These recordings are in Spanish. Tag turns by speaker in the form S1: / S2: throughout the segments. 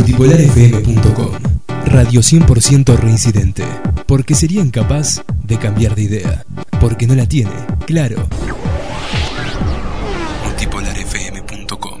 S1: Multipolarfm.com Radio 100% reincidente. Porque sería incapaz de cambiar de idea. Porque no la tiene, claro. Multipolarfm.com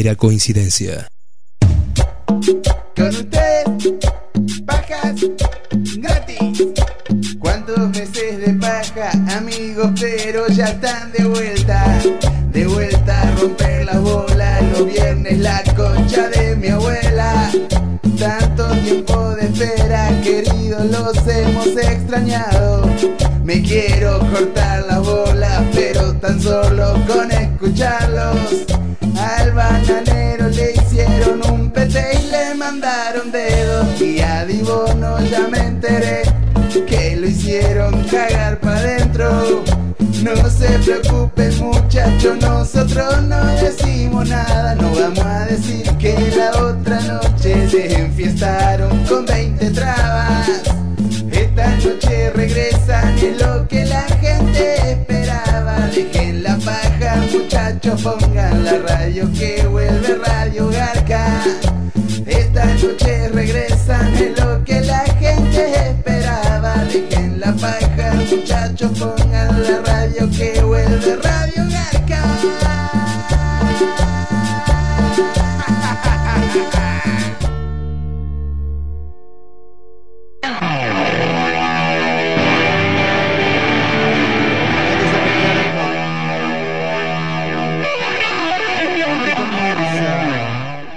S1: coincidencia.
S2: Con ustedes, pajas gratis. ¿Cuántos meses de paja, amigos? Pero ya están de vuelta. De vuelta a romper la bola. Los viernes la concha de mi abuela. Tanto tiempo de espera, queridos, los hemos extrañado. Me quiero cortar las bolas, pero tan solo con escucharlos. Al bananero le hicieron un pete y le mandaron dedos. Y a Dibono ya me enteré que lo hicieron cagar para adentro. No se preocupen muchachos, nosotros no decimos nada, no vamos a decir que la otra noche se enfiestaron con 20 trabas. Esta noche regresan es lo que la gente esperaba. Dejen la paja, muchachos, pongan la radio que vuelve Radio Garca. Esta noche regresan es lo que la gente esperaba. Dejen la paja, muchachos, pongan la radio que vuelve Radio Garca.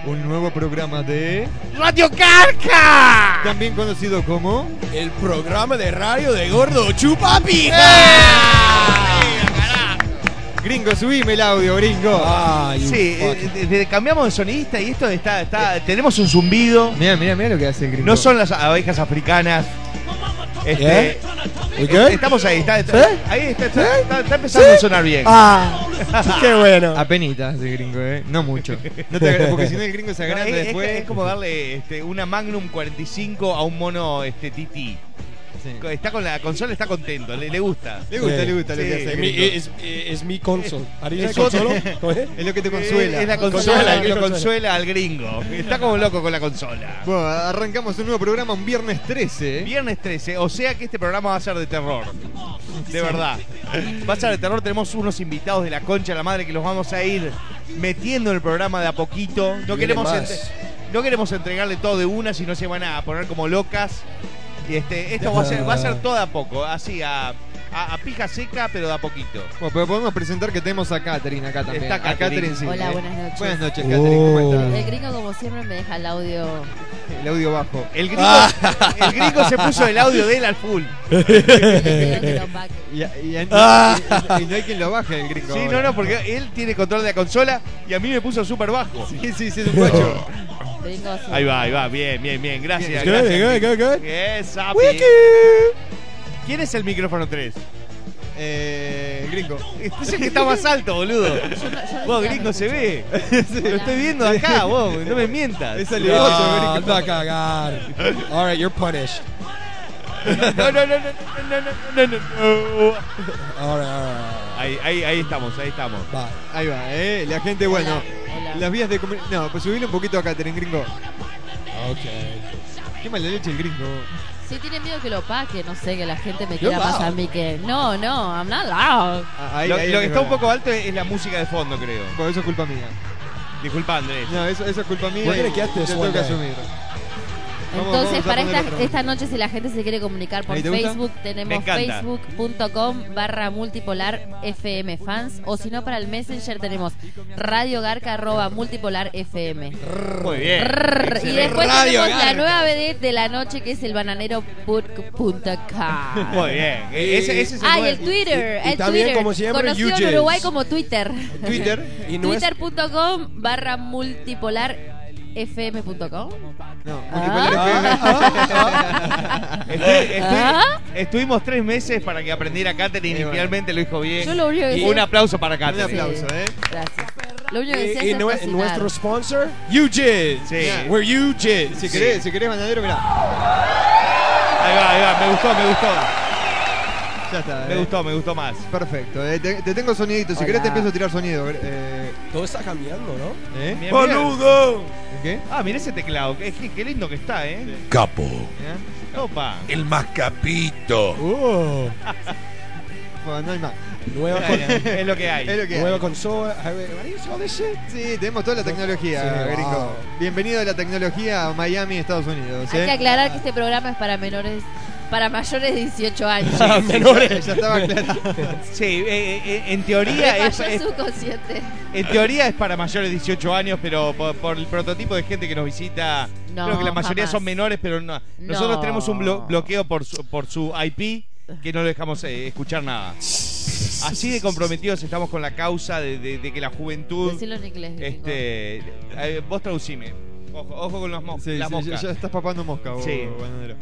S3: Un nuevo programa de.
S4: ¡Radio Carca!
S3: También conocido como.
S5: ¡Ah! El programa de radio de gordo chupa pija.
S3: Eh. Gringo, subime el audio, gringo.
S4: Sí, eh, desde que cambiamos de sonidista y esto está, está tenemos un zumbido.
S3: Mira, mira, mira lo que hace el gringo.
S4: No son las abejas africanas. Este,
S3: ¿Eh?
S4: est- Estamos ahí, está, está-
S6: ¿Sí?
S4: ahí está, está, está- está empezando a sonar bien.
S6: Ah, qué bueno.
S3: Apenitas el gringo, ¿eh? No mucho. No te hagas- porque si no el gringo se
S4: No,
S3: agranda
S4: es, es-
S3: después.
S4: es como darle este, una Magnum 45 a un mono este Titi.
S3: Sí.
S4: Está con la consola, está contento, le, le gusta.
S3: Le gusta,
S6: Sí.
S3: le gusta lo que hace
S4: Sí.
S3: el
S5: Es mi,
S3: gringo.
S5: es, es mi console. ¿Harina
S4: Es
S5: de consolo? ¿Cómo es?
S3: Es lo que te consuela.
S4: Es, la
S6: Consuela,
S4: consola, que lo
S6: consuela.
S4: consuela al gringo. Está como loco con la consola.
S3: Bueno, arrancamos un nuevo programa un viernes 13. ¿eh?
S4: Viernes 13, o sea que este programa va a ser de terror. De verdad. Va a ser de terror, tenemos unos invitados de la concha de la madre que los vamos a ir metiendo en el programa de a poquito. No queremos,
S5: más.
S4: entre- no queremos entregarle todo de una, si no se van a poner como locas. Y este, esto va a ser, va a ser todo de a poco, así a, a- a pija seca, pero de a poquito.
S3: Bueno, pero podemos presentar que tenemos a Catherine acá también.
S4: Está
S3: A Catherine, sí.
S7: Hola,
S3: ¿eh?
S7: buenas noches.
S3: Buenas noches, Catherine. ¿Cómo
S7: El gringo, como siempre, me deja el audio.
S3: estás? El audio bajo.
S4: El gringo, el gringo se puso el audio de él al full.
S7: Le pido que lo empaque.
S3: Y, y- y-
S6: Ah.
S3: y- y no hay quien lo baje el gringo.
S4: Sí, no,
S3: ahora.
S4: no, porque él tiene control de la consola y a mí me puso súper bajo.
S3: Sí, sí, sí, es un guacho.
S7: Gringo, sí.
S4: Ahí va, ahí va, bien, bien, bien, gracias.
S6: Good,
S4: gracias.
S6: good, good, good.
S4: Yes, Sapi. ¿Quién es el micrófono 3?
S3: Eh, el gringo.
S4: Este es el que está más alto, boludo.
S7: Yo no- yo no
S4: Vos,
S7: sé
S4: gringo, se
S7: mucho.
S4: ve. Lo
S7: Hola.
S4: estoy viendo acá, vos, no me mientas.
S3: Es el
S6: No,
S3: gringo.
S6: anda a cagar. All right, you're punished.
S4: No, no, no, no, no, no, no, no, no.
S6: All right, all right.
S4: Ahí, ahí, ahí estamos, ahí estamos.
S6: Va.
S3: Ahí va, eh. La gente, bueno.
S7: hola.
S3: Las vías de comunicación. No, pues subile un poquito a Catherine, gringo.
S6: Okay.
S3: Qué mala leche el gringo.
S7: Si tiene miedo que lo paque, no sé, que la gente me
S6: You're
S7: quiera más a
S6: loud.
S7: mí que. No, no, I'm not loud.
S3: Ah, ahí-
S4: lo
S3: ahí
S4: lo que
S3: es
S4: está un
S3: verdad.
S4: poco alto es, es la música de fondo, creo.
S3: Bueno, eso es culpa mía.
S4: Disculpa, Andrés.
S3: No, eso, eso es culpa mía.
S6: Vos
S3: y
S6: tenés que hacer
S3: yo
S6: eso,
S3: tengo que
S6: Andrés.
S3: asumir. Vamos,
S7: Entonces,
S3: vamos a
S7: para
S3: poner
S7: esta,
S3: otro.
S7: esta noche, si la gente se quiere comunicar por
S3: ¿Ahí te gusta?
S7: Facebook,
S4: Me
S7: tenemos
S4: encanta.
S7: facebook.com barra multipolar FM fans. O si no, para el Messenger tenemos radiogarca arroba multipolar FM.
S4: Muy bien.
S7: Rrr, y después
S5: Radio
S7: tenemos la
S5: Garca.
S7: nueva vedette de la noche que es el bananero.com.
S4: Muy bien. Eh, E-, Ese, ese es el
S7: Ah, y
S4: nuevo-
S7: el Twitter.
S5: Y- y
S7: el
S5: también,
S7: Twitter.
S5: como siempre,
S7: Conocido en
S5: UJs.
S7: Uruguay como Twitter.
S5: Twitter y nuestro
S7: Twitter.com barra multipolar multipolarfm.com.
S4: No,
S3: ah,
S7: Ah.
S4: Estu- estu-
S7: Ah.
S4: Estuvimos tres meses para que aprendiera Katherine. Inicialmente lo dijo bien.
S7: Yo lo único que
S4: Y
S7: sé-
S4: Un aplauso para Katherine.
S7: Sí.
S3: ¿eh?
S7: Gracias. Lo único
S4: Eh,
S7: que sé
S6: Y, y
S7: es
S6: nue-
S7: fascinar.
S6: nuestro sponsor, You Jizz.
S4: Sí.
S6: Where you jizz.
S3: Si querés, si querés mandadero, mirá.
S4: Ahí va, ahí va. Me gustó, me gustó.
S3: Ya está.
S4: Me
S3: eh.
S4: gustó, me gustó más.
S3: Perfecto. Eh, te, te tengo sonidito. Si
S6: Hola.
S3: querés te empiezo a tirar sonido. Eh,
S6: Todo está cambiando, ¿no?
S3: ¿eh?
S4: Mira, mira.
S5: ¡Boludo!
S3: ¿Qué?
S4: Ah, mira ese teclado. Qué, qué- qué lindo que está, ¿eh?
S5: Capo.
S4: ¿Eh? Opa.
S5: El más capito.
S4: Uh.
S3: Bueno, no hay más.
S6: Nueva, con-
S4: es lo que hay.
S3: Es lo que hay.
S6: nueva consola. How do you call this shit?
S3: Sí, tenemos toda la tecnología,
S6: Sí,
S3: gringo.
S6: wow.
S3: Bienvenido a la tecnología a Miami, Estados Unidos.
S7: Hay
S3: ¿eh?
S7: que aclarar que este programa es para menores, para mayores de 18 años.
S4: Ah,
S3: Ya estaba claro.
S4: Sí, eh, eh, en teoría
S7: Me
S4: es,
S7: falló
S4: es-
S7: el subconsciente.
S4: en teoría es para mayores de 18 años, pero por, por el prototipo de gente que nos visita,
S7: No,
S4: creo que la mayoría
S7: jamás.
S4: son menores, pero no. Nosotros
S7: No.
S4: tenemos un blo- bloqueo por su, por su IP que no le dejamos eh, escuchar nada. Así de comprometidos estamos con la causa de, de- de que la juventud...
S7: Decirlo en inglés. gringo.
S4: Este, eh, vos traducime. Ojo, ojo con los mo-
S3: Sí,
S4: las
S3: sí, ya,
S4: moscas.
S3: ya estás papando mosca, vos,
S4: Sí.
S3: bananero.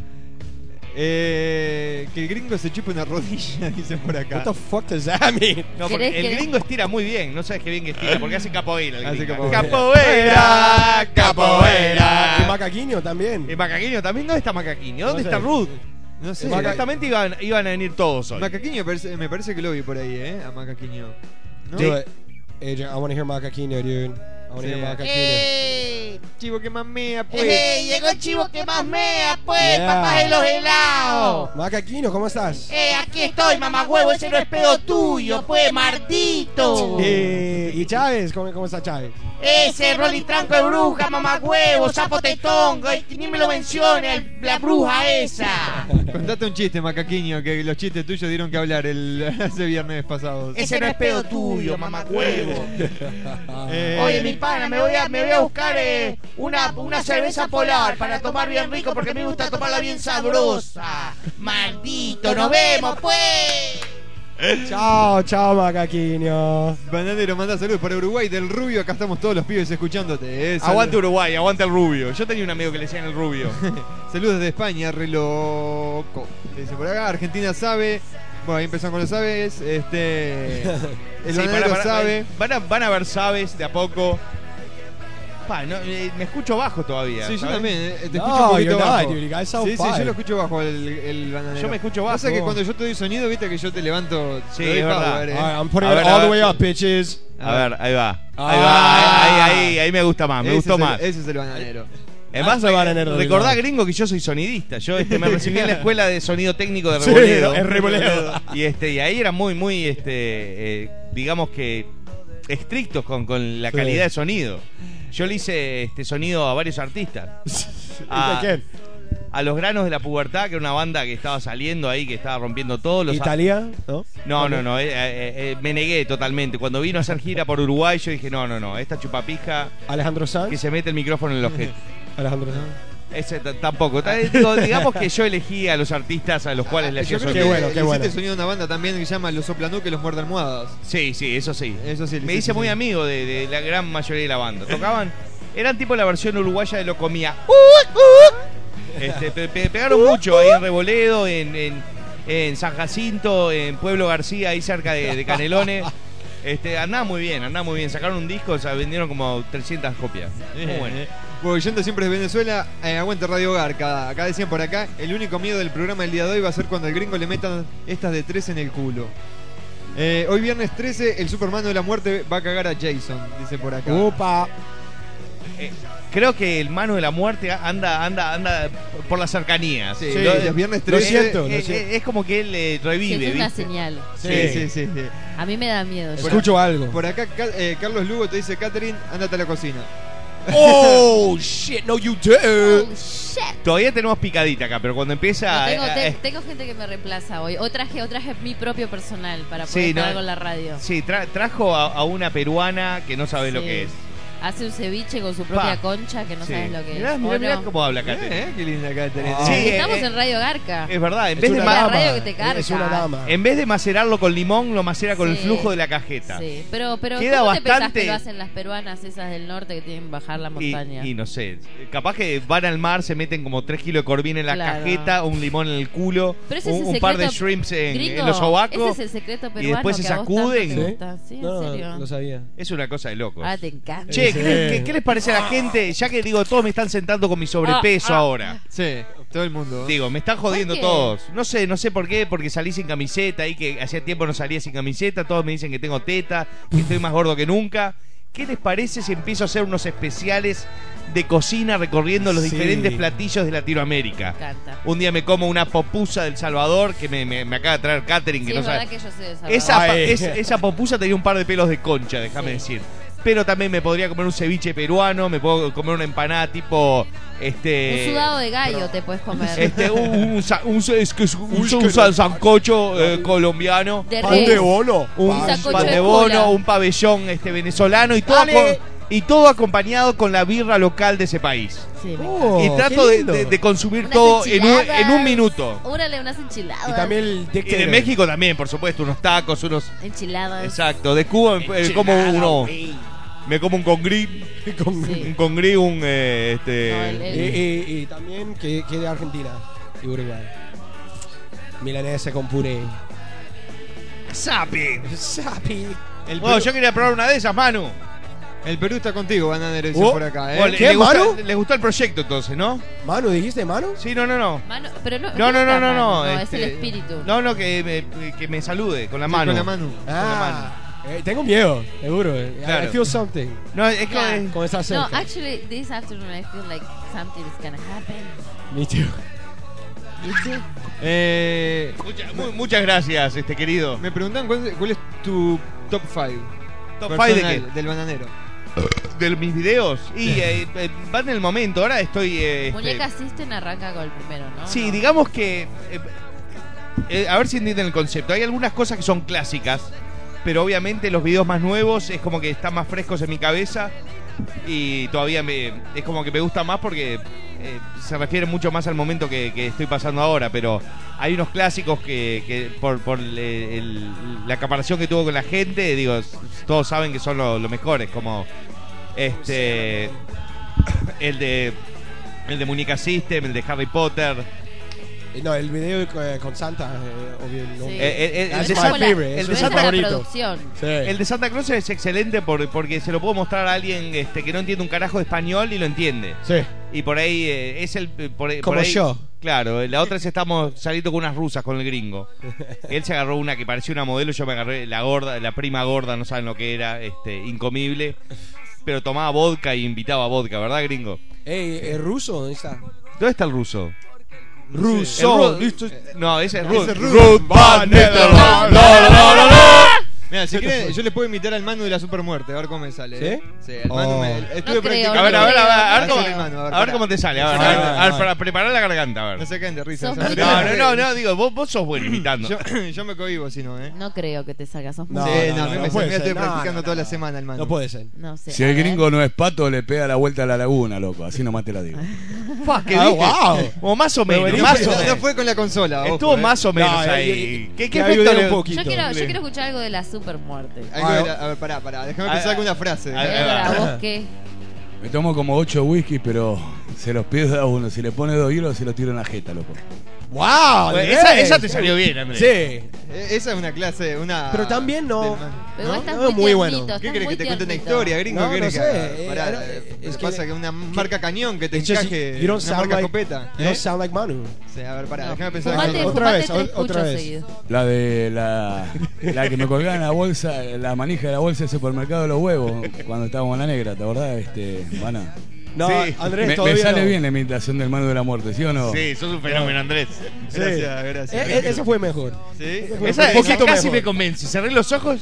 S3: Eh, que el gringo se chupe una rodilla, dice por acá.
S6: What the fuck does that mean?
S4: No, porque
S7: ¿Querés
S4: el
S7: que-
S4: gringo estira muy bien, no sabes qué bien que estira, porque hace capoeira. el
S3: Hace
S4: gringo.
S3: capoeira.
S4: capoeira, capoeira.
S6: Y Macaquinho también.
S4: El macaqueño también, ¿dónde está macaqueño? ¿Dónde
S6: No sé.
S4: está Ruth?
S3: No sé. Maca-
S4: Exactamente iban, iban a venir todos hoy.
S3: Macaquiño me parece, me parece que lo vi por ahí, ¿eh? A Macaquiño. ¿No?
S6: Do it. Adrian, eh, I want to hear Macaquinho, dude. I want to
S3: Sí.
S6: hear Macaquinho.
S2: ¡Eh!
S3: Chivo que mamea, pues.
S2: ¡Eh! Llegó el chivo que más mea, pues,
S6: Yeah.
S2: papá de los helados.
S6: Macaquinho, ¿cómo estás?
S2: ¡Eh! Aquí estoy, mamá huevo, ese no es pedo tuyo, pues, Martito.
S6: Eh, ¿Y Chávez? ¿Cómo, cómo está Chávez?
S2: Ese rolitranco de bruja, mamá huevo, sapo tetongo, eh, ni me lo menciona el- la bruja esa.
S3: Contate un chiste, Macaquiño, que los chistes tuyos dieron que hablar el, ese viernes pasado.
S2: Ese no es pedo tuyo, mamá huevo.
S3: Eh,
S2: Oye, mi pana, me voy a, me voy a buscar eh, una, una cerveza polar para tomar bien rico porque me gusta tomarla bien sabrosa. Maldito, nos vemos, pues.
S6: Chao, chao, Macaquinho.
S3: Bananero, manda saludos para Uruguay del Rubio. Acá estamos todos los pibes escuchándote. ¿eh? Saludos-
S4: Aguante Uruguay, aguante el rubio. Yo tenía un amigo que le decían el rubio.
S3: Saludos desde España, re loco. Dice por acá, Argentina sabe. Bueno, ahí empezamos con los sabes. Este. El
S4: Sí,
S3: bananero
S4: pará, pará,
S3: sabe.
S4: Van a, van a ver sabes de a poco. Pa, no, eh, me escucho bajo todavía.
S3: Sí, yo
S4: ¿sabés?
S3: también. eh, Te
S6: No,
S3: escucho un poquito
S6: you're not,
S3: bajo.
S6: dude, you guys sound
S3: sí, sí,
S6: fine.
S3: yo lo escucho bajo el, el bananero.
S4: Yo me escucho bajo.
S3: Pasa que cuando yo te doy sonido, viste que yo te levanto. te
S4: Sí,
S3: doy
S4: es verdad.
S3: power, eh.
S6: All right, Ah, I'm putting
S4: A
S6: it
S4: ver, a
S6: all
S4: ver.
S6: the way up, bitches.
S4: A ver, ahí va. Ahí
S6: Ah.
S4: va, ahí, ahí, ahí me gusta más, me
S3: Ese
S4: gustó
S3: es el-
S4: más.
S3: Ese es el bananero.
S4: Además,
S6: Ah, se van en el
S4: recordá,
S6: reloj.
S4: gringo, que yo soy sonidista. Yo este, me recibí en la escuela de sonido técnico de
S6: Sí,
S4: Reboledo.
S6: en Reboledo.
S4: Y, este, y ahí eran muy, muy, este, eh, digamos que estrictos con, con la
S6: Sí.
S4: calidad de sonido. Yo le hice este sonido a varios artistas.
S6: ¿Y
S4: Ah,
S6: de quién?
S4: A Los Granos de la Pubertad, que era una banda que estaba saliendo ahí, que estaba rompiendo todos los...
S6: ¿Italia? ¿No?
S4: No, no, no, eh, eh, eh, me negué totalmente. Cuando vino a hacer gira por Uruguay, yo dije, no, no, no, esta chupapija
S6: Alejandro
S4: que
S6: Sanz.
S4: se mete el micrófono en el ojete.
S6: Alejandro Sanz.
S4: Ese t- tampoco. Ta- eh, digo, digamos que yo elegí a los artistas a los cuales le
S3: Ah, Yo
S4: hacía
S3: creo
S4: sonido.
S6: Qué
S3: que
S6: bueno, qué
S3: le hiciste
S6: bueno.
S3: sonido a una banda también que se llama Los Soplanuques Los Muerde Almohadas.
S4: Sí, sí, eso sí.
S3: Eso sí, le
S4: Me
S3: hiciste
S4: hice muy
S3: sonido.
S4: amigo de, de la gran mayoría de la banda. Tocaban, eran tipo la versión uruguaya de lo comía. Este, pe- pe- pegaron mucho ahí en Reboledo, en, en- en San Jacinto, en Pueblo García, ahí cerca de, de Canelones. Este, andaba muy bien, andaba muy bien. Sacaron un disco, o sea, vendieron como 300 copias. Muy bueno.
S3: Bueno, yendo siempre de Venezuela, eh, aguante Radio Garca. Acá decían por acá, el único miedo del programa del día de hoy va a ser cuando al gringo le metan estas de tres en el culo. Eh, hoy viernes 13, el Superman de la Muerte va a cagar a Jason, dice por acá.
S6: Upa.
S4: Eh, creo que el mano de la muerte anda anda anda por las cercanías.
S3: Sí,
S6: sí.
S3: lo- los viernes
S6: Lo
S3: 13.
S6: siento.
S4: Eh, eh, es como que él eh,
S7: Sí,
S4: revive,
S7: es una
S4: ¿viste?
S7: señal.
S3: Sí, sí, sí, sí.
S7: A mí me da miedo. yo.
S6: Escucho algo.
S3: Por acá Ca- eh, Carlos Lugo te dice, Catherine, ándate a la cocina.
S5: Oh, shit, no you do.
S7: Oh, shit.
S4: Todavía tenemos picadita acá, pero cuando empieza
S7: No, tengo,
S4: eh,
S7: te-
S4: eh,
S7: tengo gente que me reemplaza hoy. O traje, o traje mi propio personal para
S4: Sí,
S7: poder
S4: no,
S7: estar con la radio.
S4: sí, tra- trajo a, a una peruana que no sabe lo
S7: Sí.
S4: que es.
S7: Hace un ceviche con su propia
S4: Pa.
S7: concha que no
S4: Sí.
S7: sabes lo que
S4: Mirá,
S7: es.
S4: mirá,
S7: ¿o
S4: mirá
S7: no?
S4: cómo habla Catherine.
S3: Eh, qué linda Catherine.
S6: Ah.
S4: Sí, eh,
S7: Estamos
S4: eh,
S7: en Radio Garca.
S4: Es verdad, en
S6: Es
S4: vez, de
S6: una
S4: ma-
S7: la
S6: dama.
S7: radio que te carga.
S6: Es una dama.
S4: en vez de macerarlo con limón, lo macera con el
S7: Sí.
S4: flujo de la cajeta.
S7: Sí, pero, pero
S4: Queda
S7: ¿cómo te pensás
S4: bastante-
S7: que lo hacen las peruanas esas del norte que tienen que bajar la
S4: Y,
S7: montaña?
S4: y no sé, capaz que van al mar, se meten como 3 kilos de corvina en la
S7: Claro.
S4: cajeta, un limón en el culo,
S7: Pero ese es
S4: un,
S7: el
S4: un par de
S7: secreto
S4: shrimps en, en
S7: Gringo,
S4: los
S7: Ese
S4: sobacos.
S7: es el secreto peruano.
S4: después se
S7: que a vos tanto
S4: sacuden.
S7: te
S4: ¿Sí?
S7: gusta. Sí, en
S6: No,
S7: serio.
S6: lo sabía.
S4: Es una cosa de locos.
S7: Ah, te encanta.
S4: Che,
S6: Sí.
S4: ¿qué, les- qué- qué les parece a la gente? Ya que digo, todos me están sentando con mi sobrepeso
S7: Ah, ah.
S4: ahora.
S3: Sí, todo el mundo.
S4: Digo, me están jodiendo
S7: ¿Por qué?
S4: todos. No sé, no sé por qué, porque salí sin camiseta y que hacía tiempo no salía sin camiseta. Todos me dicen que tengo teta, que estoy más gordo que nunca. ¿Qué les parece si empiezo a hacer unos especiales de cocina recorriendo los
S6: Sí.
S4: diferentes platillos de Latinoamérica?
S7: Me encanta.
S4: Un día me como una popusa del Salvador que me, me- me acaba de traer catering
S7: Sí,
S4: que
S7: es
S4: no
S7: verdad
S4: sabe.
S7: que yo sé de esa
S4: Esa, pa-
S6: Ay.
S4: es- esa popusa tenía un par de pelos de concha, déjame
S7: Sí.
S4: decir. Pero también me podría comer un ceviche peruano, me puedo comer una empanada tipo este
S7: Un sudado de gallo te puedes comer.
S4: este, un, un sa- un sa- es que es un-
S5: Uy,
S4: un
S5: que
S4: sa-
S5: no.
S4: sancocho eh, colombiano,
S7: de
S5: Pan
S7: res.
S5: de bono.
S4: un
S5: Pan-
S7: sancocho
S4: pan de
S7: de
S4: bono,
S7: cola.
S4: un pabellón este venezolano y todo,
S5: Dale.
S4: con- y todo acompañado con la birra local de ese país.
S7: Sí, me encanta.
S6: Oh,
S4: y trato
S6: qué
S4: de,
S6: lindo.
S4: de- de consumir
S7: Unas
S4: todo en un,
S7: enchiladas.
S4: en un minuto.
S7: Órale, unas enchiladas.
S5: Y también el
S4: Y de México también, por supuesto, unos tacos, unos...
S7: Enchiladas.
S4: Exacto, de Cuba me- eh, como uno... Me como un congrí,
S6: Con-
S7: Sí.
S4: un congrí, un... eh,
S7: No, el-
S4: este,
S7: el-
S6: Y, eh, y- y también que, que de Argentina y Uruguay. Milanesa con puré.
S4: zapi.
S6: Sapi.
S3: El
S4: Bueno,
S3: Perú,
S4: yo quería probar una de esas, Manu.
S3: el Perú está contigo, Bananero, dicen
S6: Oh,
S3: por acá. ¿eh?
S4: Bueno, le-
S6: ¿Qué,
S4: le gusta-
S6: Manu?
S4: Les gustó el proyecto entonces, ¿no?
S6: ¿Mano? ¿Dijiste mano?
S4: Sí, no, no, no.
S7: Mano- pero no,
S4: No, no, no, no, no.
S7: es
S4: este,
S7: el espíritu.
S4: No, no, que me, que me salude con la
S3: Sí,
S4: mano.
S3: Con la mano.
S6: Ah, eh, tengo miedo, seguro. eh. I-
S4: Claro.
S6: I feel something.
S4: No, es que.
S7: Claro.
S6: Con esa
S7: No,
S6: cerca.
S7: actually, this afternoon I feel like something is gonna happen.
S6: Me too.
S3: Eh,
S4: Mucha- mu- muchas gracias, este querido.
S3: me preguntan cuál, cuál es tu top 5.
S4: Top five de qué?
S3: Del Bananero.
S4: De mis videos. Y eh, eh, va en el momento. Ahora estoy. eh, este,
S7: Muñeca System arranca con el primero, ¿no?
S4: Sí,
S7: No.
S4: digamos que. eh, eh, a ver si entienden el concepto. Hay algunas cosas que son clásicas. Pero obviamente los videos más nuevos es como que están más frescos en mi cabeza. Y todavía me, es como que me gusta más porque eh, se refiere mucho más al momento que, que estoy pasando ahora. Pero hay unos clásicos que, que por, por el- el- la acaparación que tuvo con la gente, digo, s- todos saben que son lo- los mejores. Como este. El de. El de Muñeca System, el de Harry Potter.
S6: Eh, No, el video eh, con Santa, eh, obvio. no.
S7: Sí.
S4: Eh, eh, eh,
S7: Pero
S4: el,
S7: esa
S4: de
S6: my
S4: Santa,
S7: fue la-
S6: favorite,
S4: el
S7: pero
S4: de
S7: esa
S4: Santa-
S7: es la
S6: favorito.
S7: producción.
S6: Sí.
S4: el de Santa Cruz es excelente por- porque se lo puedo mostrar a alguien este, que no entiende un carajo de español y lo entiende.
S6: Sí.
S4: Y por ahí eh, es el. eh, Por, ahí- por
S6: Como
S4: ahí-
S6: yo.
S4: Claro, la otra es estamos saliendo con unas rusas con el gringo. Él se agarró una que parecía una modelo, yo me agarré la gorda, la prima gorda, no saben lo que era, este, incomible. Pero tomaba vodka y invitaba vodka, ¿verdad, gringo?
S6: Ey, el ruso, ¿dónde está?
S4: ¿Dónde está el ruso?
S6: Ruso.
S4: El ru- No, ese es
S3: eh, Ese
S4: ruso.
S3: es Ruth.
S5: Van Nistelrooy. La, la, la, la, la.
S3: Mira, si quieren, yo les puedo imitar al Manu de la Supermuerte, a ver cómo me sale.
S6: ¿Sí?
S3: ¿eh? Sí, al Manu
S6: Oh.
S3: me. Estuve
S7: creo,
S3: practicando.
S4: A ver, a ver, a ver, a ver
S3: Así
S4: cómo,
S3: el Manu,
S4: a ver
S3: pará.
S4: cómo te sale. A ver,
S6: Ah,
S4: a ver, a ver,
S6: ah.
S4: para preparar la garganta, a ver.
S3: No se caen de risa.
S7: Sos
S3: no se
S7: muy
S4: No,
S3: rían.
S4: no, no, no, digo, vos, vos sos bueno imitando.
S3: Yo, yo me cohibo si no, ¿eh?
S7: No creo que te salgas. sos
S6: No,
S3: sí,
S7: muy-
S3: no,
S6: no,
S3: a mí
S6: no
S3: me
S6: puede
S3: me estoy
S6: ser, no,
S3: practicando
S6: no,
S3: toda
S6: no.
S3: la semana, el Manu.
S6: No puede ser.
S7: No sé.
S5: Si
S7: a
S5: el
S7: ver.
S5: gringo no es pato, le pega la vuelta a la laguna, loco. Así nomás te la digo.
S4: Fuck, ¿qué
S6: Ah,
S4: dije?
S6: wow.
S4: O más o menos,
S3: No,
S4: más
S3: fue-
S4: o
S3: no,
S4: menos.
S3: no fue con la consola. ojo,
S4: Estuvo
S3: ¿eh?
S4: más o menos
S6: No,
S4: ahí.
S6: eh,
S4: ¿Qué, qué
S6: que
S4: efecto
S6: ayudé
S4: le-
S6: un poquito.
S7: Yo quiero, yo quiero escuchar algo de la supermuerte.
S3: Algo de la- a ver, pará, pará. Déjame
S4: Ah,
S3: pensar
S4: ah,
S3: alguna frase.
S4: ah,
S7: Eh, para vos qué.
S5: Me tomo como 8 whisky, pero se los pido a uno. Si le pone dos hielos, se lo tiro en la jeta, loco.
S6: ¡Wow!
S4: Bueno,
S6: de
S4: esa,
S6: vez.
S4: esa te salió bien, Andrés.
S6: Sí.
S3: Eh, Esa es una clase, una.
S6: Pero también no.
S3: del Manu.
S7: Pero
S6: No,
S7: estás
S6: no,
S7: muy,
S6: muy bueno.
S7: tiernito,
S3: ¿Qué
S7: estás
S3: querés
S7: muy
S3: que te cuente una
S7: tiernito.
S3: historia, gringo?
S6: No,
S3: ¿Qué
S6: no
S3: querés
S6: sé,
S3: que
S6: eh,
S3: pará,
S6: ahora,
S3: eh,
S6: eh,
S3: te
S6: es que-
S3: pasa que una marca cañón que te
S6: It's just-
S3: encaje.
S6: you don't
S3: una
S6: sound
S3: marca
S6: like-
S3: escopeta.
S6: You
S3: ¿eh?
S6: don't sound like Manu.
S3: Sí, a ver, pará, déjame pensar.
S6: Fumate,
S3: algo.
S6: otra vez,
S7: tres
S6: o- otra
S7: puchos
S6: vez.
S7: seguidos.
S5: La de la, la que me colgaba en la bolsa, la manija de la bolsa del supermercado de los huevos, cuando estábamos en la negra, ¿te acordás? Este, Mana?
S6: No,
S4: Sí.
S6: Andrés,
S5: Me, me
S6: todavía
S5: sale
S6: no.
S5: bien la imitación del mano de la muerte, ¿sí o no?
S4: Sí, sos un fenómeno, Andrés.
S6: Sí.
S3: Gracias, gracias.
S6: Eh, eh, esa fue mejor.
S3: ¿Sí?
S6: Esa fue
S4: Esa,
S6: un poquito
S4: esa casi
S6: mejor.
S4: me convence. Cerré los ojos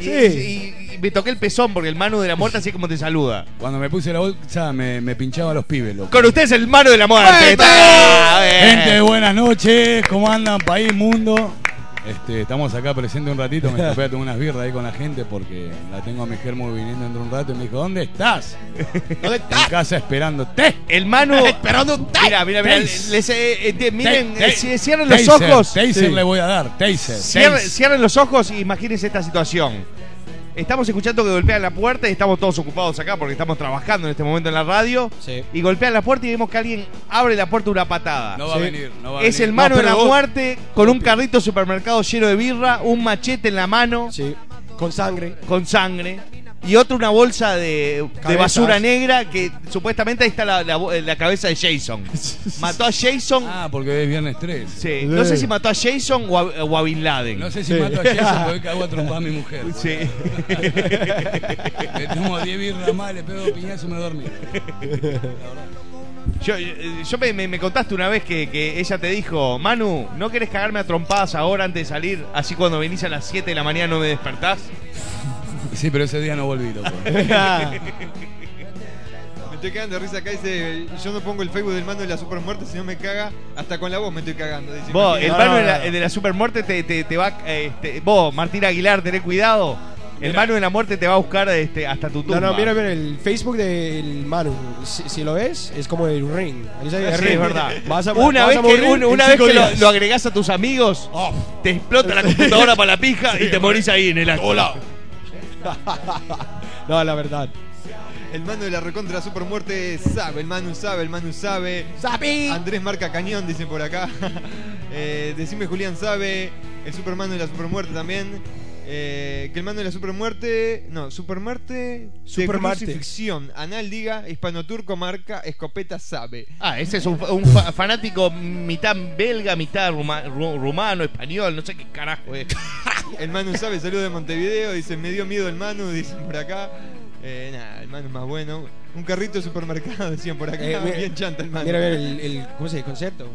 S4: y,
S6: Sí.
S4: y- y me toqué el pezón porque el mano de la muerte así como te saluda.
S5: Cuando me puse la bolsa, me, me pinchaba los pibes, loco.
S4: Con ustedes el mano de la muerte. Ah, bien.
S5: Gente, buenas noches, ¿cómo andan? País, mundo. Este, estamos acá presentes un ratito, me escapé a tomar unas birras ahí con la gente porque la tengo a mi germo viniendo dentro de un rato y me dijo, ¿dónde estás?
S4: ¿Dónde
S5: En casa esperándote.
S4: El Manu.
S5: Esperando un taser.
S4: Mira, mira, mira.
S5: Taser.
S4: les, eh, eh, te- miren,
S5: Ta-
S4: eh,
S5: ta-
S4: si- cierren los
S5: taser,
S4: ojos.
S5: Taser
S4: Sí.
S5: le voy a dar, taser.
S4: Cierren,
S5: taser.
S4: cierren los ojos y imagínense esta situación. Estamos escuchando que golpean la puerta y estamos todos ocupados acá porque estamos trabajando en este momento en la radio.
S6: Sí.
S4: Y golpean la puerta y vemos que alguien abre la puerta una patada.
S5: No va
S6: Sí.
S5: a venir, no va a
S4: es
S5: venir.
S4: el mano
S6: No,
S4: de
S6: pero
S4: la
S6: vos-
S4: muerte con un carrito de supermercado lleno de birra, un machete en la mano
S6: Sí. Con sangre.
S4: con sangre y otro una bolsa de, de
S6: Cabezas.
S4: basura negra que supuestamente ahí está la, la bo- la cabeza de Jason. Mató a Jason.
S5: Ah, porque es viernes 3.
S4: Sí, No sé si mató a Jason o a, o a Bin Laden.
S5: No sé si mato a Jason porque cago a trompar a mi mujer.
S4: Sí.
S5: Le tomo 10 birras más, le pego piñazo y me dormí.
S4: Yo, eh, yo me, me- me contaste una vez que, que ella te dijo, Manu, ¿no querés cagarme a trompadas ahora antes de salir? Así cuando venís a las 7 de la mañana no me despertás.
S5: Sí, pero ese día no volví, loco.
S3: Me estoy cagando de risa acá, dice, yo no pongo el Facebook del mano de la super muerte, si no me caga, hasta con la voz me estoy cagando. dice.
S4: Vos, el
S6: No,
S4: mano
S6: no,
S4: de la,
S6: no.
S4: de la supermuerte te, te- te va... eh, este, vos, Martín Aguilar, tené cuidado. El mano de la muerte te va a buscar este, hasta tu tumba.
S6: No, no, mira, mira, el Facebook del Manu, si, si lo ves, es como el ring. Ahí sale el
S4: Sí,
S6: ring.
S4: es verdad.
S6: Vas a-
S4: una
S6: vas
S4: vez
S6: a
S4: que,
S6: morir
S4: un-
S6: en
S4: una vez
S6: cinco
S4: que lo,
S6: días. Oh.
S4: lo agregás a tus amigos, te explota la computadora para la pija y te morís ahí en el acto.
S6: No, la verdad.
S3: El mano de la recontra super muerte sabe, el manu sabe, el manu sabe.
S6: ¡Sapi!
S3: Andrés marca cañón, dice por acá. Eh, decime Julián sabe, el Superman de la Supermuerte también. Eh, que el mano de la Supermuerte, no, Supermuerte,
S6: Supermarte.
S3: de crucifixión, anal diga, hispanoturco marca, escopeta sabe.
S4: Ah, ese es un, fa- un fa- fanático mitad belga, mitad ruma- ru- rumano, español, no sé qué carajo es.
S3: El Manu sabe, saludo de Montevideo, dice, me dio miedo el Manu, dicen por acá. Eh, nada, el Manu es más bueno. Un carrito de supermercado, decían por acá.
S6: Eh, mira-
S3: Bien chanta el Manu.
S6: Mira, mira, el, el- ¿cómo se dice? Concierto.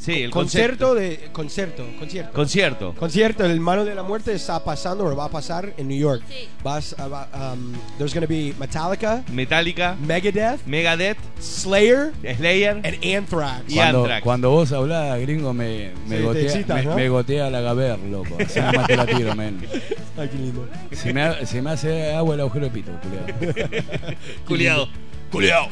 S4: Sí, el
S6: concierto. de concierto, concierto.
S4: Concierto.
S6: concierto, el mano de la muerte está pasando o va a pasar en New York.
S7: Sí.
S6: Vas a- va- um, there's going to be Metallica,
S4: Metallica,
S6: Megadeth,
S4: Megadeth,
S6: Slayer
S4: Slayer.
S6: and Anthrax.
S4: Y
S5: Cuando,
S4: Anthrax.
S5: cuando vos hablás, gringo, me, me,
S6: Sí, te
S5: gotea,
S6: excitas,
S5: me,
S6: ¿no?
S5: me gotea la gaber, loco. Así nomás te la tiro, men.
S6: Ay, qué lindo.
S5: Si me, ha- se me hace agua el agujero de pito, culiado.
S4: Culiado. Culiado.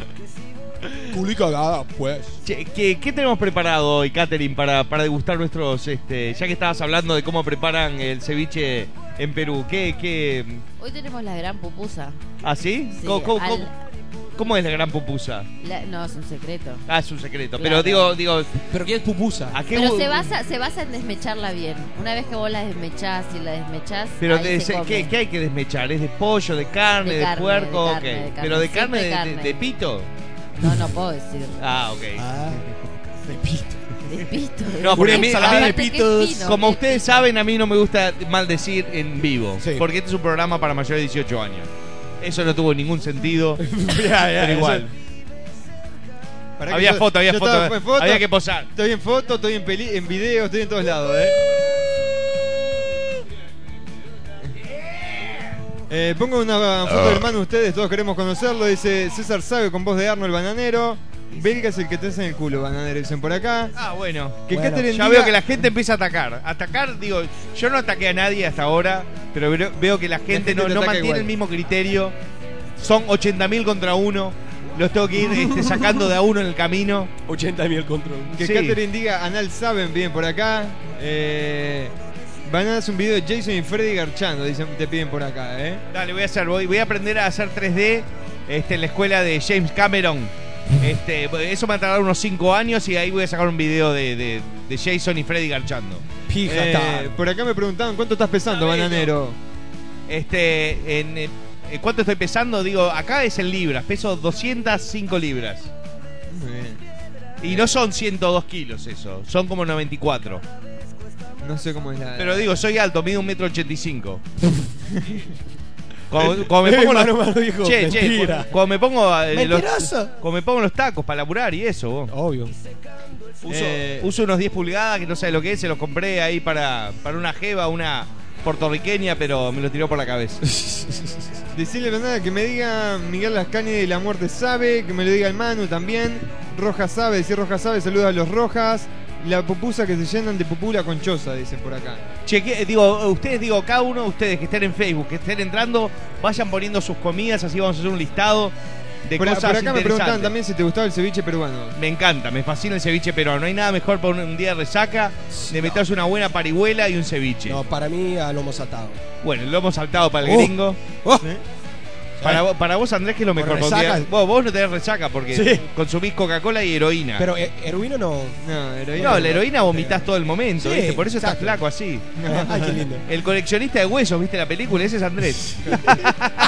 S6: Culi cagada, pues.
S4: Che, ¿qué, qué tenemos preparado hoy, Catherine, para, para degustar nuestros, este, ya que estabas hablando de cómo preparan el ceviche en Perú? ¿Qué, qué,
S7: Hoy tenemos la gran pupusa.
S4: ¿Ah, sí?
S7: Sí,
S4: ¿Cómo, cómo-
S7: al-
S4: cómo- cómo es la gran pupusa?
S7: la- no, es un secreto.
S4: Ah, es un secreto.
S7: Claro.
S4: Pero digo, digo,
S6: Pero ¿qué es pupusa?
S4: ¿a qué
S7: Pero
S4: gu-
S7: se basa, se basa en desmecharla bien. Una vez que vos la desmechás y la desmechás,
S4: Pero
S7: ahí
S4: de-
S7: se come.
S4: ¿qué, qué hay que desmechar? ¿Es de pollo, de carne, de,
S7: De carne,
S4: puerco?
S7: de
S4: Ok.
S7: carne, de carne.
S4: Pero de
S7: Siempre
S4: carne, de- de,
S7: carne.
S4: de pito.
S7: No, no puedo decir.
S4: Ah, ok.
S6: Ah, repito.
S7: De pito.
S4: No, porque a mí-
S7: Aparte,
S4: a mí-
S7: qué
S6: pitos.
S7: fino,
S4: Como
S7: qué
S4: ustedes
S7: fino.
S4: saben, a mí no me gusta maldecir en vivo.
S6: Sí.
S4: Porque este es un programa para mayores de 18 años. Eso no tuvo ningún sentido. pero igual.
S3: Pará que
S4: Había
S3: yo-
S4: foto, había
S3: yo
S4: foto,
S3: estaba en foto,
S4: Había que posar.
S3: Estoy en foto, estoy en, peli en video, estoy en todos lados, ¿eh? Eh, pongo una foto del Manu ustedes, todos queremos conocerlo. Dice César Sabe con voz de Arno el bananero. Belga es el que te hace en el culo, bananero, dicen por acá.
S4: Ah, bueno.
S3: Que
S6: Bueno,
S3: Catherine
S4: Ya
S3: diga-
S4: veo que la gente empieza a atacar. Atacar, digo, yo no ataqué a nadie hasta ahora, pero veo- veo que la gente,
S3: gente
S4: no,
S3: te
S4: no
S3: ataca
S4: mantiene
S3: igual.
S4: el mismo criterio. Son 80.000 contra uno. Los tengo que ir este, sacando de a uno en el camino.
S6: 80 mil control.
S3: Que
S4: Sí.
S3: Catherine diga, Anal saben bien por acá. Eh, Banana hace un video de Jason y Freddy garchando, dicen, te piden por acá, ¿eh?
S4: Dale, voy a hacer, voy, voy a aprender a hacer 3D este, en la escuela de James Cameron. Este, eso me va a tardar unos 5 años y ahí voy a sacar un video de, de- de Jason y Freddy garchando.
S6: Pija,
S3: Eh,
S6: tal.
S3: por acá me preguntaban, ¿cuánto estás pesando,
S4: Está bello.
S3: bananero?
S4: Este, en, eh, ¿Cuánto estoy pesando? Digo, acá es en libras, peso 205 libras.
S3: Muy bien.
S4: Y no son 102 kilos eso, son como 94.
S3: No sé cómo es la.
S4: Pero digo, soy alto, mido 1,85m. Cuando, cuando me pongo los-
S6: dijo,
S4: Che, che,
S6: mentira.
S4: cu- cuando me pongo eh, los,
S6: Mentiroso.
S4: cuando me pongo los tacos para laburar y eso, vos.
S6: Obvio.
S4: Uso,
S3: Eh,
S4: uso unos 10 pulgadas que no sé lo que es, se los compré ahí para, para una jeva, una puertorriqueña, pero me lo tiró por la cabeza.
S3: Decirle banana que me diga Miguel Lascani de la muerte sabe, que me lo diga el Manu también. Rojas sabe, decir Rojas sabe, saluda a los Rojas. la pupusa que se llenan de pupula con choza, dicen por acá.
S4: Cheque, digo, ustedes, digo, cada uno de ustedes que estén en Facebook, que estén entrando, vayan poniendo sus comidas, así vamos a hacer un listado de
S3: Por, a-
S4: cosas
S3: por acá me preguntaban
S4: interesantes.
S3: también si te gustaba el ceviche peruano.
S4: Me encanta, me fascina el ceviche peruano. No hay nada mejor para un, un día de resaca de meterse una buena parihuela y un ceviche.
S6: No, para mí a lomo saltado.
S4: Bueno, lo hemos saltado para el
S6: Oh.
S4: gringo. ¿Eh?
S6: Oh.
S4: Para, vos- para vos, Andrés, que es lo
S6: Por
S4: mejor. porque
S6: resaca.
S4: vos, vos no tenés resaca porque
S6: Sí.
S4: consumís Coca-Cola y heroína.
S6: Pero eh, heroína no.
S3: No, heroína.
S4: no, la heroína vomitas todo el momento,
S6: Sí,
S4: ¿viste? Por eso estás
S6: exacto.
S4: flaco así.
S6: Ay, qué lindo.
S4: El coleccionista de huesos, ¿viste la película? Ese es Andrés.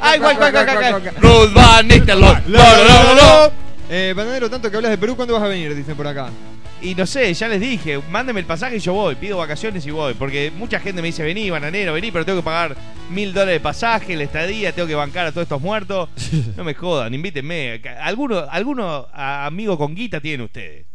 S4: Ay, guay, guay, guay, guay, guay. Los Van Nistelrooy. Lo, lo, lo, lo.
S3: Eh, Bananero, tanto que hablas de Perú, ¿cuándo vas a venir? Dicen por acá.
S4: Y no sé, ya les dije, mándeme el pasaje y yo voy, pido vacaciones y voy. Porque mucha gente me dice, vení, bananero, vení, pero tengo que pagar mil dólares de pasaje, la estadía, tengo que bancar a todos estos muertos. No me jodan, invítenme. Alguno, alguno a- amigo con guita tienen ustedes.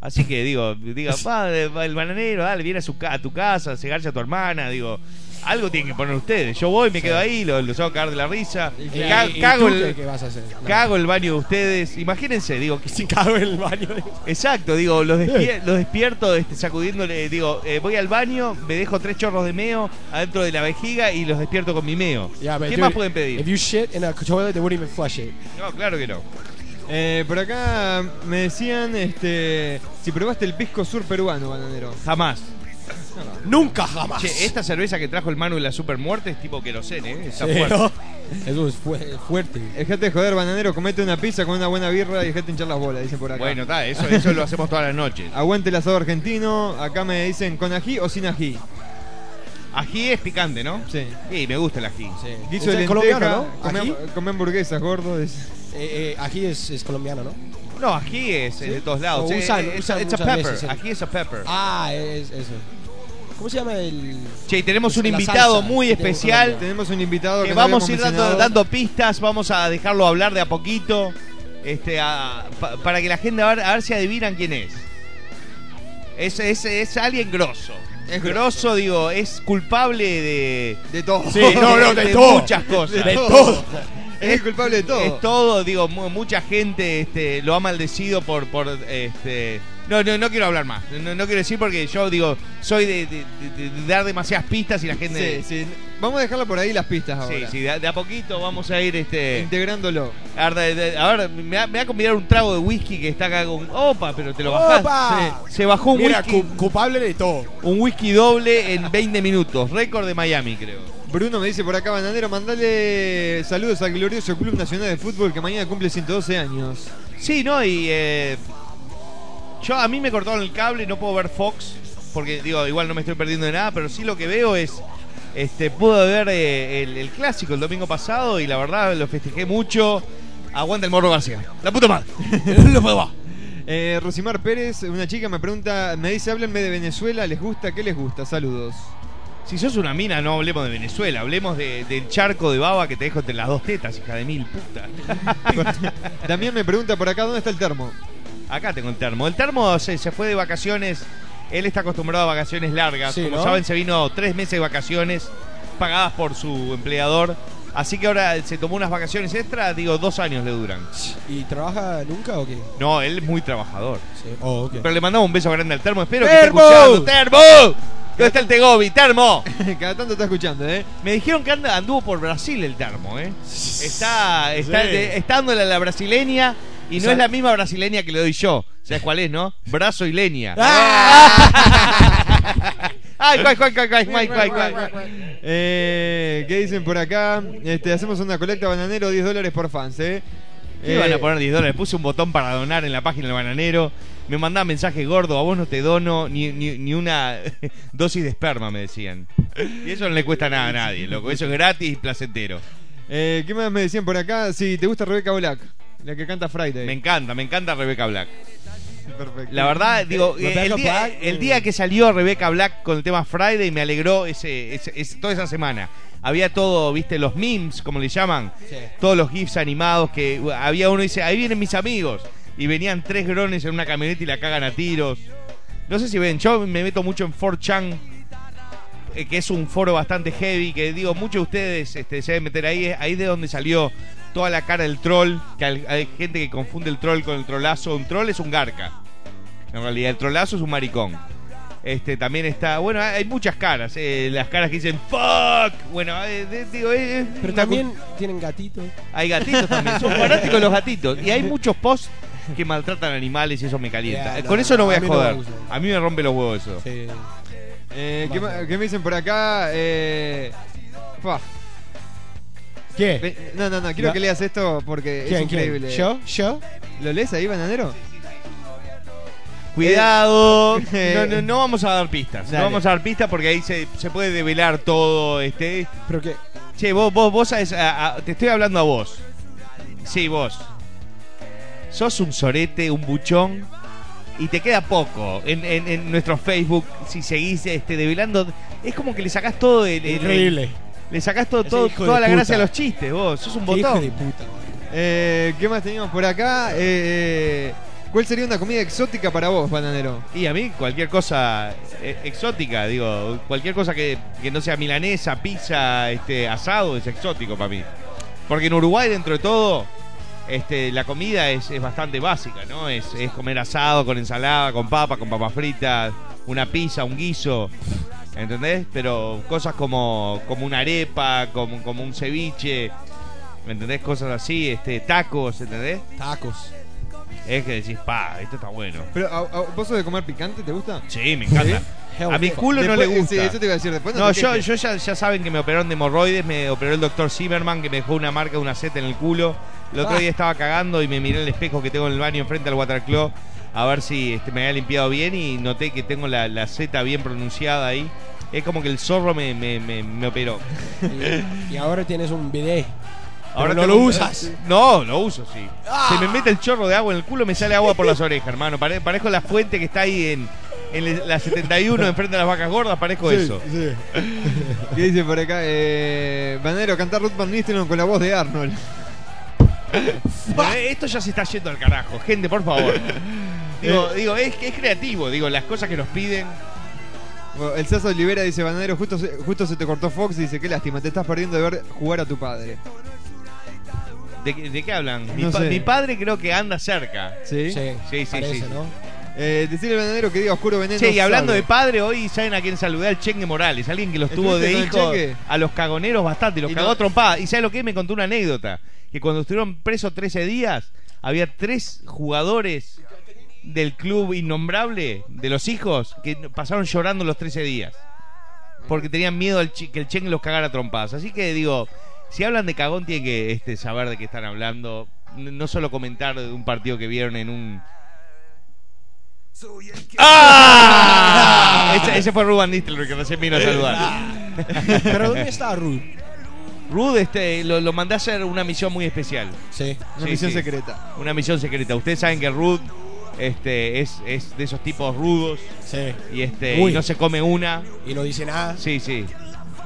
S4: Así que digo, diga, va, eh, va el bananero, dale, viene a, su, ca- a tu casa, se garcha a tu hermana, digo, algo tienen que poner ustedes. Yo voy, me quedo ahí, los, los hago cagar de la risa.
S6: Eh,
S4: Ca-
S6: ¿y
S4: cago,
S6: tú qué,
S4: el,
S6: qué vas a hacer? No.
S4: cago el baño de ustedes. Imagínense, digo, que si
S6: Cago en el baño.
S4: Exacto, digo, los, despier- los despierto este, sacudiéndole, digo, eh, voy al baño, me dejo tres chorros de meo adentro de la vejiga y los despierto con mi meo.
S6: Yeah, but
S4: ¿Qué
S6: dude,
S4: más pueden
S6: If
S4: pedir?
S6: you shit in a toilet, they wouldn't even flush it.
S4: No, claro que no.
S3: Eh, por acá me decían este, si probaste el pisco sur peruano, Bananero.
S4: Jamás.
S6: Nunca jamás.
S4: Che, esta cerveza que trajo el Manu de la Super Muerte es tipo querosene, ¿eh? Está
S6: Sí,
S4: fuerte.
S6: ¿no? Eso es fue- fuerte.
S3: Dejate de joder, Bananero, comete una pizza con una buena birra y dejate hinchar las bolas, dicen por acá.
S4: Bueno, está, eso, eso lo hacemos todas las noches.
S3: Aguante el asado argentino, acá me dicen con ají o sin ají.
S4: Ají es picante, ¿no?
S3: Sí.
S4: Sí, me gusta el ají.
S6: Sí.
S3: Guiso
S6: Usted
S3: de
S6: es colombiano,
S3: lenteja,
S6: ¿no?
S3: come,
S6: Ají,
S3: come hamburguesas, gordo. dice.
S6: eh, eh, ají es, es colombiano, ¿no?
S4: No, ají es eh, de todos lados.
S6: Lo
S4: Sí,
S6: usan-
S4: it's,
S6: usan
S4: it's a
S6: muchas
S4: pepper.
S6: veces, sí.
S4: Ají es a pepper.
S6: Ah, es eso. ¿Cómo se llama el...?
S4: Che, y tenemos
S6: Es
S4: un
S6: la
S4: invitado
S6: salsa
S4: muy
S6: que tenemos
S4: especial.
S6: Colombia.
S3: Tenemos un invitado que,
S4: que
S3: no
S4: vamos a ir
S3: habíamos
S4: dando,
S3: mencionado.
S4: dando pistas, vamos a dejarlo hablar de a poquito, este, a- pa- para que la gente a ver, a ver si adivinan quién es. Es, es, es alguien grosso. Es grosso, digo, es culpable de.
S3: de todo.
S4: de- de muchas cosas.
S3: De todo. Es el culpable de todo.
S4: Es todo, digo, mu- mucha gente este, lo ha maldecido por, por este. No, no, no quiero hablar más. No, no quiero decir porque yo digo, soy de, de- de- de dar demasiadas pistas y la gente.
S3: Sí, sí. Vamos a dejarlo por ahí las pistas ahora.
S4: sí, de, a- de a poquito vamos a ir este.
S3: Integrándolo.
S4: A ver, de- de- a ver, me va, me va a convidar un trago de whisky que está acá con. ¡Opa! Pero te lo bajás.
S6: ¡Opa!
S4: Se, se bajó un
S6: Mira,
S4: whisky.
S6: cu- culpable de todo.
S4: Un whisky doble en 20 minutos. Récord de Miami, creo.
S3: Bruno me dice por acá, Bananero, mandale saludos al glorioso Club Nacional de Fútbol que mañana cumple 112 años.
S4: Sí, ¿no? Y. eh, yo a mí me cortaron el cable, no puedo ver Fox. Porque, digo, igual no me estoy perdiendo de nada, pero sí lo que veo es. Este, pude ver eh, el, el clásico el domingo pasado y la verdad lo festejé mucho. Aguanta el morro García. La puta madre. Lo puedo más.
S3: Eh, Rosimar Pérez, una chica me pregunta, me dice, háblenme de Venezuela, ¿les gusta? ¿Qué les gusta? Saludos.
S4: Si sos una mina, no hablemos de Venezuela, hablemos de- del charco de baba que te dejo entre las dos tetas, hija de mil puta.
S3: Damián me pregunta por acá, ¿dónde está el termo?
S4: Acá tengo el termo. El termo se, se fue de vacaciones, él está acostumbrado a vacaciones largas.
S6: Sí,
S4: Como
S6: ¿no?
S4: saben, se vino tres meses de vacaciones pagadas por su empleador. Así que ahora se tomó unas vacaciones extra, digo, dos años le duran.
S6: ¿Y trabaja nunca o qué?
S4: No, él es muy trabajador.
S6: Sí. Oh, ok.
S4: Pero le mandamos un beso grande al termo, espero
S6: ¡Termo!
S4: que esté escuchando. ¡Termo! ¿Dónde está el Tegobi? ¡Termo!
S3: Cada tanto está escuchando, ¿eh?
S4: Me dijeron que anda, anduvo por Brasil el termo, ¿eh? Está, está,
S6: Sí.
S4: de- está dándole a la brasileña y no
S6: sea-
S4: es la misma brasileña que le doy yo. ¿Sabes cuál es, no? Brazo y leña.
S3: Ah.
S4: ¡Ay, guay, guay, guay, guay, guay, guay, guay.
S3: Eh, ¿Qué dicen por acá? Este, hacemos una colecta bananero, 10 dólares por fans, ¿eh?
S4: ¿Qué
S3: Eh,
S4: van a poner 10 dólares? Puse un botón para donar en la página del bananero. Me mandaba mensaje gordo, a vos no te dono ni, ni, ni una dosis de esperma, me decían. Y eso no le cuesta nada a nadie, loco. Eso es gratis y placentero.
S3: eh, ¿Qué más me decían por acá? Si te gusta Rebeca Black, la que canta Friday.
S4: Me encanta, me encanta Rebeca Black.
S3: Perfecto.
S4: La verdad, digo, eh,
S6: Rebecca
S4: el día,
S6: Black,
S4: el
S6: eh.
S4: día que salió Rebeca Black con el tema Friday me alegró ese, ese- ese- toda esa semana. Había todo, viste, los memes, como le llaman,
S6: Sí.
S4: todos los GIFs animados que u- había uno y dice, ahí vienen mis amigos. Y venían tres grones en una camioneta y la cagan a tiros. No sé si ven, yo me meto mucho en 4chan, eh, que es un foro bastante heavy, que digo, muchos de ustedes este, se deben meter ahí, eh, ahí de donde salió toda la cara del troll, que al- hay gente que confunde el troll con el trolazo. Un troll es un garca. En realidad, el trolazo es un maricón. Este también está. Bueno, hay muchas caras. eh, las caras que dicen fuck. Bueno, eh, de- digo, eh, eh, una
S6: Pero
S4: cu-
S6: también tienen gatitos.
S4: Hay gatitos también. Son fanáticos de los gatitos. Y hay muchos posts que maltratan animales y eso me calienta.
S6: Ya,
S4: Eh,
S6: no,
S4: Con eso no voy a,
S6: a mí no me
S4: joder.
S6: gusta.
S4: a mí me rompe los huevos eso.
S6: Sí.
S3: Eh, ¿qué, ma- qué me dicen por acá? Eh, fa.
S6: ¿Qué?
S3: Ve- No, no, no, quiero
S6: No.
S3: que leas esto porque es
S6: ¿Quién, quién?
S3: increíble.
S6: ¿Yo? ¿Yo?
S3: ¿Lo lees ahí, bananero?
S4: Cuidado.
S3: Eh,
S4: No, no, no vamos a dar pistas.
S3: Dale.
S4: No vamos a dar pistas porque ahí se, se puede develar todo. Este.
S6: ¿Pero qué?
S4: Che, vos, vos, vos sabés, a- a- te estoy hablando a vos. Sí, vos. Sos un sorete, un buchón. Y te queda poco en, en- en nuestro Facebook. Si seguís este, develando. Es como que le sacás todo el. el-
S6: Increíble.
S4: le sacás todo,
S6: Ese
S4: todo-
S6: hijo de
S4: toda la
S6: puta.
S4: gracia a los chistes, vos. Sos un
S6: Qué hijo
S4: botón.
S6: de puta. boludo.
S3: Eh, ¿Qué más teníamos por acá? Eh, ¿Cuál sería una comida exótica para vos, bananero?
S4: Y a mí cualquier cosa eh, exótica, digo, cualquier cosa que, que no sea milanesa, pizza, este, asado es exótico para mí. Porque en Uruguay, dentro de todo, este, la comida es, es bastante básica, ¿no? Es, es comer asado con ensalada, con papa, con papas fritas, una pizza, un guiso. ¿Entendés? Pero cosas como, como una arepa, como, como un ceviche, ¿me entendés? Cosas así, este, tacos, ¿entendés?
S6: Tacos.
S4: Es que decís, pa, esto está bueno.
S3: Pero, ¿a- a- ¿Vos sos de comer picante? ¿Te gusta?
S4: Sí, me encanta.
S6: Hell
S4: A mi
S6: yeah.
S4: culo no le
S3: Después-
S4: gusta.
S3: sí, eso te iba a decir después. No,
S4: No,
S3: te
S4: yo,
S3: quejes.
S4: yo ya, ya saben que me operaron de hemorroides, me operó el doctor Zimmerman que me dejó una marca de una seta en el culo. El otro
S6: Ah.
S4: día estaba cagando y me miré el espejo que tengo en el baño enfrente al Waterclaw a ver si este, me había limpiado bien y noté que tengo la, la seta bien pronunciada ahí. Es como que el zorro me, me- me- me operó.
S6: Y, y ahora tienes un bidet. Pero no
S4: tengo
S6: lo
S4: un-
S6: usas.
S4: No, lo uso, sí. Se me mete el chorro de agua en el culo, me sale agua por las orejas, hermano. Pare- Parezco la fuente que está ahí en, en la 71 enfrente de las vacas gordas, parezco eso.
S6: Sí.
S3: ¿Qué dice por acá? Eh, bananero, cantar Ruth Van Nistelrooy con la voz de Arnold.
S4: Bueno, eh, esto ya se está yendo al carajo, gente, por favor.
S3: Eh.
S4: Digo, digo es, es creativo, digo, las cosas que nos piden.
S3: Bueno, El Sazo Olivera dice, bananero, justo se, justo se te cortó Fox y dice, qué lástima, te estás perdiendo de ver jugar a tu padre.
S4: ¿De, qué- de qué hablan? Mi,
S3: No
S4: pa-
S3: sé.
S4: mi padre creo que anda cerca.
S3: ¿Sí?
S6: Sí,
S4: Sí, sí,
S6: parece,
S4: sí.
S6: ¿no?
S3: Eh, decirle al bananero que diga oscuro veneno.
S4: Che, y hablando
S3: salve.
S4: de padre, hoy saben a quién saludé al Chengue Morales, alguien que los tuvo de
S3: ¿Estuviste
S4: hijo
S3: con el Chengue?
S4: a los cagoneros bastante, los
S3: Y
S4: cagó
S3: no-
S4: a trompada. Y ¿sabes lo que? es? Me contó una anécdota, que cuando estuvieron presos 13 días, había tres jugadores del club innombrable, de los hijos, que pasaron llorando los 13 días. Porque tenían miedo al chi- que el Chengue los cagara a trompadas. Así que digo, si hablan de cagón, tienen que este, saber de qué están hablando. N- No solo comentar de un partido que vieron en un ¡Ah! ese, ese fue Ruben Nistelrooy que recién vino a saludar.
S6: Pero ¿dónde está Ruth?
S4: Ruth este, lo, lo mandé a hacer una misión muy especial.
S6: Sí.
S3: Una
S4: Sí,
S3: misión
S4: sí.
S3: secreta.
S4: Una misión secreta. Ustedes saben que Ruth este, es, es de esos tipos rudos
S6: Sí.
S4: y, este,
S6: Uy.
S4: y no se come una.
S6: Y no dice nada.
S4: Sí, sí.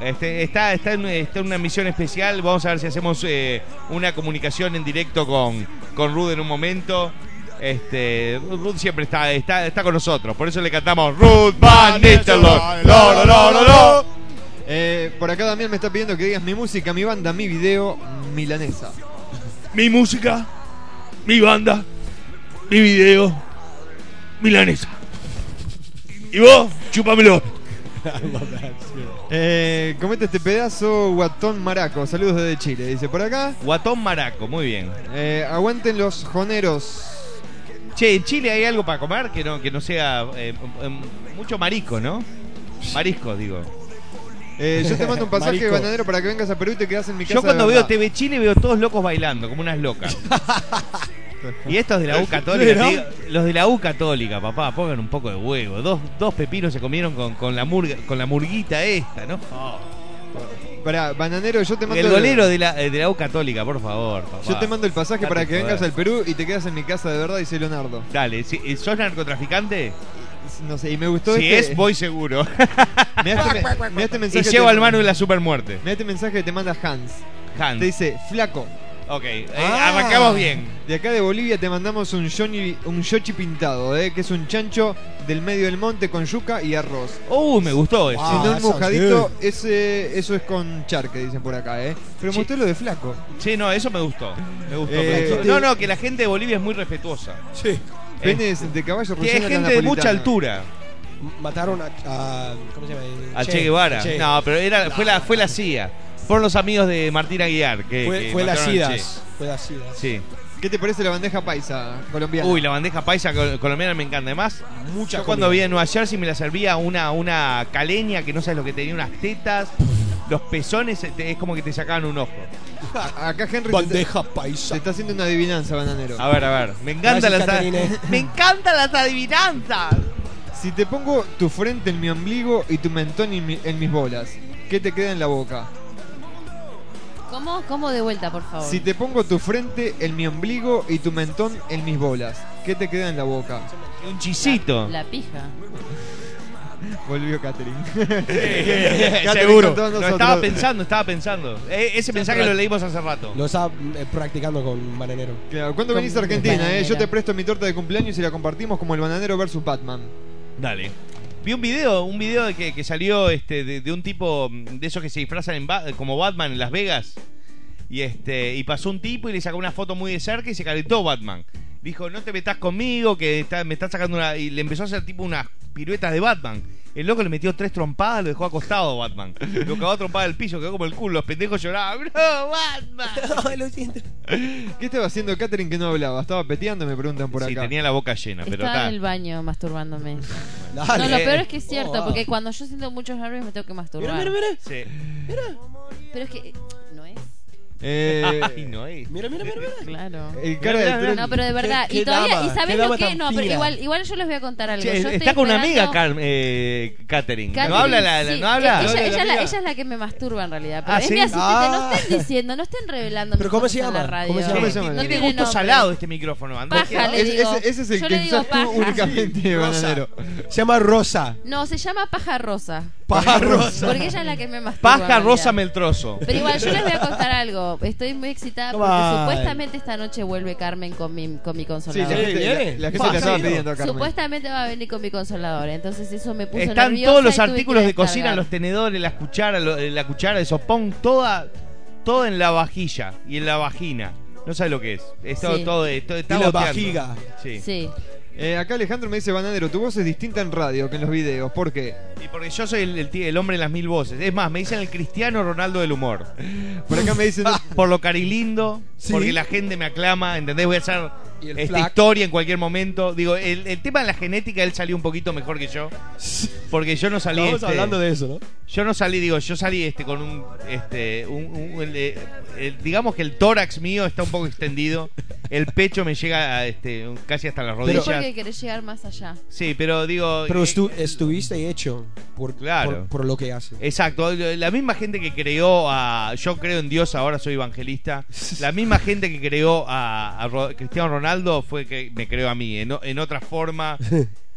S4: Este, está, está, en, está en una misión especial. Vamos a ver si hacemos eh, una comunicación en directo con, con Ruth en un momento. Este, Ruth siempre está, está, está con nosotros. Por eso le cantamos Ruth Van Nistelrooy. Lo, lo, lo, lo, lo.
S3: Eh, por acá Damián me está pidiendo que digas mi música, mi banda, mi video, milanesa.
S8: mi música, mi banda, mi video, milanesa. Y vos, chúpamelo.
S3: Eh, comete este pedazo, Guatón Maraco. Saludos desde Chile. Dice por acá.
S4: Guatón Maraco, muy bien.
S3: eh, aguanten los joneros.
S4: Che, en Chile hay algo para comer que no, que no sea eh, em, mucho marisco, ¿no? Marisco, digo.
S3: Eh, yo te mando un pasaje
S6: Marico.
S3: bananero para que vengas a Perú y te quedas en mi casa.
S4: Yo
S3: de
S4: cuando veo
S3: verdad.
S4: TV Chile veo todos locos bailando, como unas locas. y estos de la U Católica, te digo, los de la U Católica, papá, pongan un poco de huevo. Dos, dos pepinos se comieron con, con la murga, con la murguita este. esta, ¿no?
S3: Pará, bananero, yo te mando
S4: El golero de la, eh, de la U Católica, por favor, papá.
S3: Yo te mando el pasaje para
S4: Date
S3: que vengas
S4: joder.
S3: al Perú y te quedas en mi casa de verdad, dice Leonardo.
S4: Dale, si- eh, ¿sos narcotraficante?
S3: No sé, y me gustó
S4: si
S3: este.
S4: es, voy seguro.
S3: Mirá este, me- mirá este
S4: y
S3: mensaje.
S4: llevo
S3: que-
S4: al mano de la supermuerte.
S3: Mirá este mensaje que te manda Hans.
S4: Hans.
S3: Te dice, flaco.
S4: Ok, eh,
S6: Ah.
S4: arrancamos bien.
S3: De acá de Bolivia te mandamos un Johnny, un yochi pintado, eh, que es un chancho del medio del monte con yuca y arroz.
S4: Uh, me gustó eso.
S6: Ah,
S3: si no es
S6: that sounds
S3: mojadito,
S6: good.
S3: ese, eso es con charque, dicen por acá, ¿eh? Pero me
S4: Sí.
S3: gustó lo de flaco.
S4: Sí, no, eso me gustó. Me gustó.
S3: Eh,
S4: me gustó. No, no, que la gente de Bolivia es muy respetuosa.
S6: Sí.
S3: Penes de caballo
S4: Que es
S3: rellenos
S4: gente de mucha
S3: napolitanos.
S4: altura.
S6: Mataron a, a- ¿Cómo se llama? El
S4: Al Che, Guevara.
S6: Che.
S4: No, pero era, fue, la, fue la CIA. Fueron los amigos de Martín Aguiar. Que,
S6: fue,
S4: que
S6: fue las
S4: mataron al
S6: idas. Fue las idas.
S4: Che. Sí.
S3: ¿Qué te parece la bandeja paisa colombiana?
S4: Uy, la bandeja paisa col- colombiana me encanta. Además,
S6: Mucha
S4: yo cuando
S6: comida.
S4: vivía en Nueva Jersey me la servía una, una caleña que no sabes lo que tenía, unas tetas, los pezones, este, es como que te sacaban un ojo.
S3: A- Acá Henry se-
S6: Bandeja
S3: se
S6: paisa.
S3: está haciendo una adivinanza, bananero.
S4: A ver, a ver. Me encantan
S6: Gracias,
S4: las ad-
S6: Catarine.
S4: Me encantan las adivinanzas.
S3: Si te pongo tu frente en mi ombligo y tu mentón en, mi- en mis bolas, ¿qué te queda en la boca?
S7: ¿Cómo? ¿Cómo de vuelta, por favor?
S3: Si te pongo tu frente en mi ombligo y tu mentón en mis bolas, ¿qué te queda en la boca?
S4: Un chisito.
S7: La pija.
S3: Volvió Catherine.
S4: Seguro.
S3: con todos
S4: Lo
S3: nosotros.
S4: estaba pensando, estaba pensando. E- ese mensaje lo leímos hace rato.
S6: Lo estaba eh, practicando con Bananero.
S3: Claro, ¿cuándo venís a Argentina? eh? Yo te presto mi torta de cumpleaños y la compartimos como el bananero versus Batman.
S4: Dale. Vi un video, un video de que, que salió este, de, de un tipo mm, de esos que se disfrazan en Ba- como Batman en Las Vegas. Y este, y pasó un tipo y le sacó una foto muy de cerca y se calentó Batman. Dijo, no te metas conmigo, que está- me estás sacando una. Y le empezó a hacer tipo unas piruetas de Batman. El loco le metió tres trompadas, lo dejó acostado Batman. Lo cagó a trompada del piso, quedó como el culo. Los pendejos lloraban, bro, Batman.
S3: ¿Qué estaba haciendo Catherine que no hablaba? Estaba peteando, me preguntan por
S4: sí,
S3: acá.
S4: tenía la boca llena, pero
S7: Estaba
S4: está.
S7: en el baño masturbándome.
S6: Dale.
S7: No, lo peor es que es cierto,
S6: Oh, ah.
S7: porque cuando yo siento muchos nervios me tengo que masturbar.
S6: Mira, mira, mira.
S4: Sí.
S7: Pero es que eh, no es,
S3: Eh,
S4: Ay, no, eh.
S6: Mira, mira, mira, mira.
S7: claro.
S3: el cara de tren-
S7: No, pero de verdad.
S6: qué
S7: y todavía,
S6: dama,
S7: ¿y sabés
S6: qué dama
S7: lo que?
S6: tan
S7: No, pero
S6: pila.
S7: igual, igual yo les voy a contar algo.
S4: Che,
S7: Yo estoy
S4: está con una amiga,
S7: esperando-
S4: Carm- eh, Catherine.
S7: Catherine,
S4: No habla la, la-
S7: sí,
S4: no habla.
S7: eh,
S4: no
S7: Ella,
S4: habla
S7: ella es la,
S4: amiga.
S7: ella es la que me masturba en realidad. Pero
S4: Ah,
S7: es
S4: ¿sí?
S7: mi asistente.
S6: Ah.
S7: No estén diciendo, no estén revelando.
S6: ¿Pero
S7: mis
S6: cómo
S7: cosas
S6: se
S7: en la
S6: llama?
S7: radio.
S6: ¿Cómo se llama?
S3: ¿Cómo se llama?
S7: No
S4: Tiene
S7: tiene
S4: gusto
S7: nombre.
S4: salado este micrófono, Andrés.
S7: Paja, le
S3: Ese-
S7: digo.
S3: ese, ese es el
S7: Yo
S3: que
S7: le digo
S3: usas tú
S7: paja.
S3: únicamente, bananero.
S6: Se llama Rosa.
S7: No, se llama paja rosa.
S6: Paja Rosa.
S7: Porque ella es la que me masturba. en
S4: Paja
S7: realidad.
S4: rosa meltroso.
S7: Pero igual, yo les voy a contar algo. Estoy muy excitada
S6: Come
S7: porque
S6: on.
S7: supuestamente esta noche vuelve Carmen con mi, con mi
S3: Sí, la
S7: consolador.
S3: gente, la-
S6: viene.
S3: la gente
S6: Paja,
S3: le estaba
S6: sí,
S3: pidiendo a Carmen.
S7: Supuestamente va a venir con mi consolador, entonces eso me puso
S4: Están
S7: nerviosa
S4: todos
S7: y
S4: los
S7: tuve que
S4: artículos de
S7: descargar.
S4: cocina, los tenedores, las cucharas, lo- eh, la cuchara de sopón, toda, todo en la vajilla y en la vagina. No sabe lo que es. Es todo,
S7: Sí.
S4: todo, eh, todo- está
S6: Y la
S4: goteando.
S6: vajiga.
S4: Sí.
S7: Sí.
S3: Eh, acá Alejandro me dice, bananero, tu voz es distinta en radio que en los videos. ¿Por qué?
S4: Y porque yo soy el, el tí- el hombre de las mil voces. Es más, me dicen el Cristiano Ronaldo del humor. Ah,
S3: Por acá me dicen...
S4: Por lo carilindo,
S6: Sí.
S4: porque la gente me aclama, ¿entendés? Voy a hacer
S6: Y el
S4: esta
S6: flaco.
S4: historia en cualquier momento. Digo, el, el tema de la genética, él salió un poquito mejor que yo. Porque yo no salí.
S6: Estamos
S4: este,
S6: hablando de eso, ¿no?
S4: Yo no salí, digo, yo salí este con un, este, un- un- el, eh, el- digamos que el tórax mío está un poco extendido, el pecho me llega a, este, un- casi hasta las
S7: Pero
S4: rodillas.
S7: porque querés llegar más allá.
S4: Sí, pero digo.
S6: Pero
S4: eh,
S6: estu- estuviste hecho por,
S4: Claro.
S6: por, por lo que hace.
S4: Exacto, la misma gente que creó a. Yo creo en Dios, ahora soy evangelista. La misma gente que creó a, a Ro- Cristiano Ronaldo fue que me creó a mí, en, o- en otra forma.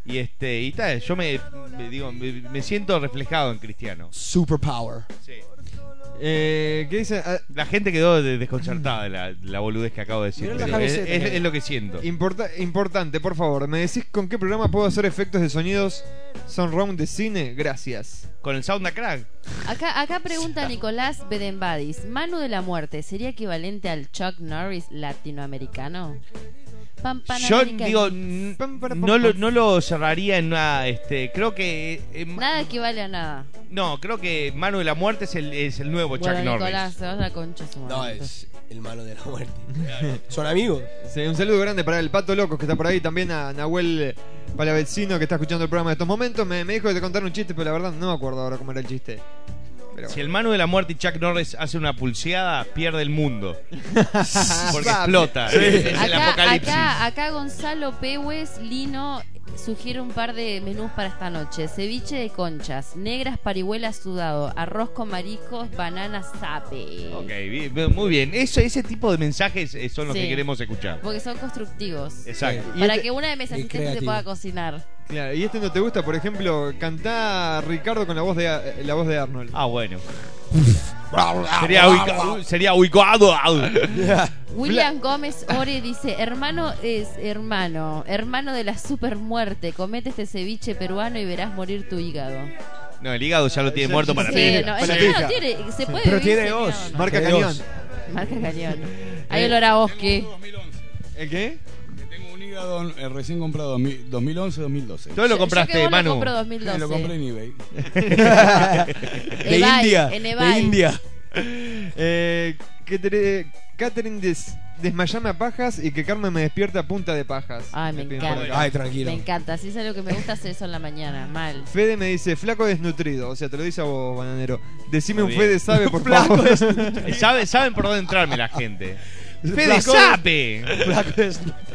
S4: Y este, y tal, yo me, me digo, me, me siento reflejado en Cristiano.
S6: Superpower.
S4: Sí.
S3: Eh, ¿Qué dicen? Ah,
S4: La gente quedó de- desconcertada de la, la boludez que acabo de decir.
S6: Mirá
S4: Pero
S6: la
S4: Es,
S6: cabeceta.
S4: es- es lo que siento.
S3: importa- importante, por favor. ¿Me decís con qué programa puedo hacer efectos de sonidos round de cine? Gracias.
S4: Con el sound a crack.
S7: Acá, acá pregunta Nicolás Bedenbadis, Manu de la Muerte, ¿sería equivalente al Chuck Norris latinoamericano? Pan,
S4: Yo
S7: panamericano.
S4: digo, n-
S3: Pam, para, pam,
S4: no lo,
S3: pam.
S4: no lo cerraría en una. Este, creo que. eh,
S7: Nada equivale a nada.
S4: No, creo que Mano de la Muerte es el, es el nuevo Chuck
S7: Bueno, Nicolás,
S4: Norris.
S7: se va a la concha su
S6: No,
S7: madre.
S6: es el mano de la muerte. Son amigos.
S3: Sí, un saludo grande para el Pato Locos que está por ahí. También a Nahuel Palavecino que está escuchando el programa en estos momentos. Me, me dijo de contar un chiste, pero la verdad no me acuerdo ahora cómo era el chiste. Pero
S4: Si
S3: bueno.
S4: el Mano de la Muerte y Chuck Norris hace una pulseada, pierde el mundo. Porque
S3: Papi.
S4: explota. Es el
S7: Acá,
S4: apocalipsis.
S7: acá, acá Gonzalo Pehues Lino sugiere un par de menús para esta noche. Ceviche de conchas, negras parihuelas sudado, arroz con mariscos, banana sape.
S4: Ok, bien, bien, muy bien. Eso, ese tipo de mensajes eh, son los
S7: Sí.
S4: que queremos escuchar.
S7: Porque son constructivos.
S4: Exacto.
S3: Y
S7: Para
S3: este-
S7: que una de mis
S6: y
S7: asistentes se
S6: creativo.
S7: pueda cocinar.
S3: Claro, y este no te gusta, por ejemplo, cantá Ricardo con la voz de, eh, la voz de Arnold.
S4: Ah, bueno. sería ubicado. Sería ubicado.
S7: William Gómez Ore dice, hermano es hermano, hermano de la super muerte, comete este ceviche peruano y verás morir tu hígado.
S4: No, el hígado ya lo tiene muerto para
S7: Sí,
S4: ti.
S7: no,
S3: para
S7: el
S3: la
S7: hígado
S3: pija.
S7: tiene, se puede
S6: Pero
S7: vivir
S6: tiene
S7: sin
S6: dos.
S7: hígado, ¿no?
S3: Marca
S6: Dios.
S3: cañón.
S7: Marca cañón. Hay olor a bosque.
S3: ¿El qué?
S5: Tengo un hígado Sega Don, eh, recién comprado mi- 2011, 2012.
S7: Yo-
S4: Todo lo
S7: yo que
S4: compraste,
S7: vos lo
S4: Este, Manu.
S7: compro
S5: Sí,
S7: 2012.
S5: Lo compré en eBay.
S7: Ebay, en Ebay.
S3: Eh, que te- Catherine des- desmayame a pajas y que Carmen me despierta a punta de pajas.
S7: Ay, me
S3: piden por
S7: encanta.
S3: acá.
S6: Ay, tranquilo.
S7: Me encanta, si es algo que me gusta hacer eso en la mañana, mal.
S3: Fede me dice, flaco desnutrido. O sea, te lo dice a vos, bananero. Decime
S4: Muy
S3: un
S4: bien.
S3: Fede sabe, por favor.
S4: Eh, sabe- saben por dónde entrarme la gente. Fede
S6: Flaco
S4: sabe.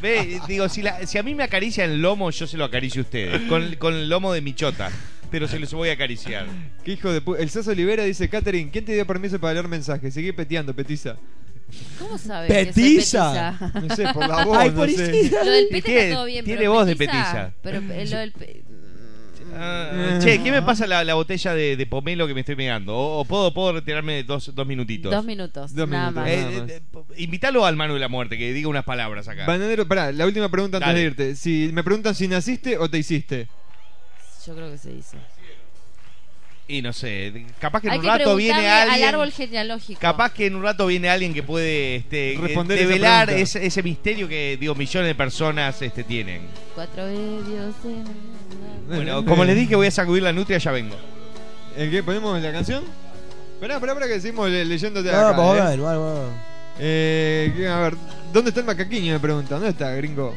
S4: Ve, digo, si, la- si a mí me acarician el lomo, yo se lo acaricio a ustedes. Con, con el lomo de mi chota. Pero se los voy a acariciar.
S3: Qué hijo de pu- El Saso Olivera dice, Catherine, ¿quién te dio permiso para leer mensajes? Seguí peteando, petiza.
S7: ¿Cómo sabes? Que
S6: Petiza.
S7: soy petiza?
S3: No sé, por la voz. no sé.
S7: lo del
S4: Y
S7: pete
S4: tiene-
S7: está todo bien,
S4: tiene
S7: pero
S4: voz de petiza.
S7: Pero eh, lo del pe-
S3: Eh.
S4: Ah, che, ¿qué me pasa la, la botella de, de pomelo que me estoy pegando? O, o puedo, puedo retirarme dos, dos minutitos.
S7: Dos minutos,
S3: Dos
S7: nada
S3: minutos.
S7: más.
S4: Eh,
S3: Nada más.
S4: eh, eh, invítalo al Manu de la Muerte que diga unas palabras acá.
S3: Bananero, pará, la última pregunta antes
S4: Dale.
S3: de irte. Si me preguntan si naciste o te hiciste.
S7: Yo creo que se hizo.
S4: Y no sé, capaz que en
S7: Hay
S4: un
S7: que
S4: rato
S7: preguntarle
S4: viene
S7: al
S4: alguien.
S7: árbol genealógico.
S4: Capaz que en un rato viene alguien que puede este,
S3: Responder
S4: eh,
S3: esa
S4: develar
S3: pregunta.
S4: ese, ese misterio que digo millones de personas este, tienen.
S7: Cuatro medios en-
S4: Bueno, como les dije, voy a sacudir la nutria, ya vengo.
S3: ¿El qué? ¿Ponemos la canción? Pará, pará, pará que decimos le- leyéndote
S6: Ah,
S3: acá,
S6: vamos
S3: eh.
S6: a ver, vamos a ver.
S3: Eh, que- a ver, ¿dónde está el macaquiño? Me preguntan, ¿dónde está, gringo?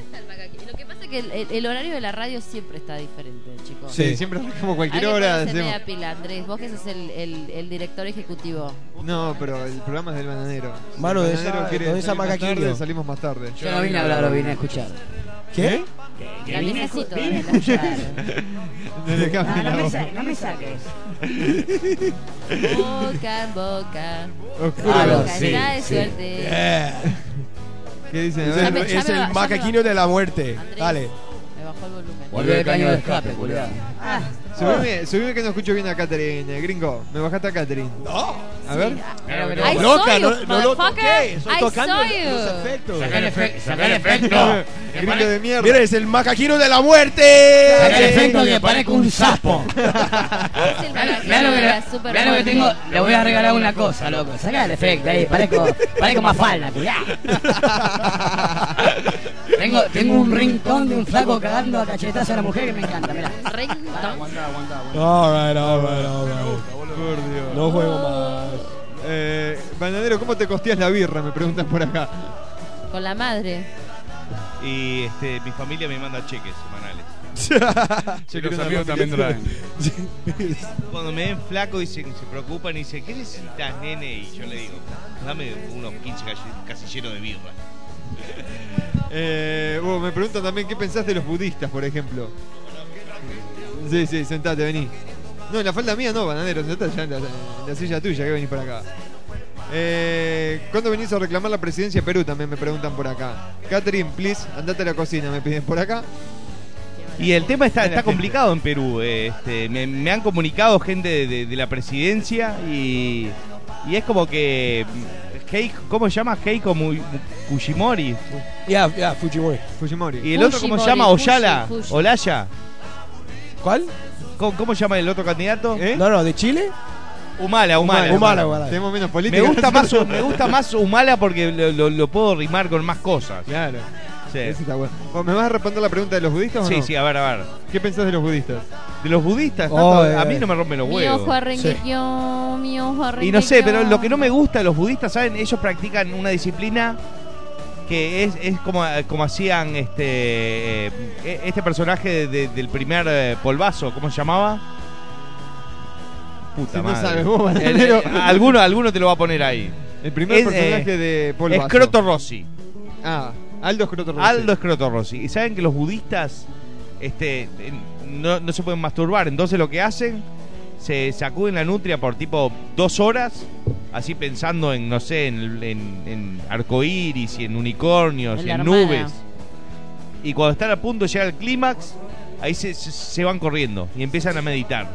S7: Lo que pasa es que el, el- el horario de la radio siempre está diferente, chicos.
S3: Sí,
S6: Sí.
S3: siempre arrancamos
S7: Hay
S3: cualquier
S7: que
S3: hora.
S7: ponerse
S3: hacemos-
S7: media pila, Andrés. Vos que sos el, el- el director ejecutivo.
S3: No, pero el programa es del bananero. Si
S6: Mano,
S3: el
S6: de esa-
S3: bananero quiere
S6: con esa
S3: salir más
S6: macaquiño.
S3: tarde, salimos más tarde. ¿Eh?
S9: Yo no vine a hablar, lo vine a escuchar.
S6: ¿Qué?
S7: La necesito. la claro.
S3: No le cambie la voz.
S9: Ah, no me saques.
S7: Boca en boca.
S3: Oscuro.
S9: Ah,
S7: Boca
S9: no,
S7: llena
S9: sí,
S7: de
S9: sí.
S7: suerte.
S4: Eh.
S3: ¿Qué dicen? A
S6: Es
S3: ver,
S6: el,
S7: me- ya
S6: es
S7: me
S6: el
S7: va- ya
S6: macaquino de la muerte.
S7: Andrés.
S6: Dale.
S7: Me bajó el volumen. Ah.
S9: Volvió el caño de escape, Ah. culiado.
S3: subime, subime que no escucho bien a Catherine, gringo. Me bajaste a Catherine. A ver.
S7: I
S6: Loca,
S7: saw you,
S6: no- no lo
S7: motherfucker.
S6: toqué, estoy
S7: I
S6: tocando
S7: saw
S6: los
S7: you.
S6: efectos.
S9: Saca el efecto, saca el
S3: Ah,
S9: efecto.
S3: Gringo de mierda.
S6: Mira, es el macaquino de la muerte.
S9: Saca el
S6: Dale.
S9: efecto que parezco un sapo.
S7: Es el
S9: Mirá
S7: macaquino
S9: lo
S7: de
S9: que-
S7: la super
S9: mirá lo que
S7: muerte.
S9: tengo, le voy a regalar una cosa, loco. Saca el efecto ahí, parezco, parezco más falda, culiado. Tengo, tengo un rincón de un flaco cagando a cachetazo a la mujer que me encanta, mirá.
S7: Ringtone.
S6: All right, all right, all right.
S3: Por Dios.
S6: No juego más.
S3: Eh, bananero, ¿cómo te costeas la birra? Me preguntan por acá.
S7: Con la madre.
S4: Y este, mi familia me manda cheques semanales.
S5: Sí,
S3: quiero
S5: los
S3: una
S5: amigos también traen.
S4: Cuando me ven flaco y se, se preocupan y dicen, ¿qué necesitas, nene? Y yo le digo, dame unos 15 gall- casilleros de birra.
S3: Eh, bueno, me preguntan también qué pensás de los budistas, por ejemplo. Sí, sí, sentate, vení. No, en la falda mía no, bananero, sentate ya en la, en la silla tuya que venís para acá. Eh, ¿Cuándo venís a reclamar la presidencia de Perú? También me preguntan por acá. Catherine, please, andate a la cocina, me piden por acá.
S4: Y el tema está, está complicado en Perú. eh, Este, me, me han comunicado gente de, de- de la presidencia y, y es como que. Heiko- ¿Cómo se llama? Heiko Mu- Fujimori.
S6: Ya, ya, Fujimori.
S3: Fujimori.
S4: ¿Y el otro cómo se llama?
S7: Fujimori,
S4: Oyala.
S7: Fuji, Fuji.
S4: Olaya.
S6: ¿Cuál?
S4: ¿Cómo, cómo se llama el otro candidato?
S3: ¿Eh?
S6: No, no, ¿de Chile?
S4: Humala, Humala.
S6: Humala, Humala.
S3: Tenemos menos
S4: Me
S3: política.
S4: gusta más, me gusta más Humala porque lo, lo- lo puedo rimar con más cosas.
S3: Claro.
S4: Sí.
S3: Eso está bueno. Bueno, ¿Me vas a responder la pregunta de los budistas o
S4: sí,
S3: no?
S4: sí, a ver, a ver.
S3: ¿Qué pensás de los budistas?
S4: De los budistas,
S6: Oh,
S4: tanto- a
S6: eh,
S4: mí no me rompen los
S7: Mi ojo a
S4: huevos.
S7: Rengekyo, mi ojo a
S4: Y no sé,
S7: Rengekyo.
S4: pero lo que no me gusta de los budistas, ¿saben? Ellos practican una disciplina que es, es como, como hacían este eh, este personaje de- de- del primer eh, polvazo, ¿cómo se llamaba? Puta
S3: Si no
S4: madre.
S3: sabes vos,
S4: El-
S3: Valero.
S4: eh, alguno, alguno te lo va a poner ahí.
S3: El primer
S4: Es, eh,
S3: personaje de Paul Basso.
S4: Escroto Rossi.
S3: Ah, Aldo Escroto Rossi.
S4: Aldo Escroto Rossi. Y saben que los budistas este, en- no, no se pueden masturbar, entonces lo que hacen, se sacuden la nutria por tipo dos horas, así pensando en, no sé, en, en, en arcoíris y en unicornios,
S7: En
S4: y
S7: la
S4: en
S7: hermana.
S4: nubes. Y cuando están a punto de llegar al clímax, ahí se, se- se van corriendo y empiezan a meditar.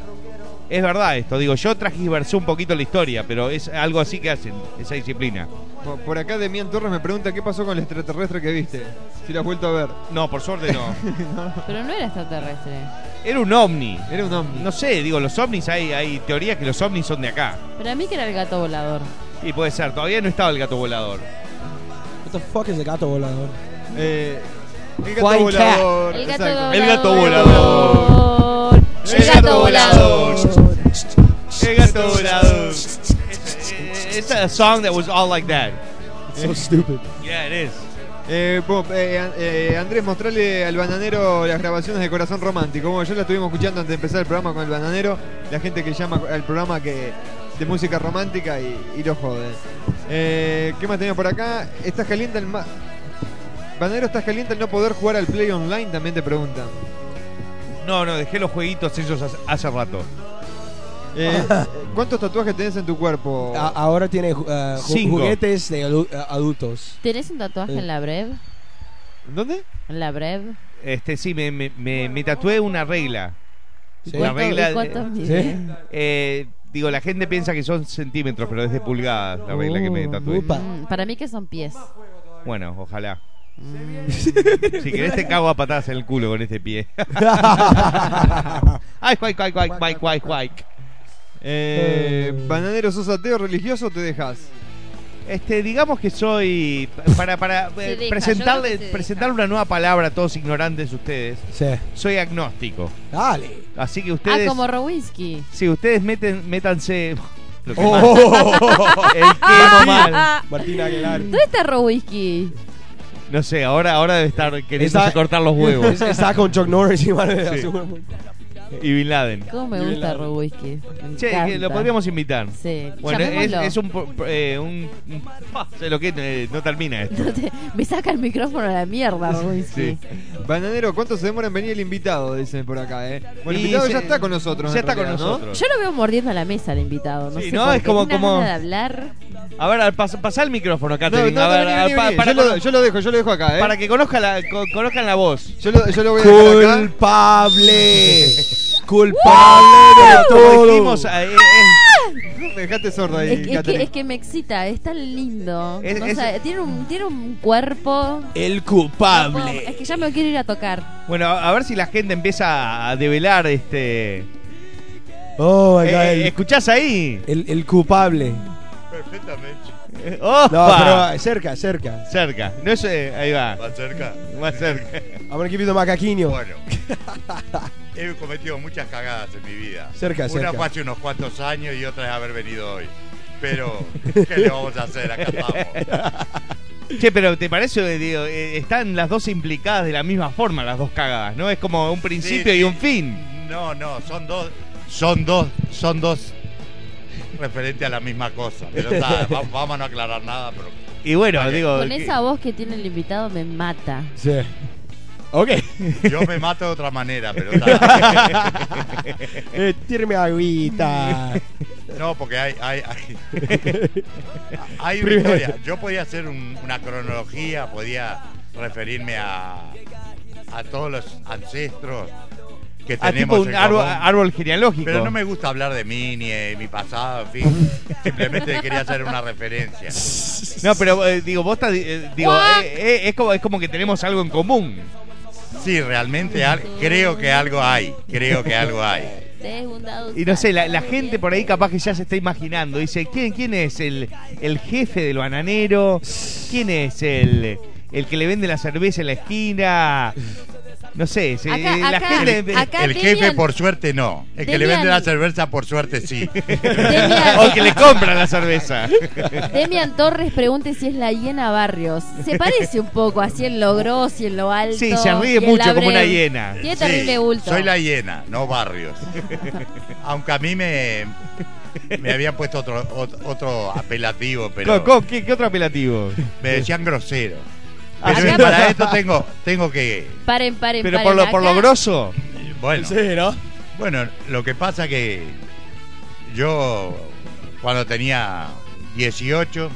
S4: Es verdad esto, digo, yo transgiversé un poquito la historia, pero es algo así que hacen, esa disciplina.
S3: Por, por acá Demian Torres me pregunta qué pasó con el extraterrestre que viste. Si lo has vuelto a ver.
S4: No, por suerte no.
S7: Pero no era extraterrestre.
S4: Era un ovni.
S3: Era un ovni.
S4: No sé, digo, los ovnis, hay, hay teorías que los ovnis son de acá.
S7: Para mí que era el gato volador.
S4: Y puede ser, todavía no estaba el gato volador.
S6: What the fuck es el gato volador?
S3: Eh, El gato volador.
S7: El gato
S3: exacto.
S7: volador.
S8: El gato volador.
S7: El gato volador.
S4: El gato volador. It's a, it's a song that was all like that.
S6: So stupid.
S4: Yeah, it is.
S3: Eh, Bob, eh, an- eh, Andrés, mostrale al bananero las grabaciones de Corazón Romántico. Como ya la estuvimos escuchando antes de empezar el programa con el bananero, la gente que llama al programa que de música romántica y, y lo jode. Eh, ¿Qué más tenemos por acá? ¿Estás caliente el ma- Bananero, ¿estás caliente al no poder jugar al Play Online? También te preguntan.
S4: No, no, dejé los jueguitos esos hace, hace rato.
S3: Eh, ¿Cuántos tatuajes tenés en tu cuerpo?
S6: A- ahora tiene ju- ah, ju-
S4: Cinco.
S6: juguetes de adu- ah, adultos.
S7: ¿Tenés un tatuaje en la Brev?
S3: ¿Dónde?
S7: ¿En la Brev?
S4: Este sí, me, me, me- me tatué una regla.
S6: Sí.
S4: La
S7: ¿Cuánto-
S4: regla.
S7: y cuánto
S4: eh,
S7: mide?
S6: ¿Sí?
S4: eh, digo, la gente piensa que son centímetros, pero es de pulgadas la regla que me
S6: Oh,
S4: tatué.
S6: upa.
S7: Mm, para mí que son pies.
S4: Bueno, ojalá. Si querés te cago a patadas en el culo con este pie. Ay, cuay, cuay, cuay, cuay, cuay, cuay.
S3: Eh, bananero, ¿sos ateo religioso o te dejas?
S4: Este, digamos que soy para para eh,
S7: deja, yo
S4: presentarle
S7: creo que se
S4: presentar una nueva palabra a todos ignorantes ustedes.
S6: Sí.
S4: Soy agnóstico.
S6: Dale.
S4: Así que
S7: Ah,
S4: ustedes
S7: como Rowinsky.
S4: si ustedes meten métanse lo que más-
S6: Oh.
S4: el quemo mal.
S7: Ah,
S6: Martín Aguilar.
S7: ¿Dónde está Rowinsky?
S4: No sé, ahora ahora debe estar queriendo
S6: Está-
S4: cortar los huevos
S6: Es- Está con Chuck Norris y Marvel.
S4: Sí. y Bin Laden.
S7: ¿Cómo me gusta Rowinsky? Me
S4: Che, que lo
S7: encanta.
S4: podríamos invitar.
S7: Sí,
S4: Bueno, es,
S7: llamémoslo.
S4: es un, po- po- eh, un, un- ah, sé lo que eh, no termina esto.
S7: Me saca el micrófono a la mierda, Rowinsky.
S4: Sí.
S3: Bananero, ¿cuánto se demora en venir el invitado? Dicen por acá, ¿eh? Bueno, el
S4: Y
S3: invitado
S4: se-
S3: ya está con nosotros.
S4: ya
S3: en
S4: está con
S3: realidad, ¿no?
S4: nosotros.
S7: Yo lo veo mordiendo a la mesa al invitado. No
S4: Sí,
S7: sé
S4: ¿no?
S7: por
S4: Es
S7: qué.
S4: como-
S7: Tiene una
S4: como-
S7: gana de hablar.
S4: A ver, al pas- pasá el micrófono,
S3: No,
S4: Catherine.
S3: no,
S4: a
S3: no,
S4: ver,
S3: vení,
S4: a-
S3: vení,
S4: pa-
S3: vení.
S4: para,
S3: yo, lo, yo lo dejo, yo lo dejo acá, ¿eh?
S4: para que conozca la, co- conozcan la voz.
S3: Yo, lo, yo lo voy a dejar acá.
S6: Culpable. Culpable de
S4: Como
S6: todo.
S4: dijimos, eh, eh,
S3: Me dejaste sordo ahí,
S7: Es, que- es que,
S3: Catherine.
S7: es que me excita, es tan lindo.
S4: Es-
S7: No
S4: es-
S7: sabe- tiene, un, tiene un cuerpo.
S6: El
S7: No puedo- es
S6: culpable.
S7: que ya me quiero ir a tocar.
S4: bueno, a a ver si la gente empieza a develar este.
S6: Oh my
S4: Eh,
S6: god.
S4: eh,
S6: el-
S4: ¿Escuchás ahí?
S6: El, el culpable.
S8: Perfectamente.
S4: Eh, ¡Opa!
S6: No, pero ah, cerca, cerca.
S4: Cerca. No es, eh, ahí va.
S8: ¿Más cerca?
S4: Más cerca.
S6: I'm gonna give you the macaquinho.
S8: Bueno. He cometido muchas cagadas en mi vida.
S6: Cerca,
S8: Una
S6: cerca.
S8: fue hace unos cuantos años y otra es haber venido hoy. Pero, ¿qué le vamos a hacer? Acá estamos.
S4: Che, pero ¿te parece? eh, digo, eh, están las dos implicadas de la misma forma, las dos cagadas, ¿no? Es como un principio
S8: Sí,
S4: y un
S8: sí.
S4: fin.
S8: No, no, son dos. Son dos. Son dos. Referente a la misma cosa. Pero está, va- vamos a no aclarar nada, pero.
S4: Y bueno, digo.
S7: Con
S4: que-
S7: esa voz que tiene el invitado me mata.
S6: Sí. Ok.
S8: Yo me mato de otra manera, pero está.
S6: Eh, tíreme agüita.
S8: No, porque hay. Hay, hay- hay una historia. Yo podía hacer un- una cronología, podía referirme a. a todos los ancestros que
S4: Ah, tipo
S8: tenemos.
S4: un
S8: en
S4: árbol,
S8: común.
S4: árbol genealógico.
S8: Pero no me gusta hablar de mí ni de mi pasado, en fin. Simplemente quería hacer una referencia.
S4: No, pero eh, digo, vos estás, eh, digo, eh, eh, es, como, es como que tenemos algo en común.
S8: Sí, realmente al- creo que algo hay. Creo que algo hay.
S7: Te es un dado
S4: Y no sé, la, la
S7: muy
S4: gente
S7: bien.
S4: por ahí capaz que ya se está imaginando. Dice, ¿quién, quién es el, el jefe del bananero? ¿Quién es el, el que le vende la cerveza en la esquina? No sé, se- eh,
S7: Acá-
S4: la
S7: acá-
S4: gente...
S7: acá
S8: El
S7: Demian-
S8: jefe, por suerte, no. El que le vende
S7: Demian-
S8: la cerveza, por suerte, sí.
S4: o que le compran la cerveza.
S7: Demian Torres pregunte si es la hiena Barrios. Se parece un poco, así en lo grosso y en lo alto.
S4: Sí, se
S7: y
S4: ríe
S7: en
S4: mucho
S7: la
S4: como una
S7: breve.
S4: hiena.
S7: Tiene
S8: Sí,
S7: terrible bulto.
S8: Soy la hiena, no Barrios. Aunque a mí me, me habían puesto otro, ot- otro apelativo, pero
S4: Co- co- ¿Qué, qué otro apelativo?
S8: me decían grosero.
S4: Ah,
S8: Pero
S7: acá-
S8: para esto tengo, tengo que.
S7: Paren, paren,
S4: Pero
S7: paren.
S4: por lo, por lo
S7: Acá-
S4: grosso.
S8: Bueno,
S6: ¿no?
S8: bueno, lo que pasa que yo cuando tenía 18,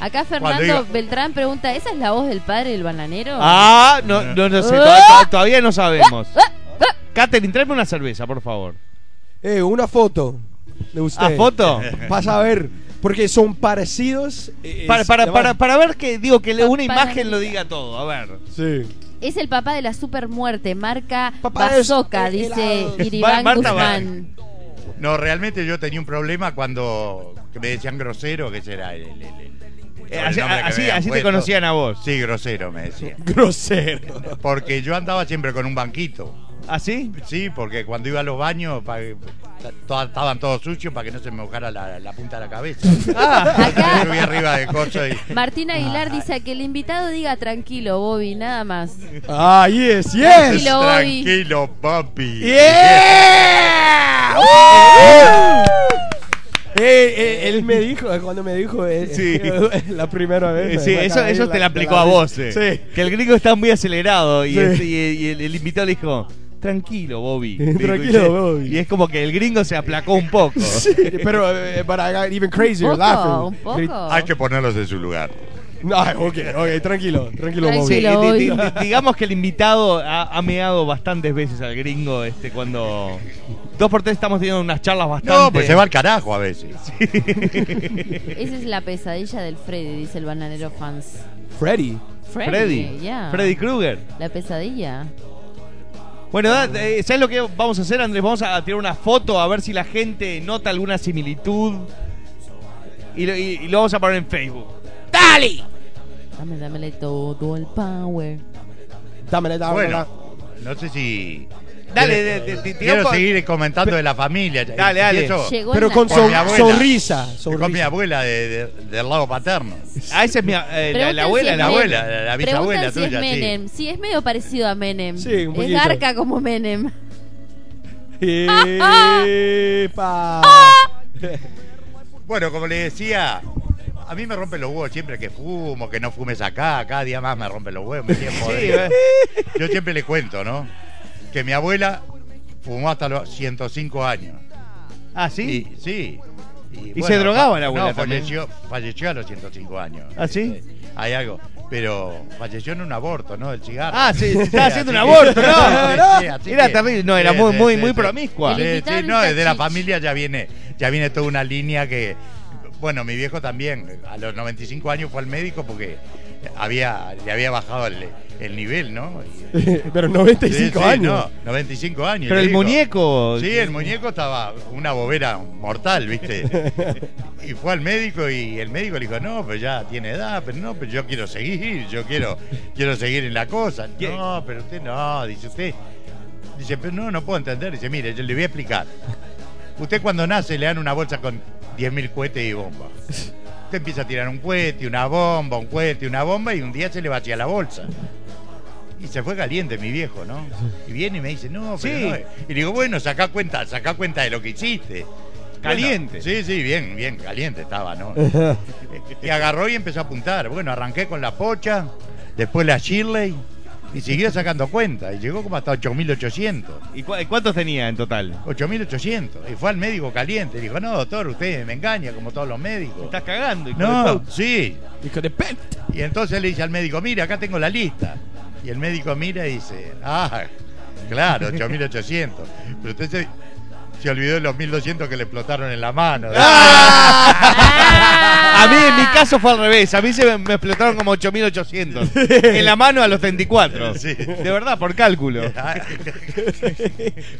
S7: Acá Fernando
S8: Cuando iba-
S7: Beltrán pregunta, ¿esa es la voz del padre del bananero? Eh.
S4: Ah, no,
S6: Eh.
S8: Eh.
S4: no, no sé, to- to- todavía no sabemos. Katherine, tráeme una cerveza, por favor.
S6: Eh, una foto de usted.
S4: ¿A foto?
S6: Vas a ver. Porque son parecidos. eh,
S4: Para,
S6: es-
S4: para, para, para ver que digo que le- una
S7: Para-
S4: imagen lo diga todo, a ver.
S6: Sí.
S7: Es el papá de la supermuerte, marca
S6: Papá
S7: Bazoca,
S6: es-
S7: dice
S6: helado.
S7: Iribán
S4: Marta
S7: Guzmán.
S8: no, realmente yo tenía un problema cuando que me decían grosero, que será el, el- el- por
S4: Eh,
S8: el
S4: así-
S8: nombre que me
S4: así-
S8: habían
S4: así te
S8: puesto.
S4: conocían a vos.
S8: Sí, grosero me decían.
S6: Grosero.
S8: Porque yo andaba siempre con un banquito.
S4: ¿Ah, sí?
S8: Sí, porque cuando iba a los baños pa- ta- to- estaban todos sucios para que no se me mojara la, la punta de la cabeza.
S7: Acá-
S4: Ah.
S8: Yo subí arriba de coso y...
S7: Martín Aguilar dice que el invitado diga tranquilo, Bobby, nada más.
S6: Ah, yes,
S7: yes. Tranquilo, Bobby.
S8: Tranquilo, papi.
S6: ¡Yeah!
S7: ¡Uh!
S6: Eh, eh, él me dijo, eh, cuando me dijo, eh,
S4: Sí.
S6: la primera vez.
S4: Eh,
S6: me
S4: Sí,
S6: fue
S4: eso,
S6: acá,
S4: eso
S6: la-
S4: te la aplicó a
S6: la-
S4: vos. eh.
S6: Sí.
S4: Que el gringo está muy acelerado y,
S6: Sí.
S4: este- y- y el, el invitado le dijo, tranquilo, Bobby. Le dijo,
S6: Tranquilo,
S4: "Sí".
S6: Bobby.
S4: Y es como que el gringo se aplacó un poco.
S6: Sí, pero, eh, but I got even crazier
S7: Un poco, un
S6: laughing.
S7: poco.
S6: Grit-
S8: Hay que ponerlos en su lugar.
S6: No, ok, ok, eh, tranquilo, tranquilo,
S4: Sí,
S6: Bobby.
S7: Tranquilo. Lo
S4: di-
S7: oí.
S4: di- di- digamos que el invitado ha, ha meado bastantes veces al gringo este cuando dos por tres estamos teniendo unas charlas bastante
S8: No, pues se va al carajo a veces.
S7: Esa es la pesadilla del Freddy, dice el bananero fans.
S6: Freddy.
S7: Freddy,
S4: Freddy
S7: yeah.
S4: Freddy Krueger
S7: La pesadilla.
S4: bueno da- eh, sabes lo que vamos a hacer Andrés vamos a tirar una foto a ver si la gente nota alguna similitud y lo, y- y lo vamos a poner en Facebook
S7: Dame, dámele todo el power.
S6: Dámela, dámela.
S8: Bueno, no sé si...
S4: Ah, dale de- de- de-
S8: Quiero
S4: tiramos-
S8: seguir comentando de la familia.
S4: Dale, dale.
S8: Empiezo
S7: Llegó
S6: Pero
S7: el
S6: con
S7: Nacho.
S8: Por
S6: son-
S8: mi abuela.
S6: sonrisa.
S8: Con mi
S6: sonrisa.
S8: abuela de- de- del lado paterno.
S4: ah esa es mi a- eh, la,
S7: Preguntan
S4: la abuela
S7: si
S4: la
S7: es
S4: abuela
S8: abuela, la- la
S7: Preguntan
S8: bisabuela
S7: si es
S8: tuya, sí.
S7: Menem. Sí. es medio parecido a Menem.
S6: Sí, un
S7: es
S6: poquito.
S7: garca como Menem.
S6: Epa.
S8: Bueno, como le decía, a mí me rompen los huevos siempre que fumo, que no fumes acá, cada día más me rompen los huevos. me tienen podrido.
S4: eh.
S8: Yo siempre le cuento, ¿no? Que mi abuela fumó hasta los 105 años.
S4: ah sí
S8: Y- sí.
S4: ¿Y se drogaba la abuela
S8: No,
S4: también?
S8: falleció, falleció a los 105 años.
S4: ¿Ah, sí?
S8: Este, Hay algo. Pero falleció en un aborto, ¿no? El cigarro.
S4: Ah, sí, se estaba haciendo un
S8: así
S4: aborto,
S8: que-
S4: ¿no?
S8: Sí, sí, así
S4: Era
S8: que-
S4: terrible, no, era
S8: sí,
S4: muy,
S8: sí,
S4: muy,
S8: sí,
S4: muy
S8: sí.
S4: promiscua.
S7: El
S8: Sí,
S7: invitado
S8: sí, no,
S7: está
S8: desde la
S7: chichi.
S8: familia ya viene, ya viene toda una línea que. Bueno, mi viejo también, a los 95 años fue al médico porque había, le había bajado el, el nivel, ¿no? Y-
S6: Pero
S8: sí,
S6: 95
S8: sí,
S6: años.
S8: no, 95 años.
S4: Pero
S8: le
S4: el
S8: digo.
S4: muñeco. eh,
S8: Sí, el muñeco estaba una bobera mortal, ¿viste? Y fue al médico y el médico le dijo, no, pues ya tiene edad, pero no, pero yo quiero seguir, yo quiero, quiero seguir en la cosa.
S4: ¿Qué?
S8: No, pero usted no, dice usted. Dice, pero no, no puedo entender. Dice, mire, yo le voy a explicar. Usted cuando nace le dan una bolsa con 10.000 cohetes y bombas. Usted empieza a tirar un cohete, una bomba, un cohete, una bomba y un día se le vacía la bolsa. Y se fue caliente mi viejo, ¿no? Y viene y me dice, no, pero
S4: Sí.
S8: no. Y le digo, bueno, saca cuenta, saca cuenta de lo que hiciste.
S4: Caliente.
S8: Bueno, sí, sí, bien, bien, caliente estaba, ¿no? y agarró y empezó a apuntar. Bueno, arranqué con la pocha, después la Shirley, y siguió sacando cuenta. Y llegó como hasta 8800.
S4: ¿Y cu- cuántos tenía en total?
S8: 8800. Y fue al médico caliente. Y dijo, no, doctor, usted me engaña, como todos los médicos.
S4: Estás cagando. hijo de
S8: No,
S4: puta.
S8: sí.
S6: Hijo de pet.
S8: Y entonces le dice al médico, mira, acá tengo la lista. Y el médico mira y dice, ah, claro, 8.800. Pero usted se, se olvidó de los 1.200 que le explotaron en la mano.
S4: A mí en mi caso fue al revés. A mí se me, me explotaron como 8800. En la mano a los 34.
S8: Sí.
S4: De verdad, por cálculo.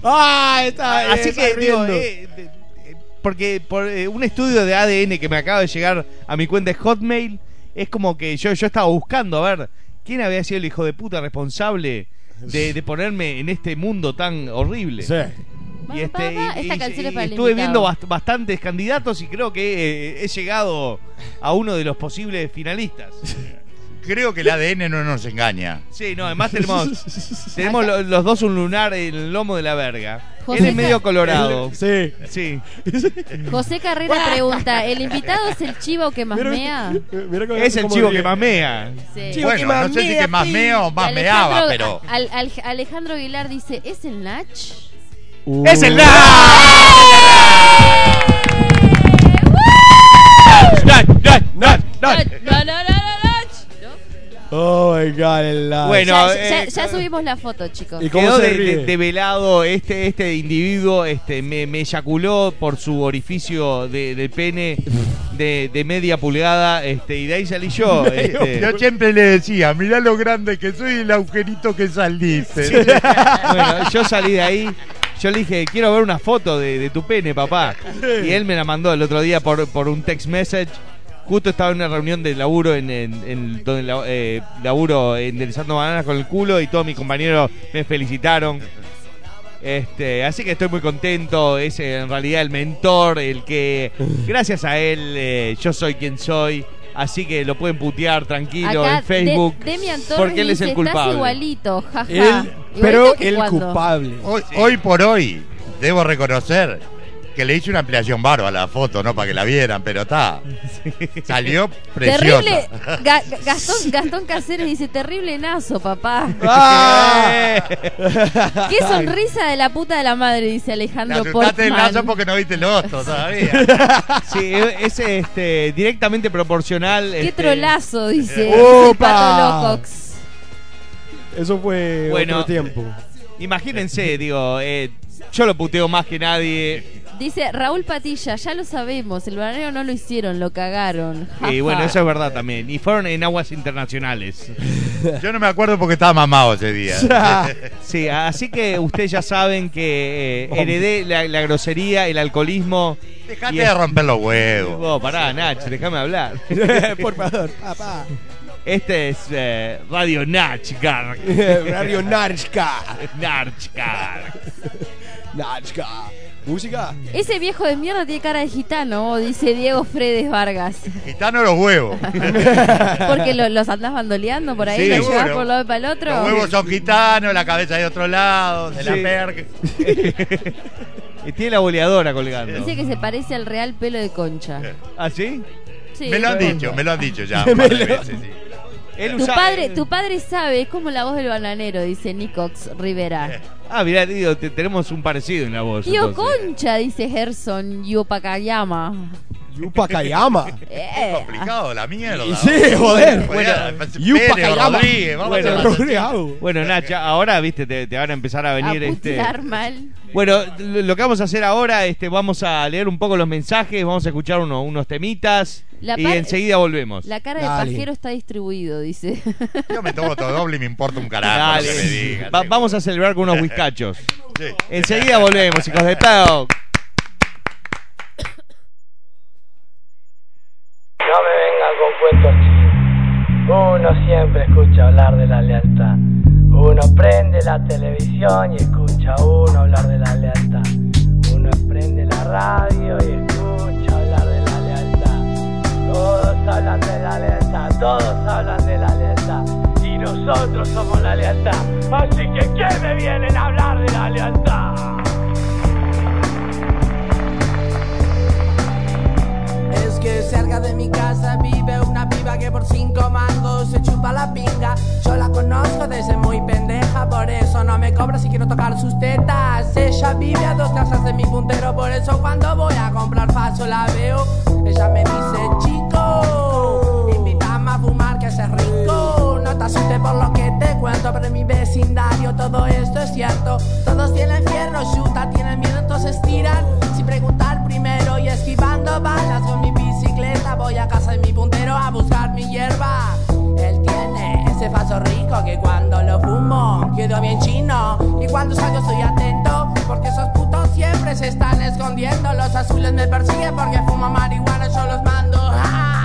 S6: Ah, está.
S4: Así
S6: está
S4: que digo,
S6: riendo.
S4: eh, de- eh, porque por eh, un estudio de ADN que me acaba de llegar a mi cuenta de Hotmail, es como que yo, yo estaba buscando a ver quién había sido el hijo de puta responsable de, de ponerme en este mundo tan horrible.
S6: Sí.
S4: Y
S7: Ba,
S4: este,
S7: ba, ba,
S4: y-
S7: Esta
S4: y-
S7: canción
S4: y
S7: es para el
S4: estuve viendo
S7: invitado.
S4: bast- bastantes candidatos y creo que eh, he llegado a uno de los posibles finalistas.
S8: Creo que el ADN no nos engaña.
S4: Sí, no, además tenemos, tenemos lo- los dos un lunar en el lomo de la verga.
S7: José
S4: Él es
S7: Ca-
S4: medio colorado.
S6: Sí.
S4: Sí.
S7: José Carrera pregunta, ¿el invitado es el chivo que más mea?
S6: Mira cómo-
S4: Es el
S6: cómo
S4: chivo
S6: ríe.
S4: que mamea.
S7: Sí.
S6: Chivo.
S8: Bueno, no sé si que más meo o más
S7: Alejandro-
S8: meaba, pero...
S7: Al- al- Alejandro Aguilar dice, ¿es el Nach?
S6: Uh.
S4: ¡Es el Nach!
S7: No, no, no, no, no, no.
S6: Oh my god, el Nacho.
S4: Bueno,
S7: ya, ya-
S4: eh,
S7: ya subimos la foto, chicos.
S6: ¿Y cómo
S4: Quedó
S6: se
S4: de-
S6: ríe?
S4: de- develado este, este individuo, este, me, me eyaculó por su orificio de, de pene de, de media pulgada, este, y de ahí salí yo. este.
S8: Yo siempre le decía, mirá lo grande que soy y el agujerito que saliste.
S4: Bueno, yo salí de ahí. Yo le dije, quiero ver una foto de, de tu pene, papá. Y él me la mandó el otro día por, por un text message. Justo estaba en una reunión de laburo en, en- en- donde la- eh, laburo enderezando bananas con el culo y todos mis compañeros me felicitaron. Este, así que estoy muy contento. Es eh, en realidad el mentor, el que gracias a él eh, yo soy quien soy. Así que lo pueden putear tranquilo
S7: Acá,
S4: en Facebook.
S7: De- Demian Torres
S4: porque él es
S7: dice,
S4: el culpable.
S7: Estás igualito, jaja.
S6: Él,
S7: Igualito
S6: pero
S7: que
S6: el
S7: cuando.
S6: culpable.
S8: Hoy, hoy por hoy, debo reconocer que le hice una ampliación barba a la foto, no para que la vieran, pero está. Salió preciosa.
S7: Terrible. Ga- Ga- Gastón, Gastón Cáceres dice, terrible nazo, papá.
S6: Ah.
S7: Qué sonrisa de la puta de la madre, dice
S8: Te
S7: Alejandro
S8: asustaste el
S7: Portman.
S8: lazo porque no viste el otro todavía.
S4: Sí, es este, directamente proporcional.
S7: Qué
S4: este,
S7: trolazo,
S8: Eh,
S7: dice
S6: ¡Opa!
S7: el Pato Locox.
S6: Eso fue
S4: Bueno.
S6: otro tiempo.
S4: Imagínense, digo, eh, yo lo puteo más que nadie.
S7: Dice Raúl Patilla, ya lo sabemos, el bananero no lo hicieron, lo cagaron.
S4: Y
S7: jaja".
S4: bueno, eso es verdad también. Y fueron en aguas internacionales.
S8: Yo no me acuerdo porque estaba mamado ese día.
S4: Sí, así que ustedes ya saben que eh, heredé la, la grosería, el alcoholismo.
S8: Dejate
S4: y-
S8: de romper los huevos.
S4: Vos, pará, Nach, déjame hablar.
S6: Por favor, papá.
S4: Este es eh, Radio Nachgar.
S6: Radio Narchka.
S4: Nachgar.
S6: Nachka. Música.
S7: Ese viejo de mierda tiene cara de gitano, dice Diego Fredes Vargas.
S8: Gitano los huevos.
S7: Porque lo- los andás bandoleando por ahí,
S8: Sí,
S7: los llevas
S8: seguro.
S7: por un lado y para el otro.
S8: Los huevos son gitanos, la cabeza de otro lado, de la
S4: Sí.
S8: perca.
S4: Y tiene la boleadora colgando.
S7: Dice que se parece al real pelo de concha.
S8: Eh.
S4: ¿Ah, sí?
S7: Sí.
S8: Me lo han dicho, me lo han dicho ya. un par de veces, sí.
S4: Él
S7: Tu
S4: usa-
S7: padre, tu padre sabe, es como la voz del bananero, dice Nicox
S8: Eh.
S7: Rivera.
S4: Ah, mirá, digo, te- tenemos un parecido en la voz.
S7: Tío
S4: entonces.
S7: Concha, dice Gerson Yopakayama.
S6: Yupa Kayama.
S7: Eh,
S8: Complicado la mierda.
S6: Y sí, joder.
S8: Podía-
S6: Yupa
S8: Pérez,
S6: Kayama.
S8: Rodríguez, vamos
S4: Bueno,
S8: a hacer-
S6: Rodrigo.
S4: Bueno, Nacha, ahora, viste, te, te van a empezar a
S7: a
S4: venir. este,
S7: putear mal.
S4: Bueno, lo lo que vamos a hacer ahora, este, vamos a leer un poco los mensajes, vamos a escuchar uno- unos temitas
S7: La
S4: y
S7: par-
S4: enseguida volvemos.
S7: La cara
S6: Dale.
S7: de pajero está distribuido, dice.
S8: Yo me tomo todo doble y me importa un carajo.
S4: Dale.
S8: lo que me digan,
S4: Va-
S8: sí.
S4: vamos a celebrar con unos whiskachos.
S8: Sí.
S4: Enseguida volvemos, hijos de pedo.
S10: No me vengan con cuentos chicos. Uno siempre escucha hablar de la lealtad. Uno prende la televisión y escucha a uno hablar de la lealtad. Uno prende la radio y escucha hablar de la lealtad. Todos hablan de la lealtad, todos hablan de la lealtad. Y nosotros somos la lealtad. Así que, ¿qué me vienen a hablar de la lealtad?
S11: Es que cerca de mi casa vive una piba que por cinco mangos se chupa la pinga. Yo la conozco desde muy pendeja, por eso no me cobra si quiero tocar sus tetas. Ella vive a dos casas de mi puntero, por eso cuando voy a comprar paso la veo. Ella me dice, chico, invítame a fumar que hace rico. No te asustes por lo que te cuento, pero en mi vecindario todo esto es cierto. Todos tienen fierro, chuta, tienen miedo, entonces tiran. Sin preguntar primero y esquivando balas con mi bicicleta voy a casa de mi puntero a buscar mi hierba. Él tiene ese faso rico que cuando lo fumo quedo bien chino y cuando salgo estoy atento porque esos putos siempre se están escondiendo. Los azules me persiguen porque fumo marihuana yo los mando. ¡Ah!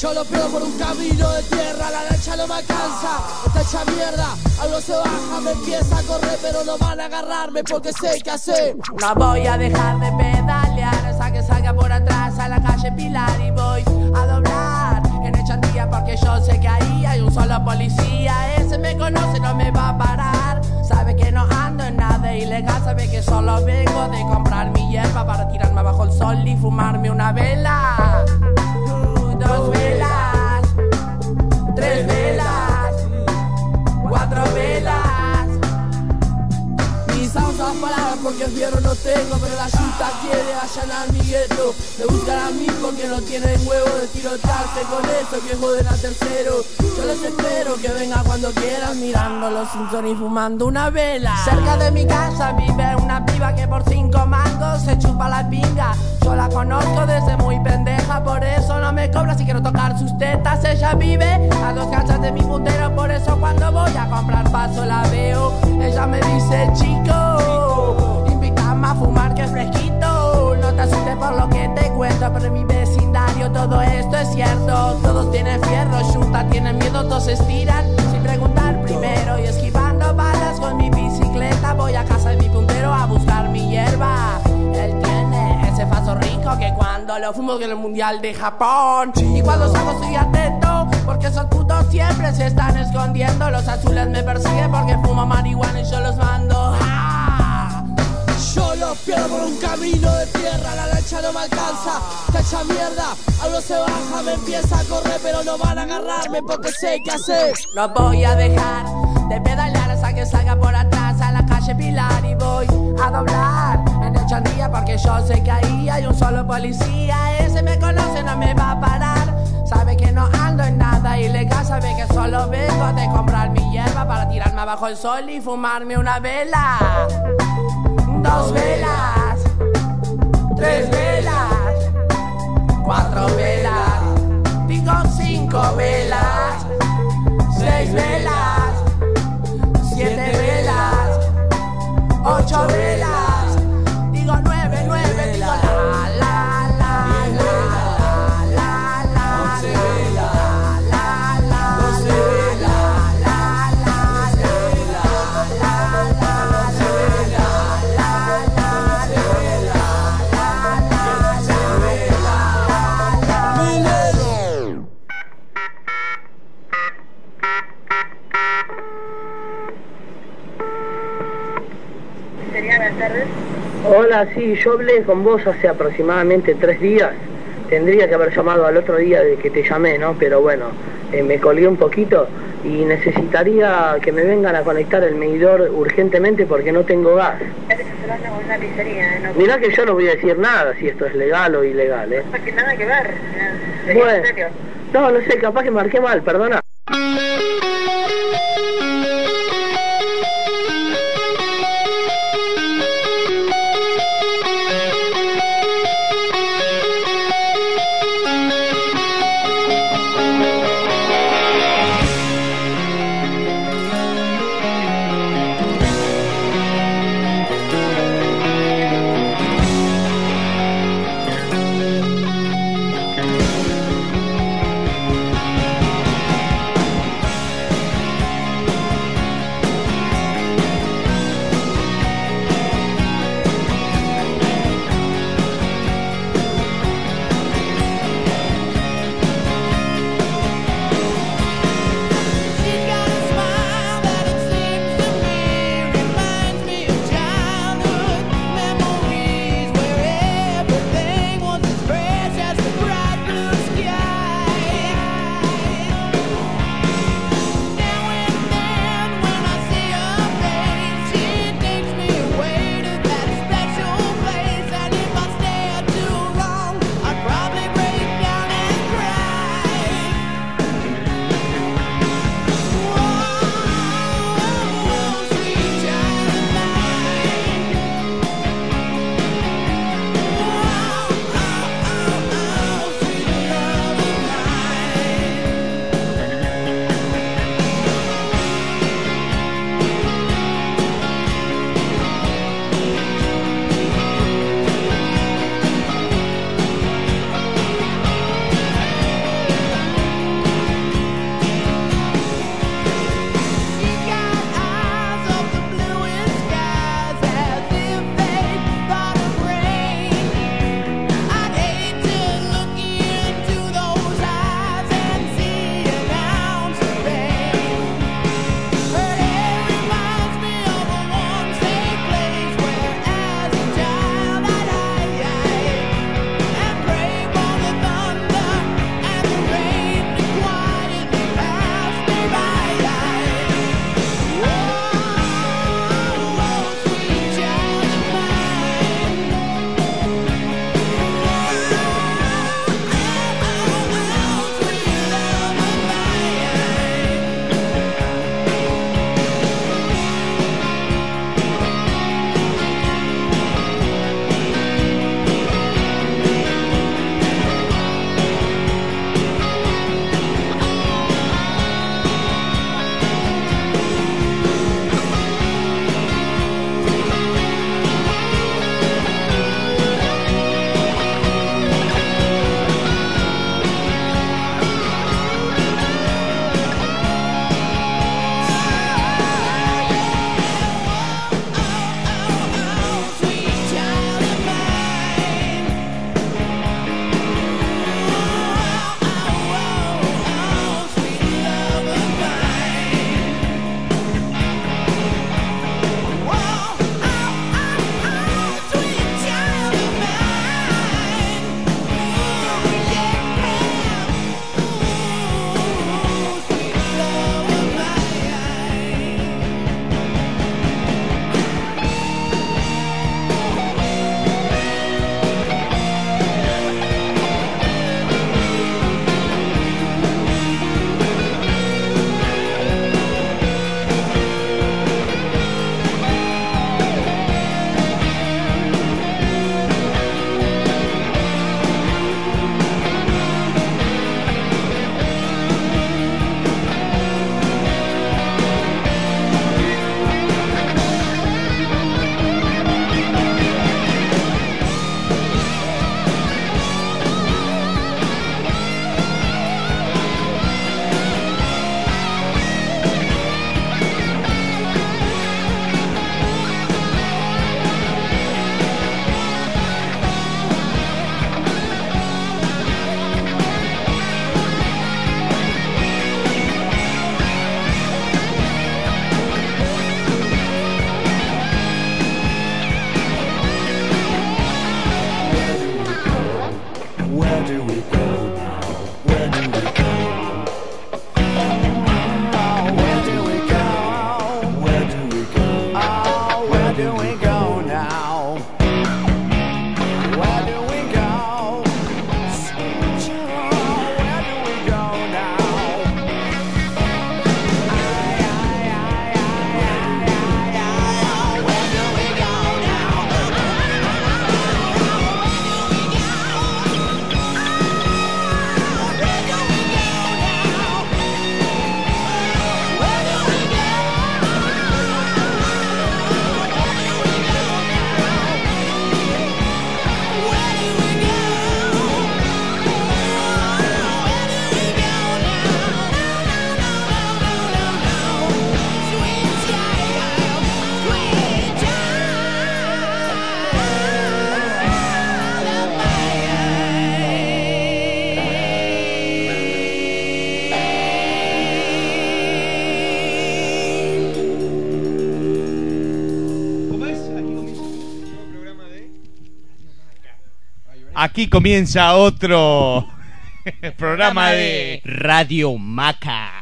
S10: Yo lo pego por un camino de tierra, la lancha no me alcanza, está
S11: este
S10: hecha mierda, algo se baja, me empieza a correr, pero no van a agarrarme porque sé qué hacer.
S11: No Ah, voy a dejar de pedalear hasta que salga por atrás a la calle Pilar y voy a doblar en Echandía porque yo sé que ahí hay un solo policía. Ese me conoce, no me va a parar. Sabe que no ando en nada ilegal, sabe que solo vengo de comprar mi hierba para tirarme bajo el sol y fumarme una vela. Dos velas, tres velas, cuatro velas.
S10: Mis ausas palabras porque fierro no tengo, pero la yuta quiere allanar mi gueto. Me buscan a mí porque no tienen huevo de tirotearse con eso, que joden a tercero. Yo les espero que venga cuando quieran, mirando los Simpsons y fumando una vela.
S11: Cerca de mi casa vive una piba que por cinco mangos se chupa la pinga. Yo la conozco desde muy pendeja, por eso no me cobra si quiero tocar sus tetas. Ella vive a dos casas de mi putero, por eso cuando voy a comprar paso la veo. Ella me dice, chico, invítame a fumar que es fresquito. No te asustes por lo que te cuento, pero en mi vecindario todo tienen miedo todos se estiran sin preguntar primero y esquivando balas con mi bicicleta voy a casa de mi puntero a buscar mi hierba. Él tiene ese faso rico que cuando lo fumo en el mundial de Japón y cuando salgo estoy atento porque esos putos siempre se están escondiendo. Los azules me persiguen porque fumo marihuana y yo los mando. ¡Ah!
S10: Yo los pierdo por un camino de tierra, la lancha no me alcanza, cacha mierda, algo se baja, me empieza a correr, pero no van a agarrarme porque sé qué hacer.
S11: No voy a dejar de pedalar hasta que salga por atrás a la calle Pilar y voy a doblar en el chandía porque yo sé que ahí hay un solo policía. Ese me conoce, no me va a parar. Sabe que no ando en nada ilegal, sabe que solo vengo de comprar mi hierba para tirarme abajo el sol y fumarme una vela. Dos velas, tres velas, cuatro velas, digo cinco velas, seis velas siete velas, ocho velas, digo nueve, nueve, digo la, la, la, la, la, la, la, la, la, la,
S12: Hola, sí, yo hablé con vos hace aproximadamente tres días. Tendría que haber llamado al otro día de que te llamé, ¿no? Pero bueno, eh, me colgué un poquito y necesitaría que me vengan a conectar el medidor urgentemente porque no tengo gas.
S13: una pizzería, ¿no?
S12: Mirá que yo no voy a decir nada si esto es legal o ilegal, ¿eh?
S13: Porque nada que ver.
S12: Bueno, no, no sé, capaz que marqué mal, perdona.
S4: Aquí comienza otro programa de Radio Maca.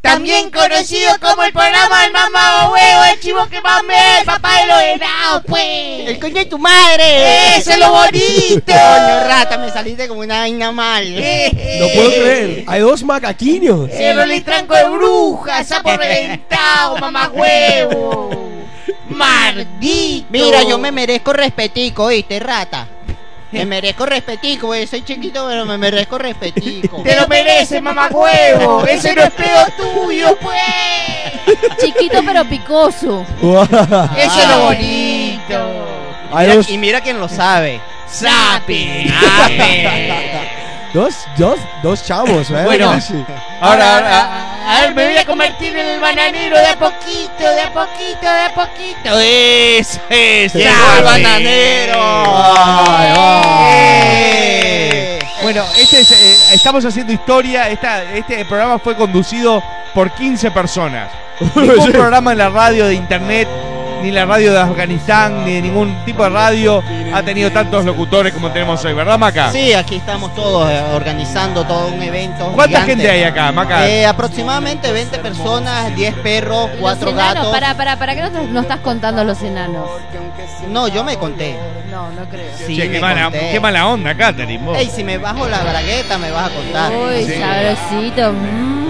S14: También conocido como el programa del mamá o huevo, el chivo que mame, el papá de los helados, pues. El coño de tu madre. Eso es lo bonito.
S15: Coño, rata, me saliste como una vaina mal.
S2: Eh,
S6: No puedo creer. Hay dos macaquiños.
S14: Cierro el tranco de bruja, sapo reventado, mamá huevo. Maldito.
S15: Mira, yo me merezco respetico, oíste, rata. Me merezco respetico, eh, soy chiquito, pero me merezco respetico.
S14: Te lo mereces, mamá huevo. Ese no es pedo tuyo, pues.
S7: Chiquito pero picoso.
S14: Eso es lo bonito.
S15: Mira- y mira quién lo sabe.
S14: Sapi.
S6: Dos, dos, dos chavos, ¿eh?
S14: Bueno,
S6: Casi.
S14: Ahora, ahora, a ver, me voy a convertir en el bananero de a poquito, de a poquito, de a poquito.
S4: Eso es
S14: Llegó el bananero.
S6: Ay,
S15: ¡Eh!
S4: Bueno, este es, eh, estamos haciendo historia. Esta, este programa fue conducido por 15 personas. Ningún programa en la radio de internet, ni la radio de Afganistán, ni de ningún tipo de radio ha tenido tantos locutores como tenemos hoy, ¿verdad, Maca?
S15: Sí, aquí estamos todos eh, organizando todo un evento.
S4: ¿Cuánta
S15: gigante.
S4: gente hay acá, Maca?
S15: Eh, aproximadamente 20 personas, 10 perros, 4
S7: enanos,
S15: gatos.
S7: para, para, para, ¿qué nos, nos estás contando los enanos?
S15: No, yo me conté.
S7: No, no creo.
S15: Sí,
S4: Che, qué,
S15: me
S4: mala,
S15: conté.
S4: qué mala onda, Catherine. vos.
S15: Ey, si me bajo la bragueta me vas a contar.
S7: Uy, sabrosito. mm.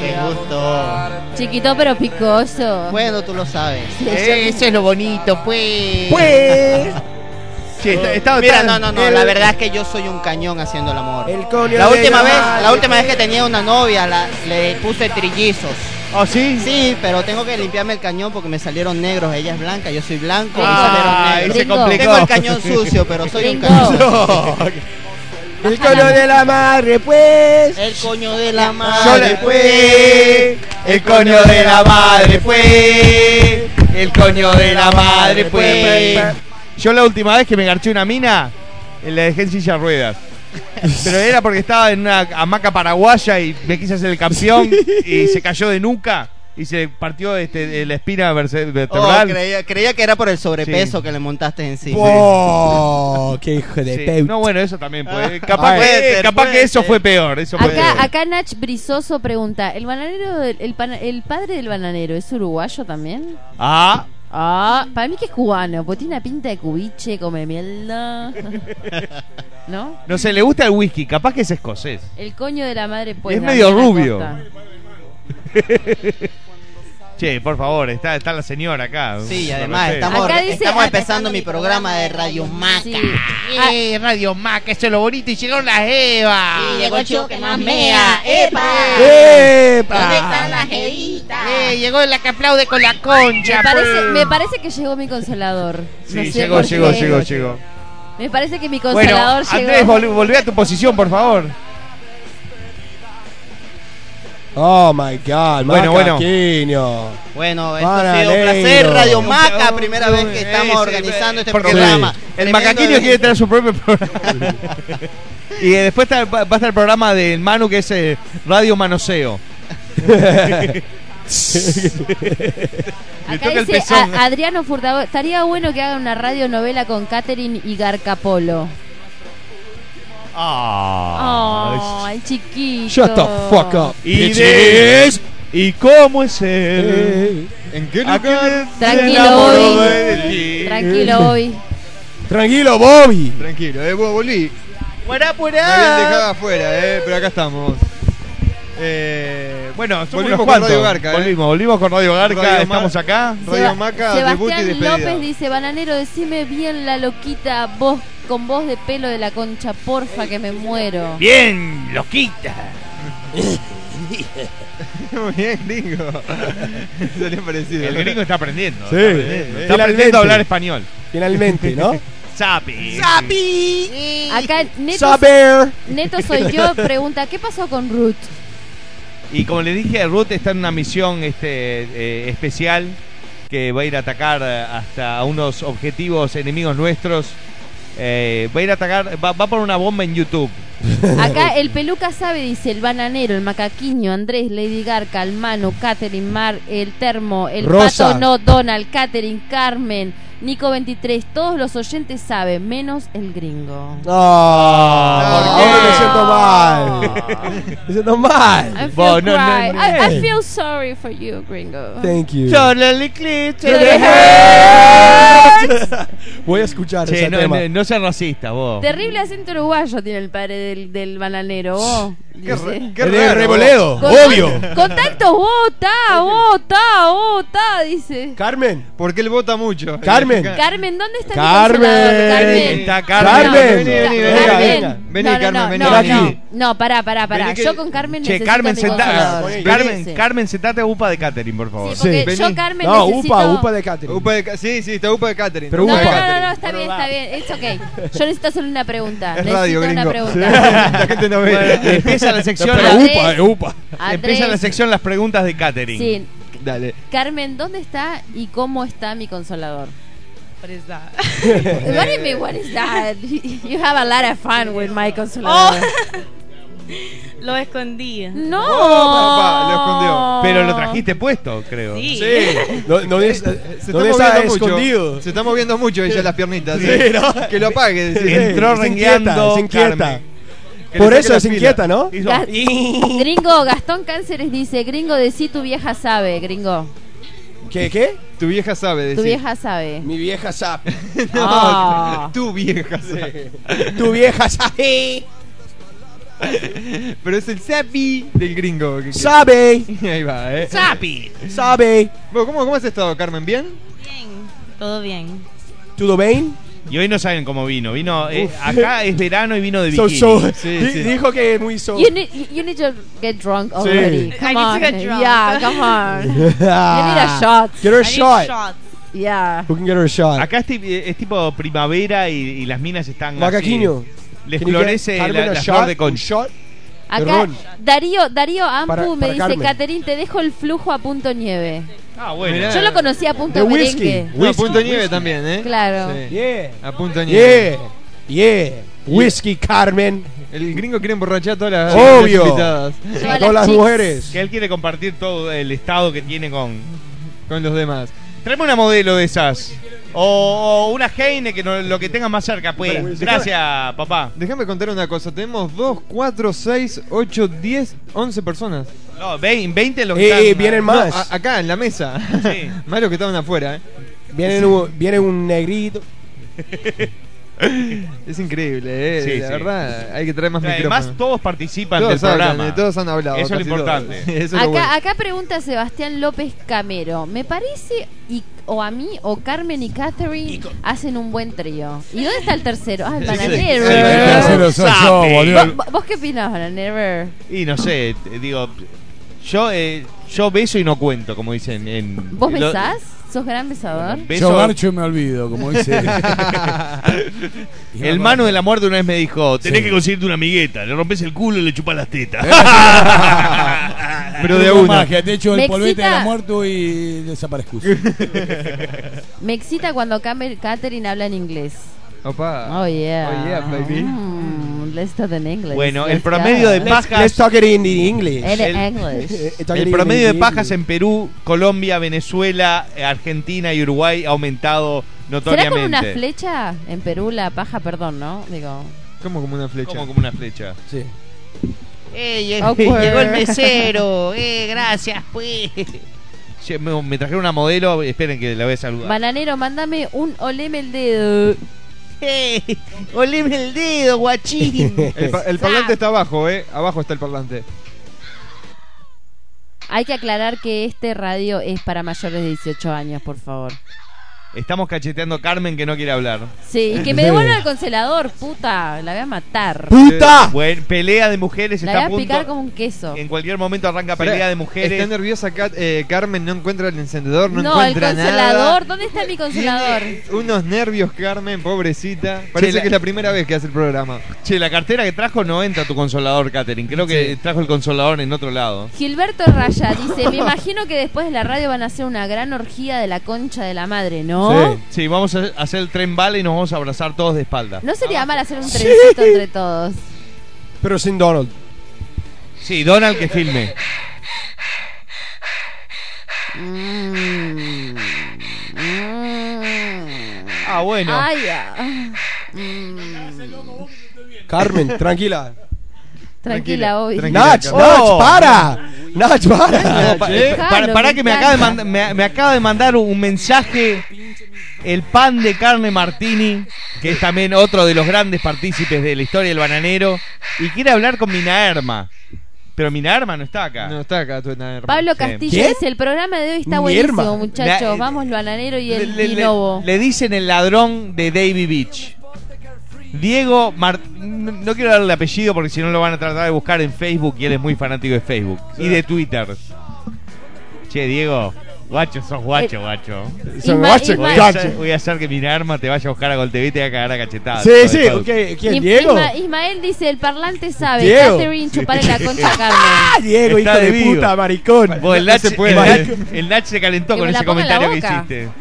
S15: Te gustó.
S7: Chiquito pero picoso.
S15: Bueno, tú lo sabes.
S14: Eso es lo bonito, pues.
S15: Pues.
S4: Che, está- está-
S15: Mira, no,
S4: está-
S15: no, no,
S4: el-
S15: la verdad es que yo soy un cañón haciendo el amor.
S6: coño
S15: la
S6: de
S15: última
S6: la
S15: vez,
S6: madre.
S15: la última vez que tenía una novia, la- le puse trillizos.
S4: ¿Ah, sí?
S15: Sí, pero tengo que limpiarme el cañón porque me salieron negros. Ella es blanca, yo soy blanco.
S14: Ah,
S15: me salieron
S14: ahí
S15: negros.
S14: se complicó.
S15: Tengo el cañón sucio, pero soy un
S14: Gringo.
S15: cañón.
S6: El coño de la madre, pues.
S15: El coño de la
S6: Yo
S15: madre.
S6: le-
S15: pues.
S4: El coño de la madre fue. El coño de la madre
S15: Pues.
S4: fue. Yo la última vez que me garché una mina, eh, la dejé en silla de ruedas. Pero era porque estaba en una hamaca paraguaya y me quise hacer el campeón y se cayó de nuca y se partió este, de la espina verse-
S15: Oh,
S4: vertebral.
S15: creía, creía que era por el sobrepeso que le montaste encima.
S6: Oh, qué hijo de
S4: Sí.
S6: peu.
S4: No, bueno, eso también. Pues. Capaz,
S6: Ay. Puede
S4: que,
S6: ser,
S4: capaz
S6: puede
S4: que eso
S6: ser.
S4: fue peor. Eso fue peor.
S7: Acá, acá Nach Brizoso pregunta, ¿el bananero, del- el, pana- el padre del bananero es uruguayo también?
S4: Ah.
S7: Ah, para mí que es cubano, porque tiene una pinta de cubiche, come mierda. ¿No?
S4: No sé, le gusta el whisky. Capaz que es escocés.
S7: El coño de la madre pues.
S4: es medio
S7: Damián
S4: rubio.
S7: Acosta.
S4: Che, por favor, está, está la señora acá.
S15: Sí, y
S4: Con
S15: además
S4: respeto.
S15: estamos,
S7: Acá dice-
S15: estamos empezando mi programa de Radio Maca.
S14: Eh, Radio Mac, eso es lo bonito. Y llegaron las Evas.
S15: Sí, llegó el chico que más
S14: mea. ¡Epa!
S6: ¡Epa!
S14: ¿Dónde están
S7: Ah.
S14: las evitas? Eh, llegó la que aplaude con la concha.
S7: Me parece,
S14: pues.
S7: me parece que llegó mi consolador.
S4: Sí,
S7: No sé
S4: llegó,
S7: por
S4: llegó,
S7: qué.
S4: llegó, llegó.
S7: Me parece que mi
S4: Bueno,
S7: consolador
S4: Andrés,
S7: llegó.
S4: vol- volvé a tu posición, por favor.
S6: Oh my god,
S4: Bueno, bueno.
S6: macaquiño.
S15: Bueno, esto ha
S6: Para
S15: sido un
S6: negro.
S15: placer, Radio Maca, primera vez que estamos
S4: Ese,
S15: organizando este
S4: porque
S15: programa.
S4: El
S15: Tremendo
S4: macaquinho
S15: evento.
S4: quiere tener su propio programa. y eh, después está- va va a estar el programa del Manu, que es eh, Radio Manoseo. Le
S7: Acá
S4: toca el
S7: dice
S4: pezón.
S7: a- Adriano Furtado, estaría bueno que hagan una radionovela con Catherine y Garcapolo.
S4: Ah.
S7: Oh, el chiquito.
S6: Shut the fuck up.
S4: Y
S6: bitch.
S4: de ¿Y cómo es él?
S6: ¿En qué
S4: Eh, lugar
S7: Tranquilo, Bobby. Tranquilo, Bobby.
S6: Tranquilo, Bobby.
S3: Tranquilo, eh, vos volví.
S4: Fuera,
S3: Me habían dejado afuera, eh, pero acá estamos. Eh,
S4: Bueno, somos
S3: volvimos
S4: unos
S3: con
S4: cuantos.
S3: Radio Garca, eh.
S4: Volvimos, volvimos con Radio Garca,
S3: Radio
S4: estamos
S3: Mar-
S4: acá.
S3: Radio Maca, debut y
S7: Sebastián
S3: despedida.
S7: López dice, bananero, decime bien la loquita voz con voz de pelo de la concha, porfa que me muero.
S4: Bien, loquita.
S3: Muy bien, gringo. Salió parecido.
S4: El gringo está aprendiendo.
S3: Sí.
S4: Está aprendiendo,
S3: Eh,
S4: Está aprendiendo a
S3: eh, finalmente.
S4: hablar español.
S6: Finalmente, ¿no?
S4: Sapi.
S7: Acá Neto,
S6: Saber.
S7: Neto soy yo, pregunta, ¿qué pasó con Ruth?
S4: Y como le dije, Ruth está en una misión este, eh, especial que va a ir a atacar eh, hasta unos objetivos enemigos nuestros. Eh, va a ir a atacar, va, va por una bomba en YouTube.
S7: Acá el peluca sabe, dice el bananero, el macaquiño, Andrés, Lady Garca, el Manu, Catherine, Mar, el Termo, el
S6: Rosa.
S7: Pato, no, Donald, Catherine, Carmen, Nico 23, todos los oyentes saben, menos el gringo.
S6: No, ahora me siento mal. Me siento mal.
S7: I feel, cry- I- I feel sorry for you, gringo.
S6: Thank you.
S4: Charlie Clifton.
S6: Voy a escuchar
S4: Che,
S6: ese
S4: no,
S6: tema.
S4: no, no seas racista, vos.
S7: Terrible acento uruguayo tiene el padre del, del bananero. vos. Dice.
S4: qué
S6: El
S4: raro,
S6: Reboledo,
S4: vos.
S6: obvio.
S7: Contactos, vota, vota, vota, dice.
S6: Carmen.
S3: Porque él vota mucho.
S6: Carmen.
S7: Carmen, ¿dónde está mi
S6: Carmen.
S7: consolador?
S6: Está
S3: Carmen.
S6: Carmen.
S3: Vení, vení, vení,
S6: Carmen.
S3: venga, venga. Vení,
S7: No, no,
S3: Carmen, vení.
S7: no,
S3: vení.
S7: no, no, pará, pará, pará.
S4: Vení que-
S7: Yo con Carmen
S4: Che,
S7: necesito
S4: Carmen,
S7: mi
S4: sentá,
S7: consolador.
S4: Carmen,
S7: Sí.
S4: Carmen, sentate a UPA de catering, por favor.
S7: Sí, porque yo, Carmen, No, necesito- upa, upa de
S6: catering.
S3: Upa de, ca- sí, sí, está upa de catering.
S7: no, no, no, no, está bien, está bien. Es ok. Yo necesito hacerle una pregunta.
S3: Es
S7: necesito
S3: radio,
S7: una
S3: gringo.
S7: pregunta.
S3: La gente no ve.
S4: Bueno, Eh, empieza la sección.
S7: Pero upa, eh, upa.
S4: Empieza la
S7: Andrés.
S4: sección las preguntas de catering.
S7: Sí.
S4: Dale.
S7: Carmen, ¿dónde está y cómo está mi consolador?
S16: What is that?
S7: What is, me- what is that? You have a lot of fun with
S16: Oh.
S7: my consolador.
S16: Lo escondí.
S7: No.
S16: Oh,
S4: Pero lo trajiste puesto, creo.
S16: Sí.
S6: Sí. No, no es- eh,
S3: Se
S6: no
S3: está
S6: es
S3: moviendo mucho.
S6: escondido.
S3: Se está moviendo mucho ella las piernitas.
S6: Sí,
S3: ¿eh?
S6: ¿no?
S3: Que lo apague. sí.
S6: Entró Se inquieta, rengueando, se inquieta. Carmen.
S3: Que
S6: Por
S3: le
S6: eso
S3: saque
S6: se
S3: la
S6: inquieta,
S3: pila.
S6: ¿no?
S7: Gas- gringo, Gastón Cánceres dice, gringo, de sí tu vieja sabe, gringo.
S6: ¿Qué, qué?
S3: Tu vieja sabe decir.
S7: Tu vieja sabe.
S6: Mi vieja sabe.
S3: No,
S7: Ah.
S3: tu vieja sabe.
S6: Tu vieja sabe.
S3: Pero es el sapi del gringo. que-
S6: Sabe.
S3: Ahí va, eh.
S4: Sapi.
S6: Sabe.
S3: Bueno, ¿cómo, ¿Cómo has estado, Carmen? ¿Bien?
S16: Todo bien.
S6: ¿Todo bien?
S4: Y hoy no saben cómo vino. Vino eh, acá es verano y vino de
S6: So,
S4: bikini.
S6: so. Di- Dijo que es muy so.
S7: You need, you need to get drunk already. Come
S16: I need to
S7: on.
S16: get drunk.
S7: Yeah, come on.
S6: you need
S7: a shot.
S6: Get her a
S7: I need
S6: Ah. shot.
S7: shots. Yeah.
S6: Who can get her a shot?
S4: Acá es, tip- es tipo primavera y, y las minas están así.
S6: Macaquinho.
S4: Les
S6: Can you get
S4: florece la,
S6: Carmen a
S4: la
S6: shot?
S4: flor de concha.
S7: Acá
S6: Perdón.
S7: Darío, Darío Ampu
S6: Para-
S7: me
S6: para
S7: dice,
S6: Carmen.
S7: Caterín, te dejo el flujo a punto nieve.
S4: Ah,
S3: bueno. Mirá.
S7: Yo lo conocí a punto
S6: De whisky.
S7: merengue.
S3: No, a punto
S6: Whisky,
S3: nieve
S6: whisky.
S3: también, ¿eh?
S7: Claro.
S3: Sí.
S6: Yeah.
S3: A punto nieve.
S6: Yeah. Yeah. Whiskey Carmen.
S3: El gringo quiere emborrachar a todas las
S6: Obvio.
S3: las invitadas.
S6: A todas las mujeres.
S4: Que él quiere compartir todo el estado que tiene con,
S3: con los demás.
S4: Tráeme una modelo de esas. O, o una Heine que no- lo que tenga más cerca, pues. Gracias, papá.
S3: Déjame contar una cosa. Tenemos 2, 4, 6, 8, 10, 11 personas.
S4: No, vein- 20 los
S6: Eh,
S4: que
S6: eh, vienen más.
S3: A- acá, en la mesa.
S4: Sí.
S3: Más los que estaban afuera, ¿eh?
S6: Viene, un, viene un negrito.
S3: Es increíble, ¿eh?
S4: Sí,
S3: la
S4: sí.
S3: verdad, hay que traer más micrófonos.
S4: Además, todos participan
S3: Todos
S4: del
S3: hablan,
S4: programa.
S3: eh, todos han hablado,
S4: Eso es
S3: casi
S4: lo importante.
S3: todos. Eso es
S7: acá,
S3: lo bueno.
S7: acá pregunta Sebastián López Camero. Me parece y, o a mí o Carmen y Catherine hacen un buen trío. ¿Y dónde está el tercero? Ah, el
S4: Sí, sí,
S7: bananero.
S4: sí, sí, sí. El tercero soy yo, boludo.
S7: ¿Vos, vos qué opinás, bananero?
S4: Y no sé, eh, digo. Yo, eh, yo beso y no cuento, como dicen en.
S7: ¿Vos
S4: lo-
S7: besás? ¿Sos gran besador?
S4: Beso-
S5: Yo marcho y me olvido, como dice.
S4: El mano de la muerte una vez me dijo: Tenés que conseguirte una amigueta, le rompes el culo y le chupás las tetas.
S5: Pero
S4: Eh. de
S5: una.
S4: una.
S5: Magia, te echo
S7: Me
S5: el polvete de
S7: excita-
S5: la muerte y desaparezco.
S7: Me excita cuando Camer- Catherine habla en inglés.
S3: Opa.
S5: Ah,
S7: Oh, yeah.
S3: Oh, yeah, baby.
S7: Mm, let's talk in English.
S4: Bueno, el
S7: Let's
S4: promedio
S7: go.
S4: de pajas.
S6: Let's talk it in the
S7: In
S6: English.
S4: El-
S7: English.
S4: El promedio de pajas en Perú, Colombia, Venezuela, eh, Argentina y Uruguay ha aumentado
S7: ¿Será como
S4: notoriamente.
S7: una flecha? En Perú la paja, perdón, ¿no? Digo.
S3: ¿Cómo como una flecha?
S4: Como como una flecha.
S6: Sí.
S14: Eh, lle-
S7: Awkward.
S14: llegó el mesero. Eh, gracias, pues.
S4: Che, me, me trajeron una modelo, esperen que la voy a saludar.
S7: Bananero, mándame un oleme el dedo.
S14: Eh, oleme el dedo, guachín.
S3: El, pa- el
S4: Ah.
S3: parlante está abajo, ¿eh? Abajo está el parlante.
S7: Hay que aclarar que este radio es para mayores de 18 años, por favor.
S4: Estamos cacheteando a Carmen que no quiere hablar.
S7: Sí, y que me devuelva el congelador, puta. La voy a matar.
S4: Eh, buen- pelea de mujeres
S7: La
S4: está
S7: voy
S4: a
S7: a picar como
S4: punto.
S7: un queso.
S4: En cualquier momento arranca pelea
S3: Pará,
S4: de mujeres.
S3: Está nerviosa Kat- eh, Carmen, no encuentra el encendedor, no,
S7: No, el
S3: encuentra
S7: congelador.
S3: nada.
S7: ¿Dónde está mi congelador?
S3: Unos nervios, Carmen, pobrecita. Parece
S4: la-
S3: que es la primera vez que hace el programa.
S4: Che, la cartera que trajo no entra tu consolador, Catherine. Creo que trajo el consolador en otro lado.
S7: Gilberto Raya dice, me imagino que después de la radio van a hacer una gran orgía de la concha de la madre, ¿no?
S4: Sí. Sí, vamos a hacer el tren bala y nos vamos a abrazar todos de espalda.
S7: ¿No sería mal hacer un trencito entre todos?
S6: Pero sin Donald.
S4: Sí, Donald que filme.
S7: Mm. Mm.
S4: Ah, bueno.
S7: Ay, ah.
S4: Mm.
S6: Carmen, tranquila.
S7: Tranquila, hoy.
S6: Nach, Nach, para. Nach, para.
S4: No, pa- eh, para, para que me acaba, de manda- me- me acaba de mandar un mensaje el pan de carne martini, que es también otro de los grandes partícipes de la historia del bananero, y quiere hablar con Minaerma. Pero Minaerma no está acá. No
S3: está acá tu Minaerma.
S7: Pablo Castillo dice, el programa de hoy está
S4: Mi
S7: buenísimo,
S4: herma.
S7: muchachos.
S4: La-
S7: Vamos, lo ananero y el
S4: le, le-
S7: Dinobo.
S4: le dicen el ladrón de Davy Beach. Diego Mar- no no quiero darle el apellido porque si no lo van a tratar de buscar en Facebook y él es muy fanático de Facebook y de Twitter. Che, Diego, guacho, sos
S7: Eh,
S4: guacho, guacho.
S6: Sos Isma- guacho,
S4: voy, a
S6: guacho.
S4: hacer, voy a hacer que mi arma te vaya a buscar a Goltevita y te va a cagar a cachetadas.
S6: Sí,
S4: Hijo de
S6: sí,
S4: todo.
S6: ok. ¿Quién,
S7: Im-
S6: Diego?
S7: Isma- Ismael dice, el parlante sabe.
S6: Diego.
S7: Catherine,
S4: Sí.
S7: chupale la concha a Carmen.
S6: Ah, Diego,
S4: Está
S6: hijo de,
S4: de vivo.
S6: puta, maricón.
S4: Vos, el,
S6: No
S4: Nach,
S6: se puede.
S4: el Nach- el Nach se calentó
S7: Que
S4: con
S7: me la
S4: ese
S7: ponga en la
S4: comentario que
S7: boca.
S4: hiciste.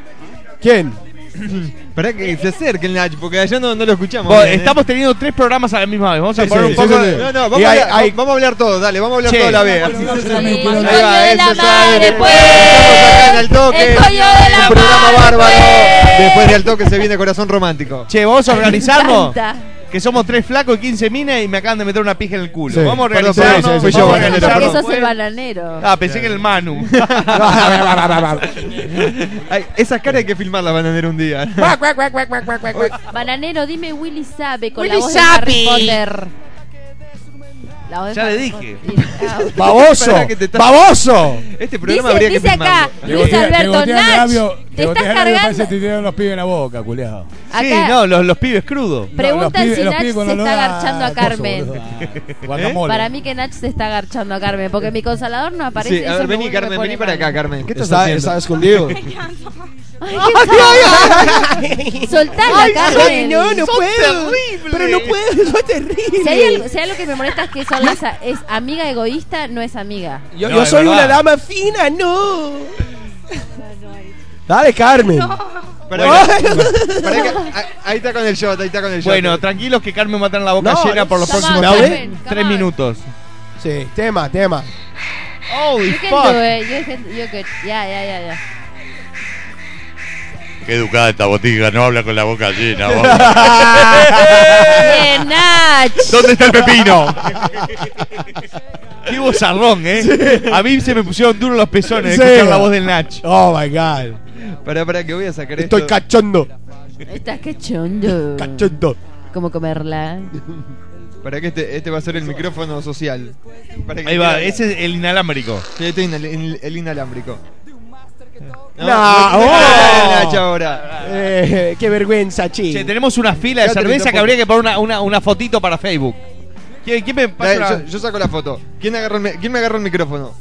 S6: ¿Quién?
S3: Esperá que se acerque el Nach, porque allá no, no lo escuchamos.
S4: Vos,
S3: bien, ¿eh?
S4: estamos teniendo tres programas a la misma vez. Vamos a
S3: Sí,
S4: poner
S3: sí,
S4: un poco
S3: sí, sí.
S4: de-
S3: No, no, vamos,
S4: Y
S3: a,
S4: hay-
S3: hablar-
S4: hay-
S3: vamos a hablar todos, dale, vamos a hablar
S4: Che.
S3: todos a la vez.
S4: Vamos a hablar todos a la
S3: Ahí
S4: vez. El
S3: va, ese
S4: coño de la
S3: sale,
S4: madre,
S3: después
S4: pues.
S3: acá en Al Toque.
S4: El coño de
S3: un programa bárbaro. Después de Al Toque se viene Corazón Romántico.
S4: Che, vamos a organizarnos. Que somos tres flacos y 15 minas y me acaban de meter una pija en el culo.
S3: Sí.
S4: Vamos a
S3: Perdón,
S4: organizarnos.
S3: perdón, sí, sí,
S4: vamos a
S3: sí, sí, sí.
S7: Porque
S4: organizarnos.
S7: sos el bananero.
S4: Ah, pensé que era el Manu.
S3: Ay, esas caras hay que filmarlas van a ver un día.
S7: Bananero, dime Willy sabe con la
S14: Willy
S7: voz
S14: sabe.
S7: de Harry Potter. La voz de
S4: Ya le
S7: Harry
S4: dije.
S7: Potter. Ah, ok.
S6: ¡Baboso!
S3: Pará que te está-
S6: ¡Baboso!
S3: Este
S7: Dice,
S3: programa habría que
S7: dice acá,
S3: filmarlo.
S5: Te
S7: Luis
S5: botean- te
S7: Alberto
S5: botean el
S7: Nach,
S5: labio-
S7: te
S5: botean
S7: estás
S5: el labio, parece
S7: cargando.
S5: que te tiran los pibes en la boca, culeado.
S4: Sí,
S7: Acá-
S4: no, los, los pibes crudos.
S7: Preguntan
S5: los pibes-
S7: si
S5: los
S7: Nach se
S5: pibes con
S7: está
S5: olor a
S7: agarchando a
S5: coso,
S7: Carmen.
S5: boludo.
S3: ¿Eh?
S5: Guacamole.
S7: Para mí que Nach se está agarchando a Carmen, porque mi consolador no aparece.
S3: Sí, a ver, vení, Carmen, vení para acá, Carmen. ¿Qué estás
S6: Está-
S3: haciendo?
S6: está escondido.
S7: Soltala,
S14: Ay,
S7: Carmen.
S14: no, no
S7: Sos
S14: puedo.
S7: terrible.
S14: Pero no puedo, soy terrible.
S7: Si hay, algo, si hay algo que me molesta es que son las, es amiga egoísta, no es amiga.
S6: Yo,
S14: No,
S6: yo
S14: es
S6: soy
S14: verdad.
S6: una dama fina, no. Dale, Carmen.
S3: Pará que- pará que- ahí- ahí está con el shot, ahí está con el shot.
S4: Bueno, tranquilos que Carmen va a tener la boca
S6: No,
S4: llena por los
S6: come
S4: próximos
S6: on,
S4: tres,
S6: Carmen, come
S4: tres
S6: on.
S4: minutos.
S6: Sí, tema, tema.
S4: Holy
S7: You can
S4: fuck.
S7: do it, you can- you can- Ya, ya, ya, ya.
S8: Qué educada esta botica, no habla con la boca llena. vos.
S7: Bien, Nach.
S8: ¿Dónde está el pepino?
S4: Qué bozarrón, ¿eh?
S3: Sí.
S4: A mí se me pusieron duros los pezones de
S3: Sí.
S4: escuchar la voz del Nach.
S6: Oh my god.
S3: Pará, pará, que voy a sacar
S6: Estoy
S3: esto.
S6: cachondo.
S7: Estás cachondo.
S6: Cachondo.
S7: ¿Cómo comerla?
S3: Para que este, este va a ser el micrófono social. Para que
S4: Ahí va,
S3: quiera-
S4: ese es el inalámbrico.
S3: Sí, este es inal- el, el inalámbrico.
S6: No,
S3: no,
S6: oh.
S3: no, Nacho, ahora.
S6: Eh, qué vergüenza, chi.
S4: Che, tenemos una fila de
S3: Ya te
S4: cerveza
S3: tapo.
S4: que habría que poner una, una, una fotito para Facebook. ¿Quién, quién me pasa
S3: Dale,
S4: la-
S3: yo, yo saco la foto. ¿Quién, agarró el, mi- ¿Quién me agarró el micrófono?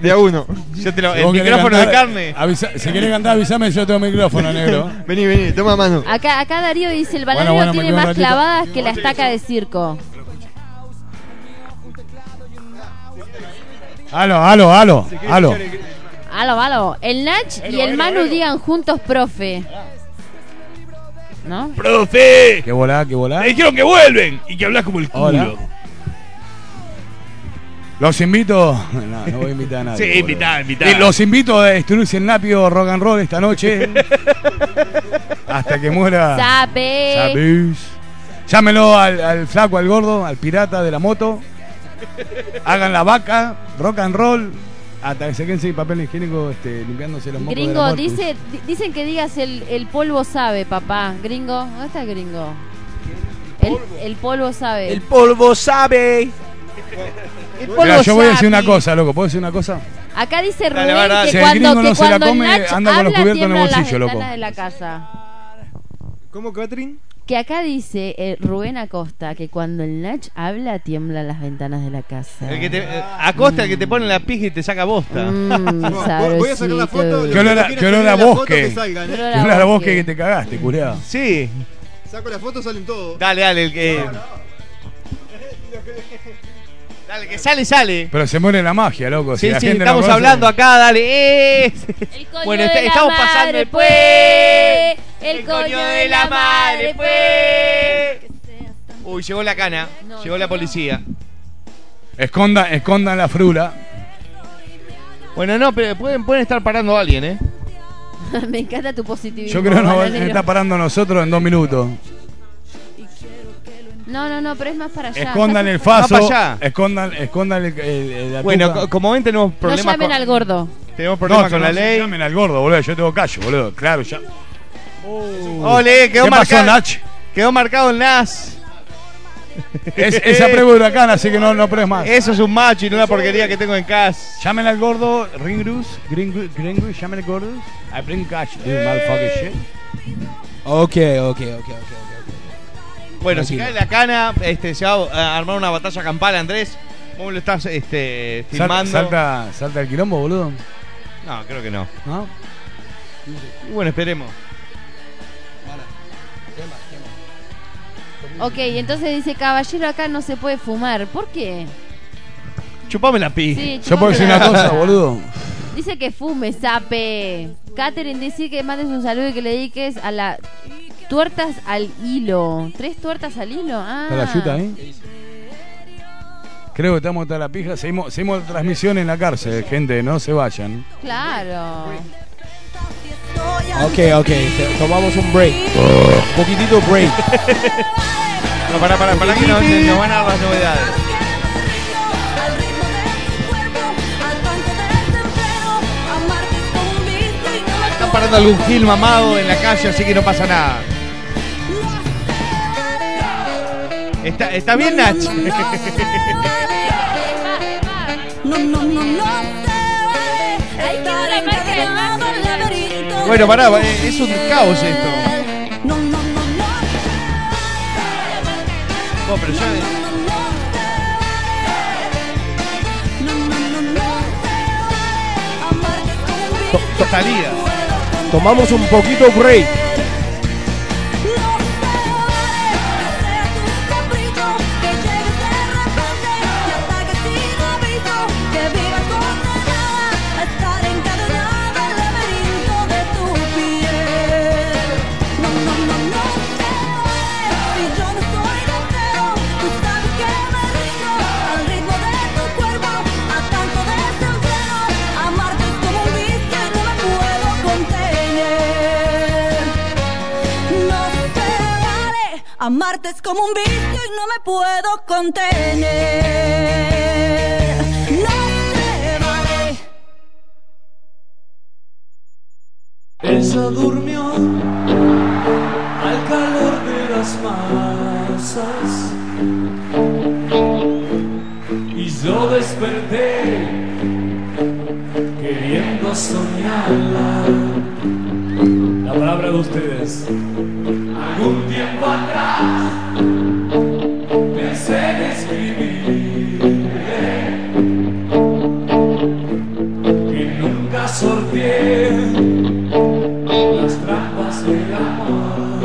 S3: De a uno.
S4: Yo te lo-
S5: Si vos querés cantar,
S4: carne.
S5: avisa- si querés cantar, avísame, yo tengo micrófono, negro.
S3: Vení, vení, toma mano.
S7: Acá, acá Darío dice, el bananero
S5: Bueno, bueno,
S7: tiene
S5: me quedo un
S7: más
S5: ratito.
S7: clavadas que la estaca de circo.
S5: Aló, aló, aló, aló.
S7: Halo, halo. El Nach y el Manu digan juntos, profe. ¿No?
S4: ¡Profe!
S5: Que volá, que volá.
S4: Me dijeron que vuelven y que hablas como el culo.
S5: Hola. Los invito. No, no voy a invitar a nadie.
S4: Sí,
S5: boludo.
S4: invitá, invitá.
S5: Eh, Los invito a destruirse el napio rock and roll esta noche. Hasta que muera.
S7: Sabe.
S5: Sabéis. Llámelo al, al flaco, al gordo, al pirata de la moto. Hagan la vaca, rock and roll. Hasta que se queden sin papel higiénico este, limpiándose los mocos de la
S7: Gringo,
S5: muerte.
S7: dice, di- dicen que digas el, el polvo sabe, papá. Gringo, ¿dónde está el gringo? El, el polvo sabe.
S6: El polvo sabe.
S5: Mira, yo voy a decir una cosa, loco. ¿Puedo decir una cosa?
S7: Acá dice Rubén
S5: Dale, Barra.
S7: que
S5: Si el
S7: cuando,
S5: gringo
S7: que
S5: no se la
S7: cuando el
S5: come,
S7: Nach
S5: anda con los
S7: habla,
S5: cubiertos en el
S7: tiemblan las
S5: bolsillo, loco.
S7: ventanas de la casa.
S3: ¿Cómo, Catherine?
S7: Que acá dice eh, Rubén Acosta que cuando el Nach habla, tiemblan las ventanas de la casa.
S4: El que te,
S5: Ah.
S4: eh, acosta el que te pone la pija y te saca bosta.
S5: Mm,
S7: voy a sacar la foto,
S5: Que olor a, que olor a bosque.
S3: salgan,
S5: Que
S3: ¿eh?
S5: olor a bosque que te cagaste, culeado.
S4: Sí.
S3: Saco la foto, salen todos.
S4: Dale, dale, el que. Dale, que sale, Eh, sale.
S5: Pero se muere la magia, loco. si
S4: Sí,
S5: la
S4: sí,
S5: gente no
S4: estamos
S5: conoce-
S4: hablando acá, dale. Eh. Bueno, est- estamos pasando el pues.
S7: El
S4: coño de la madre, pues. Uy, llegó la cana. llegó la policía.
S5: Esconda, escondan la frula.
S4: Bueno, no, pero pueden, pueden estar parando a alguien, ¿eh?
S7: pues. Me encanta tu positivismo.
S5: Yo creo que nos
S7: bananero.
S5: está parando a nosotros en dos minutos.
S7: No, no, no, pero es más para allá.
S5: Escondan el faso. Escondan, escondan el, el- el- la
S4: Bueno,
S5: tuca.
S4: co- como ven tenemos
S7: No
S4: problemas
S7: llamen
S4: con-
S7: al gordo.
S4: Tenemos problemas
S5: No,
S4: con la
S5: no,
S4: ley.
S5: Llamen al gordo, boludo. Yo tengo callo, boludo. Claro, ya.
S4: Ole, quedó
S5: ¿Qué pasó,
S4: marcado.
S5: Nach?
S4: Quedó marcado el Nas.
S5: Es, esa prueba de huracán, así que no, no pruebes más.
S4: Eso es un macho y no la porquería que tengo en casa.
S5: Llamen al gordo, Ringrus, Gringrus, Gringrus, llamen al gordo. I bring cash, you motherfucker shit.
S17: Ok, ok, ok, ok.
S4: Bueno, si
S17: Tranquilo.
S4: cae la cana, este, se va a armar una batalla campal, Andrés. ¿Cómo lo estás este,
S5: Sal-
S4: filmando?
S5: salta, salta el quilombo, boludo.
S4: No, creo que no.
S5: ¿No?
S4: Y bueno, esperemos.
S7: Ok, entonces dice, caballero, acá no se puede fumar. ¿Por qué?
S4: Chupame la pi.
S7: Sí,
S5: Yo puedo decir una
S7: chupame la-
S5: cosa, boludo.
S7: Dice que fume, sape. Catherine dice que mandes un saludo y que le dediques a la... Tuertas al hilo. ¿Tres tuertas al hilo? Ah.
S5: Está la ¿eh? yuta ahí. Creo que estamos hasta la pija. Seguimos, seguimos la transmisión en la cárcel, gente. No se vayan.
S7: Claro.
S17: Ok, ok, te- tomamos un break. un poquitito break.
S4: No, pará, pará, pará, que nos, nos van a dar las novedades. Están parando algún gil mamado en la calle, así que no pasa nada. Está, está bien, Nach.
S18: No, no, no, no.
S4: eh, bueno, pará, eh, es un caos esto. Oh, pero ya- Salida.
S17: Tomamos un poquito break.
S6: este Amarte es como un vicio y no me puedo contener. No se vale.
S12: Ella durmió al calor de las masas y yo desperté queriendo soñarla. La palabra de ustedes. Algún tiempo atrás pensé en escribirle que nunca sorteé las trampas del amor.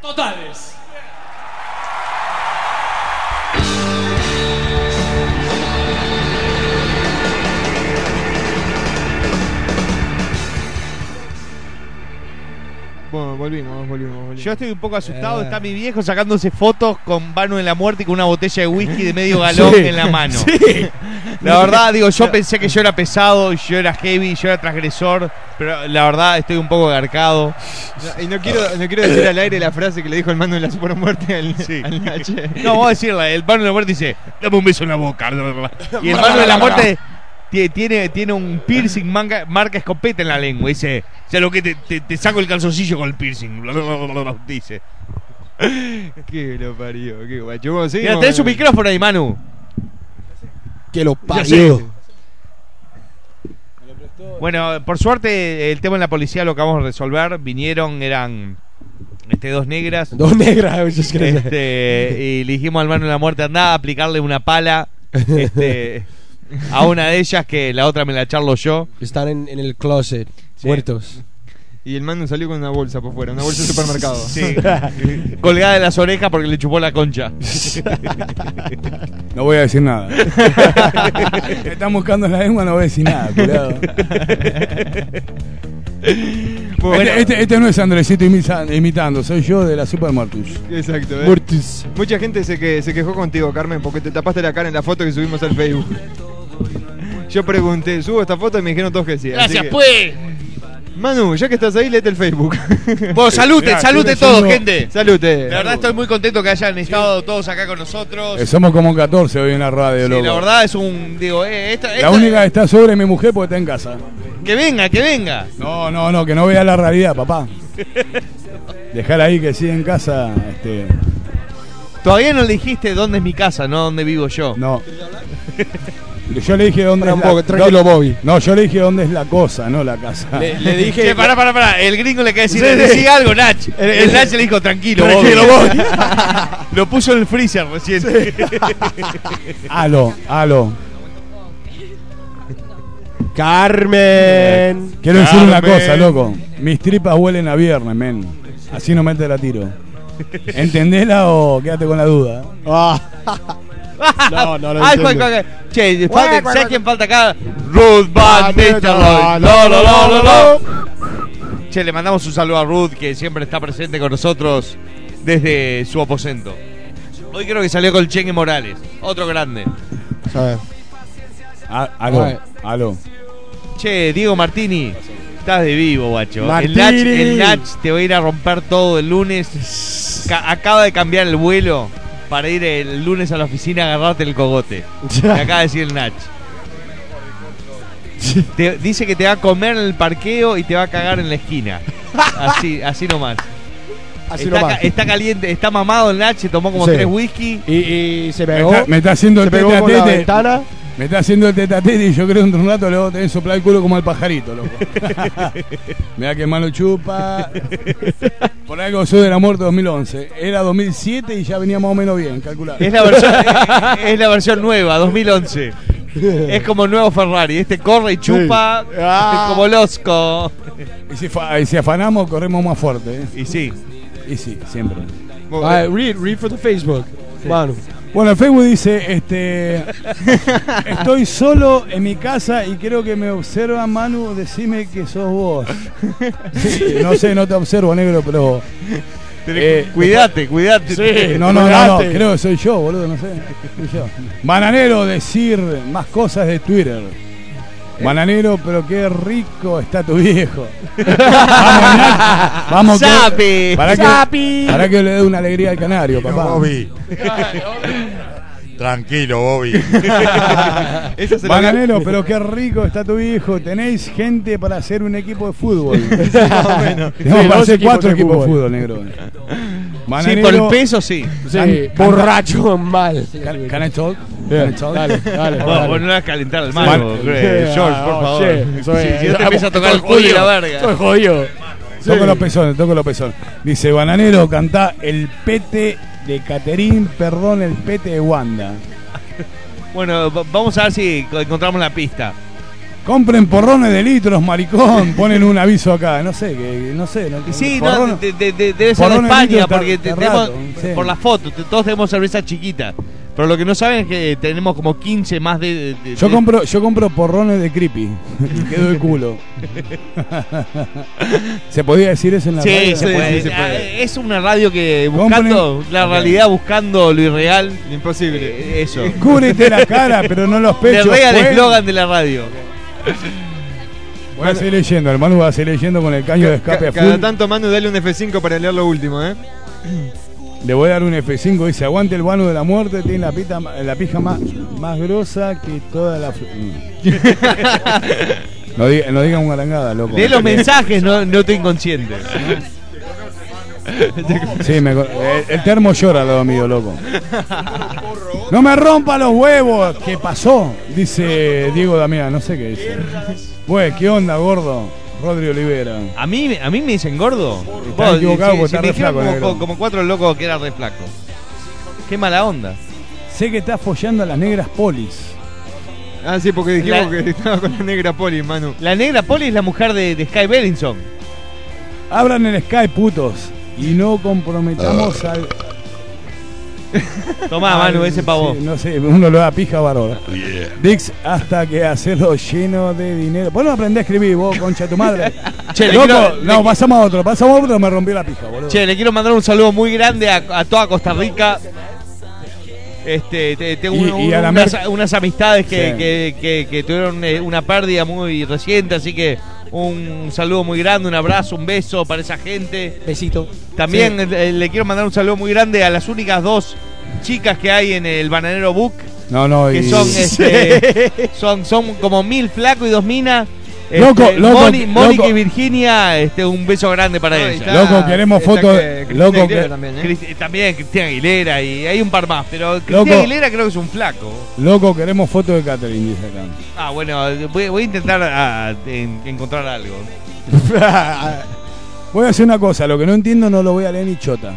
S19: totales.
S3: Bueno, volvimos, volvimos, volvimos.
S4: Yo estoy un poco asustado, está mi viejo sacándose fotos con Vano en la muerte y con una botella de whisky de medio galón
S3: Sí.
S4: en la mano.
S3: Sí.
S4: La verdad, digo, yo pensé que yo era pesado, yo era heavy, yo era transgresor, pero la verdad estoy un poco garcado.
S3: No, Y no quiero, no quiero decir al aire la frase que le dijo el mando de la supermuerte al, al Nache.
S4: No, vos decirla, el Vano de la muerte dice, dame un beso en la boca. Y el Vano de la muerte tie- tiene, tiene un piercing manga- marca escopeta en la lengua. Dice, o sea, lo que te, te- te saco el calzoncillo con el piercing. Dice.
S3: Qué lo parió, qué guacho. Bueno,
S4: Mira,
S3: seguimos.
S4: tenés un micrófono ahí, Manu.
S6: Que lo
S4: eh. Ya sé. Bueno, por suerte el tema en la policía lo acabamos de resolver. Vinieron, eran este, dos negras.
S6: Dos negras, yo es que-
S4: Este, y le dijimos al mano de la muerte, andá a aplicarle una pala este, a una de ellas que la otra me la charlo yo.
S6: Están en, en el closet, muertos.
S3: Y el mando salió con una bolsa por fuera, una bolsa de supermercado.
S4: Sí. Colgada de las orejas porque le chupó la concha.
S5: No voy a decir nada. Me están buscando en la lengua, no voy a decir nada, cuidado.
S3: Bueno.
S5: Este, este- este no es Andresito imita- imitando, soy yo de la Super Mortus.
S3: Exacto, eh.
S5: Mortis.
S3: Mucha gente se, que, se quejó contigo, Carmen, porque te tapaste la cara en la foto que subimos al Facebook. Yo pregunté, subo esta foto y me dijeron todos que sí. así
S4: Gracias,
S3: que-
S4: pues.
S3: Manu, ya que estás ahí, léete el Facebook.
S4: Vos, salute,
S3: Mirá,
S4: salute
S3: estoy
S4: todos,
S3: haciendo-
S4: gente. eh.
S3: Salute.
S4: La verdad estoy muy contento que hayan estado todos acá con nosotros.
S5: Eh, Somos como 14 hoy en la radio,
S4: Sí,
S5: loco.
S4: la verdad es un. Digo, eh, esta-
S5: La
S4: esta-
S5: única que está sobre mi mujer porque está en casa.
S4: Que venga, que venga.
S5: No, no, no, que no vea la realidad, papá. Dejar ahí que sigue en casa. Este...
S4: Todavía no le dijiste dónde es mi casa, no dónde vivo yo.
S5: No. Yo le dije dónde
S4: Rambo,
S5: es la...
S4: tranquilo,
S5: no, No, yo le dije dónde es la cosa, no la casa.
S4: Le, dije. Che, pará, pará, pará. El gringo le cae decir,
S5: Sí, sí.
S4: decí algo, Nach. El,
S5: el-
S4: Nach le dijo, tranquilo,
S5: Tranquilo,
S4: Bobby". Lo puso en el freezer recién.
S5: Aló, aló.
S6: Carmen.
S5: Quiero decir una
S6: Carmen.
S5: cosa, loco. Mis tripas huelen a viernes, men. Así no me te la tiro. ¿Entendela o quédate con la duda?
S4: no,
S5: no lo
S4: Ah. Ay, Juan,
S5: entiendo.
S4: Juan, Juan.
S5: Guay,
S4: Che, falta,
S5: guay,
S4: ¿sabes
S5: guay.
S4: quién falta acá? Ah, Ruth Van Nistelrooy. Lo, lo, lo, lo, lo. Che, le mandamos un saludo a Ruth, que siempre está presente con nosotros desde su aposento. Hoy creo que salió con Chengue Morales, otro grande.
S5: A- aló, aló.
S4: Che, Diego Martini, estás de vivo, guacho. El
S5: Martini.
S4: Nach, el Nach te va a ir a romper todo el lunes. Ca- acaba de cambiar el vuelo para ir el lunes a la oficina a agarrarte el cogote. Te acaba de decir el Nach. Te- dice que te va a comer en el parqueo y te va a cagar en la esquina. Así, así nomás.
S6: Así
S4: está,
S6: nomás.
S4: ca- está caliente, está mamado el Nach, se tomó como
S6: Sí.
S4: tres whisky.
S6: Y, y se
S5: Me
S6: pegó.
S5: está, me está haciendo
S6: se
S5: el
S6: pegó
S5: tete a
S6: con la
S5: tete.
S6: ventana.
S5: Me está haciendo el tete a tete y yo creo que en un rato le voy a tener que soplar el culo como al pajarito, loco. Mira que malo chupa. Por algo soy de la muerte 2011. Era 2007 y ya venía más o menos bien, calcular.
S4: Es la versión, es, es la versión nueva, 2011. Es como el nuevo Ferrari. Este corre y chupa
S5: Sí. Ah.
S4: como losco.
S5: Y si, fa- y si afanamos, corremos más fuerte. ¿eh?
S4: Y sí.
S5: Y sí, siempre.
S6: Ah, read, read for the Facebook. Manu.
S5: Bueno, el Facebook dice, este, estoy solo en mi casa y creo que me observa Manu, decime que sos vos. Sí, no sé, no te observo, negro, pero...
S4: Tenés- cuidate, cuidate.
S5: no, no, no, no, creo que soy yo, boludo, no sé. Soy yo. Bananero, decir más cosas de Twitter.
S3: Eh.
S5: Bananero, pero qué rico está tu viejo. Vamos, Nac, vamos. que-
S8: Sapi.
S5: Para
S8: Sapi.
S5: que, para que le dé una alegría al canario, papá.
S8: Bobby. Tranquilo, Bobby.
S3: Esa se la-
S5: Bananero, pero qué rico está tu hijo. Tenéis gente para hacer un equipo de fútbol.
S3: más o menos.
S5: Tenemos
S3: Sí,
S5: para
S3: dos
S5: hacer
S3: equipos
S5: cuatro
S3: de
S5: equipos de
S3: fútbol.
S5: fútbol, negro.
S4: Sí, por el peso, sí.
S5: Sí,
S6: borracho mal.
S5: Can, can I talk?
S6: Yeah,
S5: Can I talk?
S6: dale, dale,
S4: Vos- vos no le vas a calentar al
S5: Man-
S4: mango, eh, George, por
S5: Ah,
S4: favor.
S5: che, soy-
S4: Si- si no te
S5: ah,
S4: empieza a tocar el
S5: estoy
S4: culo y la
S5: jodido,
S4: verga.
S5: estoy jodido. Toco los pezones, toco los pezones. Dice, Bananero, cantá el pete de Caterín, perdón, el pete de Wanda.
S4: Bueno, va- vamos a ver si co- encontramos la pista.
S5: Compren porrones de litros, maricón. Ponen un aviso acá. No sé, que, no sé. no-
S4: Sí,
S5: porrones-
S4: no, de- de- de- debe ser de
S5: porrones
S4: España,
S5: litros está-
S4: porque
S5: está
S4: tenemos,
S5: rato,
S4: por la foto, te- todos tenemos cerveza chiquita. Pero lo que no saben es que tenemos como 15 más de. de-
S5: Yo
S4: de-
S5: compro, yo compro porrones de creepy. Y quedo de culo. ¿Se podía decir eso en la
S4: Sí,
S5: radio?
S4: se puede. Ah, Es una radio que
S5: Compren-
S4: buscando la
S5: Ok.
S4: realidad, buscando lo irreal. Imposible. eso.
S5: Cúbrete la cara, pero no los pechos.
S4: Le rea el
S5: pues.
S4: eslogan de la radio.
S5: Voy a seguir leyendo, el Manu va a seguir leyendo con el caño de escape a
S3: Cada
S5: full.
S3: tanto, Manu, dale un F5 para leer lo último, ¿eh?
S5: Le voy a dar un F5, dice, aguante el Manu de la muerte, tiene la, pita, ma- la pija más, más grosa que toda la... fl- Mm. no, diga- no digan una langada, loco.
S4: De los mensajes, no, no te inconscientes.
S5: Sí, me co- el, el termo llora al lado mío, loco. No me rompa los huevos, ¿qué pasó? Dice Diego Damián, no sé qué dice. Güey, ¿qué onda, gordo? Rodri Olivera.
S4: A mí, a mí me dicen gordo.
S5: Estás
S4: Vos,
S5: equivocado
S4: si-
S5: porque
S4: si
S5: estás
S4: me
S5: re
S4: dijeron
S5: flaco,
S4: como,
S5: negro.
S4: como cuatro locos que era re flaco. Qué mala onda.
S5: Sé que estás follando a las negras polis.
S3: Ah, sí, porque
S4: La-
S3: dijimos que estaba con la negra poli, Manu.
S4: La negra poli es la mujer de, de Sky Bellinson.
S5: Abran el Sky, putos. Y no comprometamos al...
S4: Tomá, Manu,
S5: al-
S4: ese pavo.
S5: sí, no sé, uno lo da pija varón. Dix, hasta que hacerlo lleno de dinero. Vos no aprendés a escribir, vos, concha tu madre.
S4: Che, le
S5: Loco,
S4: quiero-
S5: no, pasamos a otro, pasamos a otro, me rompió la pija, boludo.
S4: Che, le quiero mandar un saludo muy grande a, a toda Costa Rica. Este, te- tengo
S5: Y-
S4: un-
S5: y a la
S4: unas,
S5: Mer-
S4: unas amistades que,
S5: Sí.
S4: que- que- que tuvieron eh, una pérdida muy reciente, así que un saludo muy grande, un abrazo, un beso para esa gente.
S6: Besito.
S4: También
S6: Sí.
S4: eh, le quiero mandar un saludo muy grande a las únicas dos chicas que hay en el Bananero Book,
S5: No, no,
S4: que
S5: y-
S4: son, este, son, son como mil flacos y dos minas.
S5: Loco,
S4: Este,
S5: loco,
S4: Moni- Mónica
S5: loco.
S4: y Virginia, este, un beso grande para ellas.
S5: Loco, queremos
S4: está
S5: fotos.
S4: que- Cristina
S5: Loco,
S4: Aguilera
S5: que-
S4: también, ¿eh? también Cristian Aguilera y hay un par más, pero Cristian
S5: Loco.
S4: Aguilera creo que es un flaco.
S5: loco, queremos fotos de Catherine, dice acá.
S4: Ah, bueno, voy, voy a intentar ah, en- encontrar algo.
S5: Voy a hacer una cosa, lo que no entiendo no lo voy a leer ni chota.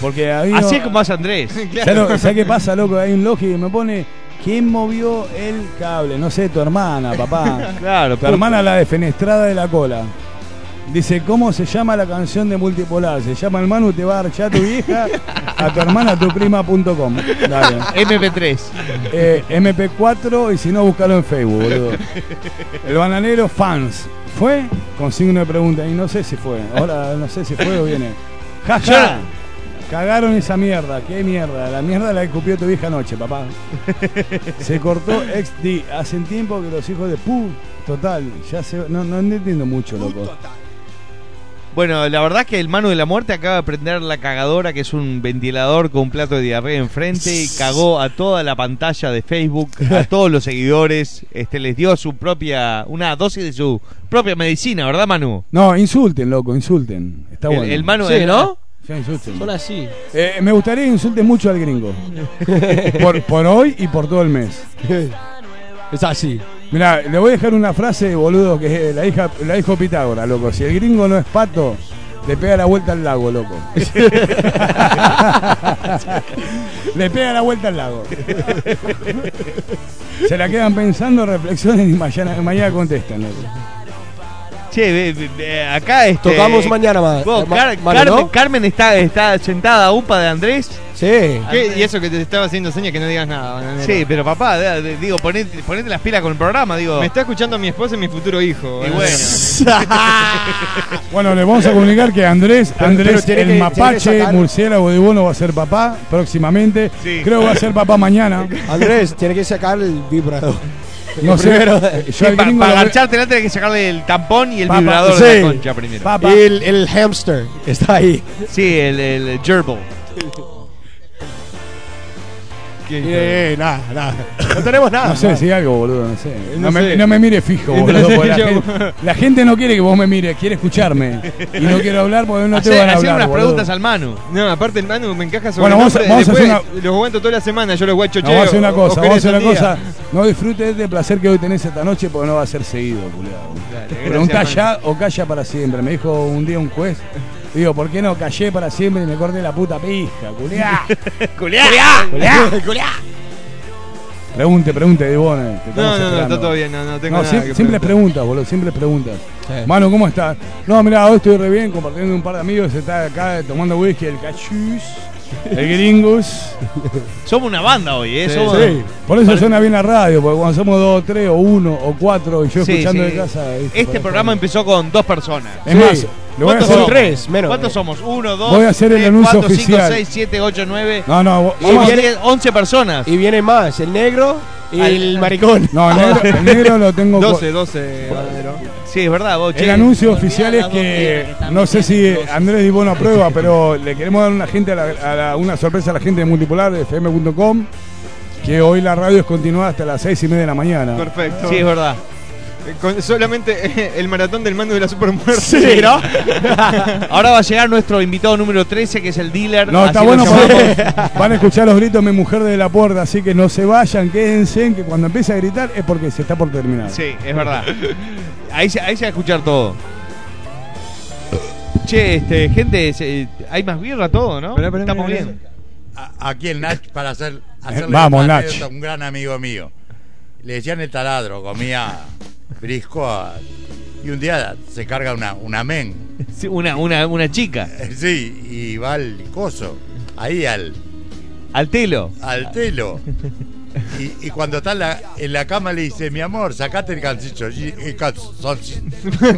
S5: Porque ahí.
S4: Así es como hace Andrés.
S5: ¿Sabes qué pasa, loco? Hay un logi que me pone. ¿Quién movió el cable? No sé, tu hermana, papá.
S4: Claro,
S5: Tu
S4: puta.
S5: hermana la defenestrada de la cola. Dice, ¿cómo se llama la canción de multipolar? Se llama El Manu te va a archar tu vieja a tu hermana tu prima.com. Dale.
S4: MP3.
S5: Eh, MP4 y si no, buscalo en Facebook, boludo. El bananero fans. ¿Fue? Con signo de pregunta. Y no sé si fue. Ahora no sé si fue o viene. ¡Ja, ja! Cagaron esa mierda. ¿Qué mierda? La mierda la escupió tu vieja anoche, papá. Se cortó XD. Hace tiempo que los hijos de pu. Total. Ya se. No, no entiendo mucho, loco.
S4: Bueno, la verdad es que el Manu de la Muerte acaba de prender la cagadora, que es un ventilador con un plato de diarrea enfrente y cagó a toda la pantalla de Facebook, a todos los seguidores. Este les dio su propia una dosis de su propia medicina, ¿verdad, Manu?
S5: No, insulten, loco, insulten. Está
S4: El-
S5: bueno.
S4: el Manu- Sí, el- ¿no?
S5: Sí, insulten.
S6: Son así.
S5: Eh, me gustaría que insulten mucho al gringo. por, por hoy y por todo el mes.
S6: Es así.
S5: Mirá, le voy a dejar una frase, boludo, que es la hija, la dijo Pitágoras, loco. Si el gringo no es pato, le pega la vuelta al lago, loco. le pega la vuelta al lago. Se la quedan pensando, reflexionen y mañana, mañana contestan, loco.
S4: Che, ve- ve- ve- acá este
S5: Tocamos mañana, ma-
S4: Vos,
S5: ma-
S4: Car-
S5: Manu,
S4: Carmen,
S5: ¿no?
S4: Carmen está está sentada a upa de Andrés.
S6: Sí.
S3: ¿Qué? Y eso que te estaba haciendo seña que no digas nada, bananero.
S4: Sí, pero papá, de- de- digo, ponete, ponete las pilas con el programa, digo.
S3: Me está escuchando mi esposa y mi futuro hijo.
S4: Y
S3: bananero.
S4: bueno.
S5: Bueno, le vamos a comunicar que Andrés,
S3: Pero- pero
S5: Andrés
S3: tiene que-
S5: el
S3: tiene que
S5: mapache,
S3: sacar-
S5: murciélago de bono va a ser papá próximamente.
S6: Sí.
S5: Creo que va a ser papá mañana.
S6: Andrés, tiene que sacar el vibrador.
S5: No sé, Eh,
S6: Primero.
S5: yo al gringo
S4: para
S5: lo
S4: para
S5: veo-
S4: eh, agacharte, la tenés que sacarle el tampón y el
S5: Papá,
S4: vibrador de
S5: sí.
S4: la concha primero.
S5: Papá.
S6: Y el, el hamster está ahí.
S4: Sí, el, el gerbil.
S6: Eh, eh, nada, nada. No tenemos nada. Eh,
S5: No sé, si algo, boludo, no sé. No,
S6: No
S5: me,
S6: sé.
S5: no me mire fijo,
S6: No
S5: boludo.
S6: sé,
S5: porque la,
S6: yo-
S5: gente, la gente no quiere que vos me mires, quiere escucharme. Y no quiero hablar porque no te
S3: Hacer-
S5: van a
S3: hacer
S5: hablar.
S3: unas
S5: boludo.
S3: preguntas
S4: al Manu.
S3: No, aparte el Manu me encaja sobre
S5: Bueno,
S3: el
S5: vamos a-
S3: nombre,
S5: vamos a hacer
S3: después Los aguanto toda la semana, yo los voy a
S5: No,
S3: chocheo.
S5: vamos a hacer una
S3: o-
S5: cosa,
S3: o
S5: vamos a hacer una
S3: querés un
S5: cosa.
S3: día.
S5: No disfrutes de este placer que hoy tenés esta noche porque no va a ser seguido, culiado.
S3: gracias,
S5: Preguntá
S3: Manu.
S5: ya o calla para siempre. Me dijo un día un juez. Digo, ¿por qué no callé para siempre y me corté la puta pija, culiá?
S4: Culiá.
S5: Culiá.
S4: Culiá.
S5: Pregunte, pregunte, Ivonne. te
S3: No,
S5: estamos
S3: no, no,
S5: esperando.
S3: está todo bien, no, no tengo nada
S5: sim-
S3: que
S5: simples
S3: preguntar.
S5: preguntas, boludo, simples preguntas. Mano, ¿cómo estás? No, mirá, hoy estoy re bien compartiendo un par de amigos. Está acá tomando whisky, el cachus, el gringus.
S4: Somos una banda hoy, ¿eh?
S5: Sí,
S4: Somos-
S5: sí. Por eso suena bien la radio, porque cuando somos dos, tres, o uno, o cuatro, y yo
S4: Sí,
S5: escuchando
S4: sí.
S5: de casa. eh. ¿viste?
S4: Este programa empezó con dos personas.
S5: Es más, le voy a
S4: ¿Cuántos
S5: hacer-
S4: somos?
S5: Tres, menos.
S4: ¿Cuántos somos? Uno, dos,
S5: Voy a hacer el
S4: tres,
S5: anuncio
S4: cuatro,
S5: oficial.
S4: cinco, seis, siete, ocho, nueve.
S5: No, no,
S4: Y
S5: vamos a-
S4: vienen 11 personas.
S6: Y vienen más, el negro y
S4: Al-
S6: el maricón.
S5: No, el negro, el negro lo tengo. co-
S3: 12, 12, Bandero.
S4: Sí, es verdad, vos,
S5: El
S4: che.
S5: anuncio oficial es que no sé si Andrés Dibón aprueba, pero le queremos dar una, gente a la- a la- una sorpresa a la gente de Multipolar, de fm.com, que hoy la radio es continuada hasta las seis y media de la mañana.
S3: Perfecto.
S4: Sí, es verdad.
S3: Eh, con solamente eh, el maratón del mando de la supermuerte.
S4: Sí, ¿no? Ahora va a llegar nuestro invitado número 13, que es el dealer.
S5: No, está
S4: Así
S5: bueno,
S4: lo llamamos.
S5: porque van a escuchar los gritos de mi mujer desde la puerta, así que no se vayan, quédense, que cuando empiece a gritar es porque se está por terminar.
S4: Sí, es verdad. Ahí se, ahí se va a escuchar todo. Che, este, gente, se- hay más birra todo, ¿no? Estamos bien.
S8: A- aquí el Nach para hacer hacerle
S5: vamos,
S8: una
S5: Nach.
S8: anécdota a un gran amigo mío. Le decían el taladro, comía brisco a- y un día se carga una, una men.
S4: Sí, una, una, una chica.
S8: Sí, y va al coso, ahí al,
S4: Al telo.
S8: al telo. Y, y cuando está en la, en la cama le dice, mi amor, sacate el calcillo. Y, y calzoncillo.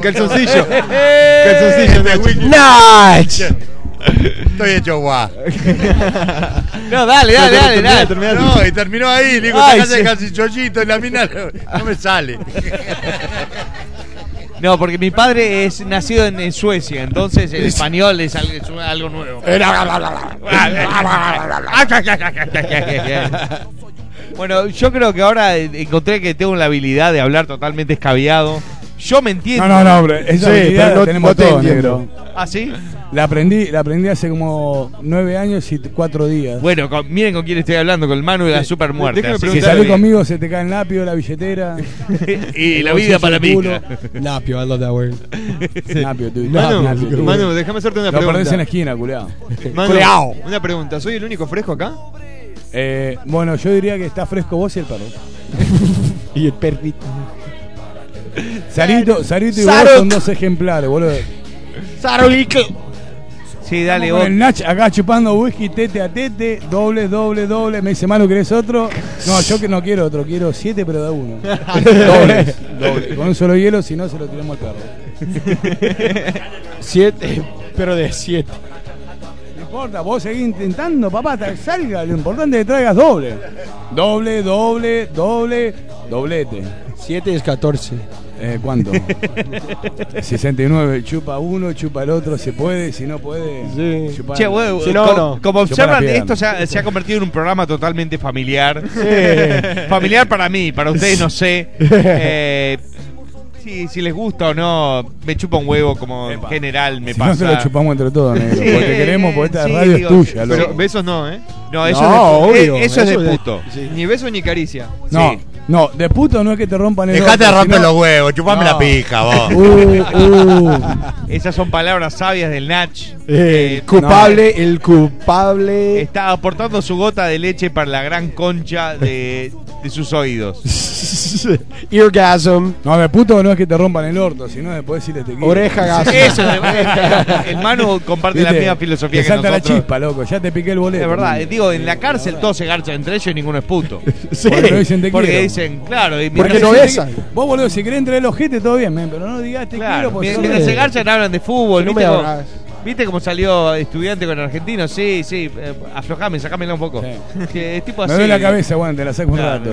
S3: Calzoncillo.
S8: Calzoncillo de Wiki.
S6: Nach.
S8: Estoy hecho guá.
S4: No, dale, dale, dale, dale.
S8: No, y terminó ahí. Le digo,
S4: Ay,
S8: sacate
S4: sí.
S8: el calcillollito y la mina no- no me sale.
S4: No, porque mi padre es nacido en, en Suecia, entonces el español es algo, es algo nuevo. Bueno, yo creo que ahora eh, encontré que tengo la habilidad de hablar totalmente escabiado. Yo me entiendo.
S5: No, no, no, hombre, esa habilidad la tenemos todos, negro.
S4: ¿Ah, sí?
S5: La aprendí, la aprendí hace como nueve años y cuatro días.
S4: Bueno, con- miren con quién estoy hablando, con el Manu de la super muerte.
S5: si salís conmigo se te cae el lápiz, la billetera.
S4: Y
S5: el
S4: la vida
S5: bolsillo
S4: para
S5: del
S4: mí.
S5: culo.
S6: Napio, I love that word.
S5: Napio, dude.
S3: Manu,
S5: Napio, dude.
S3: Manu, déjame hacerte una
S5: Lo
S3: pregunta.
S5: perdés en la esquina, culeado.
S3: Manu, una pregunta. ¿Soy el único fresco acá?
S5: Eh, bueno, yo diría que está fresco vos y el perro.
S6: y el perrito.
S5: Sarito, Sarito y vos
S6: Sarot.
S5: son dos ejemplares, boludo.
S6: Sarolico.
S4: Sí,
S5: Estamos con el Nach acá chupando whisky tete a tete, doble, doble, doble. Me dice, Manu, ¿querés otro? No, yo que no quiero otro, quiero siete, pero da uno. Dobles, doble. Con un solo hielo, si no, se lo tiramos al perro.
S6: Siete, pero de siete.
S5: No importa, vos seguís intentando, papá, ta- salga. Lo importante es que traigas doble. Doble, doble, doble, doblete.
S6: 7 es 14.
S5: Eh, ¿Cuánto? 69. Chupa uno, chupa el otro, se puede, si no puede.
S6: Sí.
S5: Chupa
S4: Che, bueno, co- como
S5: Chupa la
S4: observan,
S5: piedra.
S4: esto se ha, se ha convertido en un programa totalmente familiar.
S5: Sí.
S4: familiar para mí, para ustedes no sé. Eh, si, si les gusta o no, me chupa un huevo como en general me
S5: Si no,
S4: pasa.
S5: se lo chupamos entre todos, negro.
S4: Sí,
S5: porque queremos, porque esta
S4: sí,
S5: radio
S4: digo,
S5: es tuya,
S3: Pero
S5: loco.
S3: besos no, ¿eh?
S4: No,
S5: eso
S4: es de-
S3: obvio,
S4: eh, eso es de puto.
S3: Ni besos ni caricia.
S5: No, no, de puto no es que te rompan el
S8: Dejate de
S5: orto,
S8: romper
S5: sino-
S8: los huevos, chupame la pija, vos.
S5: Uh, uh.
S4: Esas son palabras sabias del Nach.
S6: Eh,
S4: Eh,
S6: El culpable, el culpable.
S4: Está aportando su gota de leche para la gran concha de, de sus oídos.
S6: Eargasm.
S5: No, de puto no es que te rompan el orto, sino después si te quiero.
S6: Oreja gasa.
S4: Eso, el Manu comparte la misma filosofía
S5: te
S4: que
S5: salta
S4: nosotros.
S5: la chispa, loco, ya te piqué el boleto.
S4: Es verdad, eh, digo, en la cárcel todos se garchan entre ellos y ninguno es puto.
S5: Porque no dicen te
S4: Porque
S5: quiero.
S4: dicen, claro, y
S5: Porque
S4: mientras
S5: no
S4: se-
S5: besan. Vos, boludo, si querés entrar el ojete, todo bien, men, pero no digas te quiero
S4: Claro,
S5: porque
S4: mientras
S5: sos
S4: mientras
S5: de-
S4: se garchan hablan de fútbol.
S5: No
S4: ¿Viste,
S5: me
S4: cómo,
S5: hagas.
S4: ¿Viste cómo salió eh, estudiante con argentino? Sí, sí, eh, aflojame, sacámela un poco. Que es tipo
S5: Me
S4: así.
S5: duele la cabeza, bueno, te la saco un rato.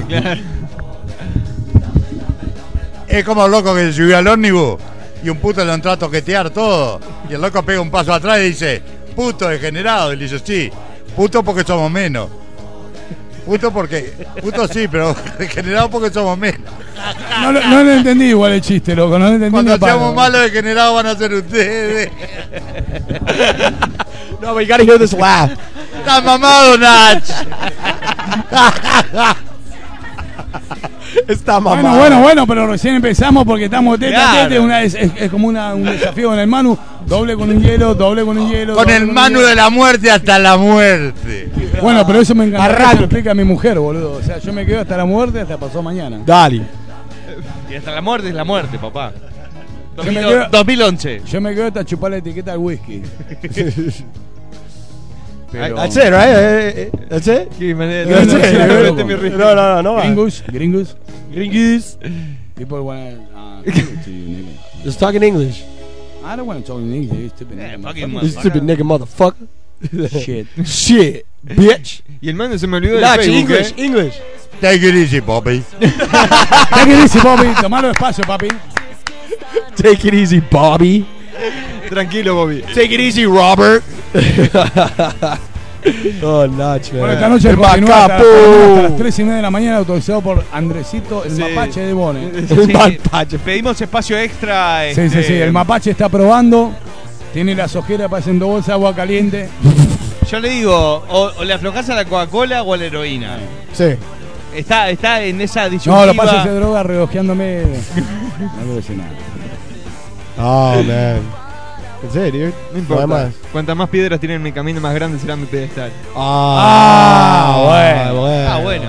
S8: Es como el loco que subió al ómnibus y un puto lo entró a toquetear todo. Y el loco pega un paso atrás y dice, puto degenerado. Y le dice, sí, puto porque somos menos. Puto porque, puto sí, pero degenerado porque somos menos.
S5: No, lo- no lo entendí igual el chiste, loco, no lo entendí
S8: Cuando
S5: una pava.
S8: seamos malos degenerados van a ser ustedes.
S6: No, but you gotta hear this laugh.
S8: Está mamado, Nach.
S5: Está
S6: mamada.
S5: Bueno, bueno, bueno, pero recién empezamos porque estamos tete a
S6: Claro.
S5: tete. una- es, es- es como una- un desafío con el Manu. Doble con un hielo, doble con un hielo.
S8: Con
S5: doble
S8: el
S5: un
S8: Manu
S5: hielo.
S8: de la muerte hasta la muerte.
S5: Bueno, pero eso me encanta.
S8: Arranca.
S5: Eso lo explica mi mujer, boludo. O sea, yo me quedo hasta la muerte, hasta pasó mañana.
S6: Dale.
S4: Y hasta la muerte es la muerte, papá.
S5: Yo me
S4: 2000
S5: quedo-
S4: 2011.
S5: Yo me quedo hasta chupar la etiqueta al whisky. Pero-
S6: That's it, right? Eh, eh, That's it?
S3: Qué manera-
S6: That's
S5: no,
S6: it.
S5: no, no, no,
S6: no, no, no, no va.
S5: Gringus, gringus.
S6: Gringus.
S5: People wanna, uh, give it to you, nigga.
S6: Just talking English.
S5: I don't want to talk in English, you stupid
S3: Eh,
S5: nigga, motherfucker.
S6: You stupid nigga motherfucker.
S5: Shit.
S6: Shit, bitch.
S3: Y el mano se me olvidó del
S6: Nacho,
S3: Facebook,
S6: English,
S3: ¿eh?
S6: English.
S8: Take it easy, Bobby.
S5: Take it easy, Bobby. Tomalo despacio, Ah, papi.
S6: Take it easy, Bobby.
S3: Tranquilo, Bobby.
S6: Take it easy, Robert. oh, Nacho.
S5: Bueno, esta noche
S6: El
S5: continúa hasta, hasta las
S6: Macapo.
S5: 3 y media de la mañana autorizado por Andresito, el mapache de Bone.
S4: Sí, Pedimos espacio extra.
S5: Sí, sí,
S4: este,
S5: sí. El mapache está probando. Tiene las ojeras para haciendo bolsa, agua caliente.
S4: Yo le digo, o, o le aflojás a la Coca-Cola o a la heroína.
S5: Sí.
S4: Está, está en esa disyuntiva.
S5: No, lo paso esa droga reojeándome. No quiero decir nada.
S6: Oh, man. That's it, dude.
S3: No importa.
S6: hay más.
S3: Cuantas más piedras tiene en mi camino, más grande será mi pedestal.
S6: Ah,
S5: Ah, bueno.
S6: bueno.
S4: Ah, bueno.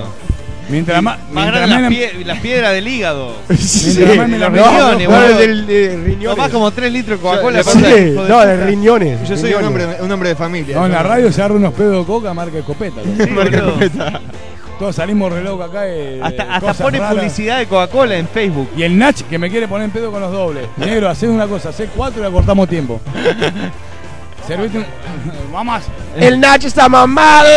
S5: Mientras más.
S4: Más
S5: mientras
S4: grandes las,
S5: menos-
S4: pie- las piedras del hígado.
S6: Sí.
S4: Mientras más me las
S6: No,
S4: riñones,
S6: no,
S4: boludo.
S6: del- del riñones.
S4: Tomás como 3 litros de
S6: Yo-
S4: Coca-Cola.
S6: sí,
S4: aparte, hijo
S6: no,
S4: puta.
S6: de riñones,
S3: Yo soy un
S6: riñones.
S3: hombre, un hombre de familia.
S5: No, en la
S3: Yo-
S5: radio se agarra unos pedos de coca, marca escopeta.
S3: Marca
S5: boludo.
S3: escopeta.
S5: Todos salimos re locos acá. eh,
S4: Hasta, hasta
S5: cosas
S4: pone
S5: raras.
S4: publicidad de Coca-Cola en Facebook.
S5: Y el Nach que me quiere poner en pedo con los dobles. Negro, haced una cosa, haced cuatro y la cortamos tiempo. Servite un. Vamos.
S6: El Nacho está mamado.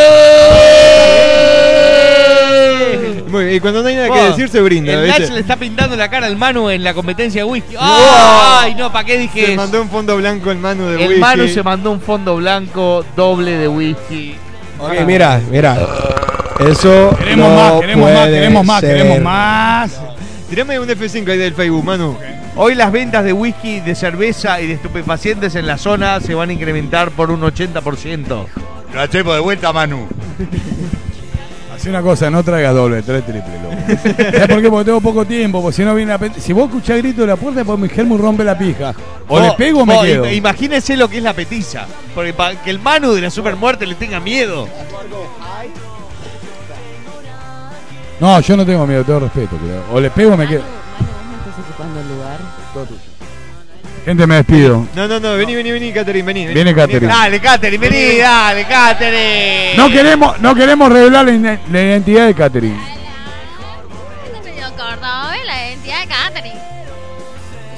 S3: Muy bien, y cuando no hay nada que
S4: Oh,
S3: decir, se brinda.
S4: El
S3: ¿viste?
S4: Nach le está pintando la cara al Manu en la competencia de whisky.
S3: Ah,
S4: ¡Ay, no! ¿Para qué dije
S3: Se
S4: eso?
S3: mandó un fondo blanco el Manu de
S4: El
S3: whisky.
S4: Manu se mandó un fondo blanco doble de whisky.
S6: Ok, mira, mira. Eso.
S5: Queremos
S6: no
S5: más, queremos más,
S6: puede
S5: queremos más,
S6: ser.
S5: queremos más.
S3: Tirame un F5 ahí del Facebook, Manu.
S4: Hoy las ventas de whisky, de cerveza y de estupefacientes en la zona se van a incrementar por un 80%.
S8: Lo hacemos de vuelta, Manu.
S5: Hacé una cosa, no traigas doble, trae triple, loco. ¿Sabes por qué? Porque tengo poco tiempo, porque si no viene la pet- Si vos escuchás grito de la puerta, pues mi germo rompe la pija. O le
S4: Vos-
S5: pego o me
S4: vos,
S5: quedo.
S4: Oh, im- Imagínense lo que es la petiza. Porque para que el Manu de la supermuerte le tenga miedo.
S5: No, yo no tengo miedo, tengo respeto, pero. O le pego o me quedo.
S7: Estás ocupando el lugar.
S5: Gente, me despido.
S3: No, no, no, vení, vení, vení, Catherine, vení. vení.
S5: Viene Catherine.
S4: Dale, Catherine, vení, dale, Catherine.
S5: No queremos, no queremos revelar la, ine- la identidad de Catherine.
S16: medio acordado de la identidad de Catherine.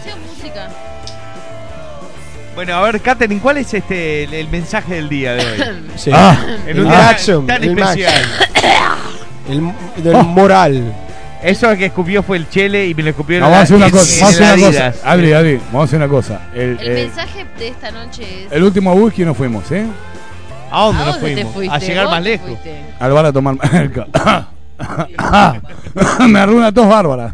S16: Yo música.
S4: Bueno, a ver, Catherine, ¿cuál es este el, el mensaje del día de hoy?
S6: Sí.
S5: Ah.
S4: En un
S6: El
S4: día
S6: Maxim,
S4: tan
S6: el Maxim.
S4: especial.
S6: El,
S5: Oh.
S6: del moral.
S4: Eso que escupió fue el chele y me lo escupió
S5: No,
S4: en
S5: vamos a hacer
S4: la-
S5: una
S4: en-
S5: cosa,
S4: en
S5: vamos a hacer
S4: la
S5: una cosa.
S4: Adidas.
S5: Adri, Adri, vamos a hacer una cosa. El,
S7: El
S5: eh,
S7: mensaje de esta noche es.
S5: el último whisky nos fuimos, ¿eh?
S4: ¿A dónde
S7: ¿A
S4: nos
S7: dónde te
S4: fuimos?
S7: fuiste?
S4: A llegar
S7: ¿Vos
S4: más
S7: te
S4: lejos.
S7: fuiste?
S5: Al bar a tomar merca. Me arruina tos bárbara.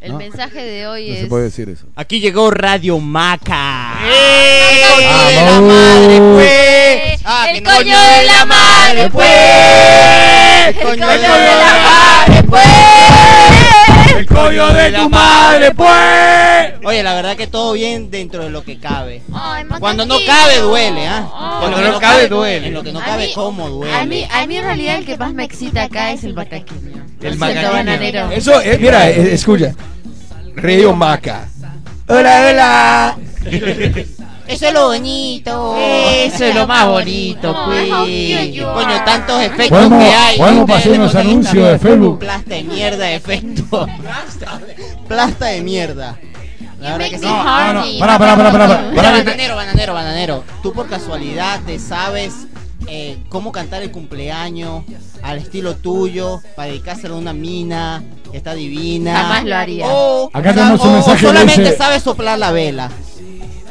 S7: El
S5: No.
S7: mensaje de hoy
S5: No
S7: es.
S5: se puede decir eso.
S14: Aquí llegó Radio Maca.
S4: ¡Eh!
S14: pues!
S7: Ah,
S14: ¡El coño de la madre, pues! ¡El coño de la madre, pues!
S5: ¡El coño de tu madre, pues!
S14: Oye, la verdad que todo bien dentro de lo que cabe.
S7: Ah,
S16: Ay,
S14: Cuando no cabe, duele, ¿ah?
S4: Cuando no cabe, duele.
S14: En lo que no
S7: A
S14: cabe,
S7: mí-
S14: ¿cómo
S7: A mí,
S14: duele?
S7: a mí en realidad el que más me excita acá es el macaqueño.
S4: El
S7: Lo siento,
S4: macaqueño.
S7: bananero.
S6: Eso, eh, mira, eh, escucha. Radio Maca. Hola, hola.
S14: Eso es lo bonito.
S7: Eso es lo más bonito, pues.
S14: Coño, tantos efectos
S5: Podemos,
S14: que hay.
S5: podemos
S14: Ustedes
S5: pasar
S14: no
S5: unos
S14: se
S5: anuncios
S14: instalan.
S5: de Facebook.
S14: Plasta de mierda de efecto. Plasta de mierda. La verdad que sí.
S7: No, no, no.
S5: Pará, pará, pará, pará, pará.
S14: Mira,
S5: Pará que te-
S14: bananero, bananero, bananero. Tú por casualidad te sabes eh, cómo cantar el cumpleaños al estilo tuyo para dedicárselo a una mina que está divina.
S7: Jamás lo haría.
S14: O,
S5: Acá tenemos un
S14: o
S5: mensaje que
S14: solamente
S5: dice-
S14: sabes soplar la vela.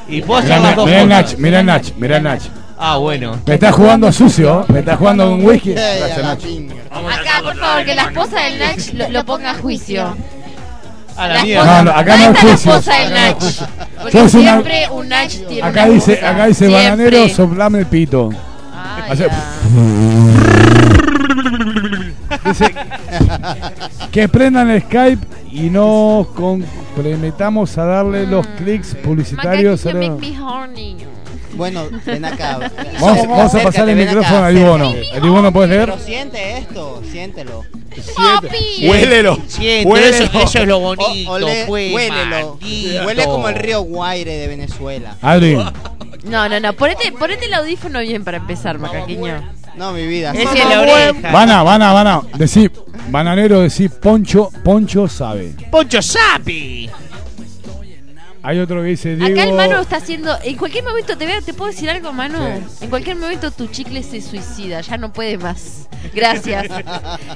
S4: Y vos
S5: Mirá,
S4: hacer las
S5: Na-
S4: dos
S5: mirá el
S4: cosas.
S5: Nach, mirá el Nach, mirá el Nach.
S4: Ah, bueno.
S5: Me está jugando sucio, ¿eh? me está jugando con whisky.
S14: Eh,
S5: Gracias,
S14: a la
S5: Nach.
S14: piña.
S7: Acá, por favor, que la esposa del Nach lo, lo ponga a juicio.
S4: A la
S7: La
S4: mierda.
S7: esposa,
S5: No, no, acá no hay
S7: ¿dónde está la
S5: juicios.
S7: esposa del
S5: Acá no hay
S7: Nach?
S5: juicios. Yo
S7: Porque
S5: soy una-
S7: siempre un Nach tiene
S5: Acá
S7: una
S5: dice,
S7: esposa.
S5: acá dice
S7: Siempre.
S5: bananero, soplame el pito.
S7: Ay,
S5: Hace-
S7: ya.
S5: Dice, que prendan el Skype y nos comprometamos a darle los
S7: Mm.
S5: clics publicitarios. a
S7: You
S5: la-
S7: make me horny.
S15: Bueno, ven acá.
S5: Vamos, vamos a
S15: Acércate,
S5: pasar el
S15: ven acá,
S5: micrófono al Ibono.
S15: acércate.
S5: ¿El Ibono puedes leer?
S15: Pero siente esto, siéntelo.
S14: Papi.
S5: Huélelo,
S15: Siente,
S5: huélelo.
S15: Eso, eso es lo
S14: O-
S15: bonito.
S14: olé,
S15: pues,
S14: huélelo.
S15: maldito.
S14: Huele como el río
S15: Guaire de Venezuela.
S5: Adri.
S7: No, no, no. Ponete, ponete el audífono bien para empezar, macaquiño.
S15: No, mi vida.
S7: Es en la oreja.
S5: Vana, vana, vana. Decí, bananero, decí, Poncho, Poncho sabe.
S15: Poncho Sapi.
S5: Hay otro que dice, Diego.
S7: Acá el Manu está haciendo. En cualquier momento te veo, te puedo decir algo, Manu. En cualquier momento tu chicle se suicida, ya no puede más. Gracias.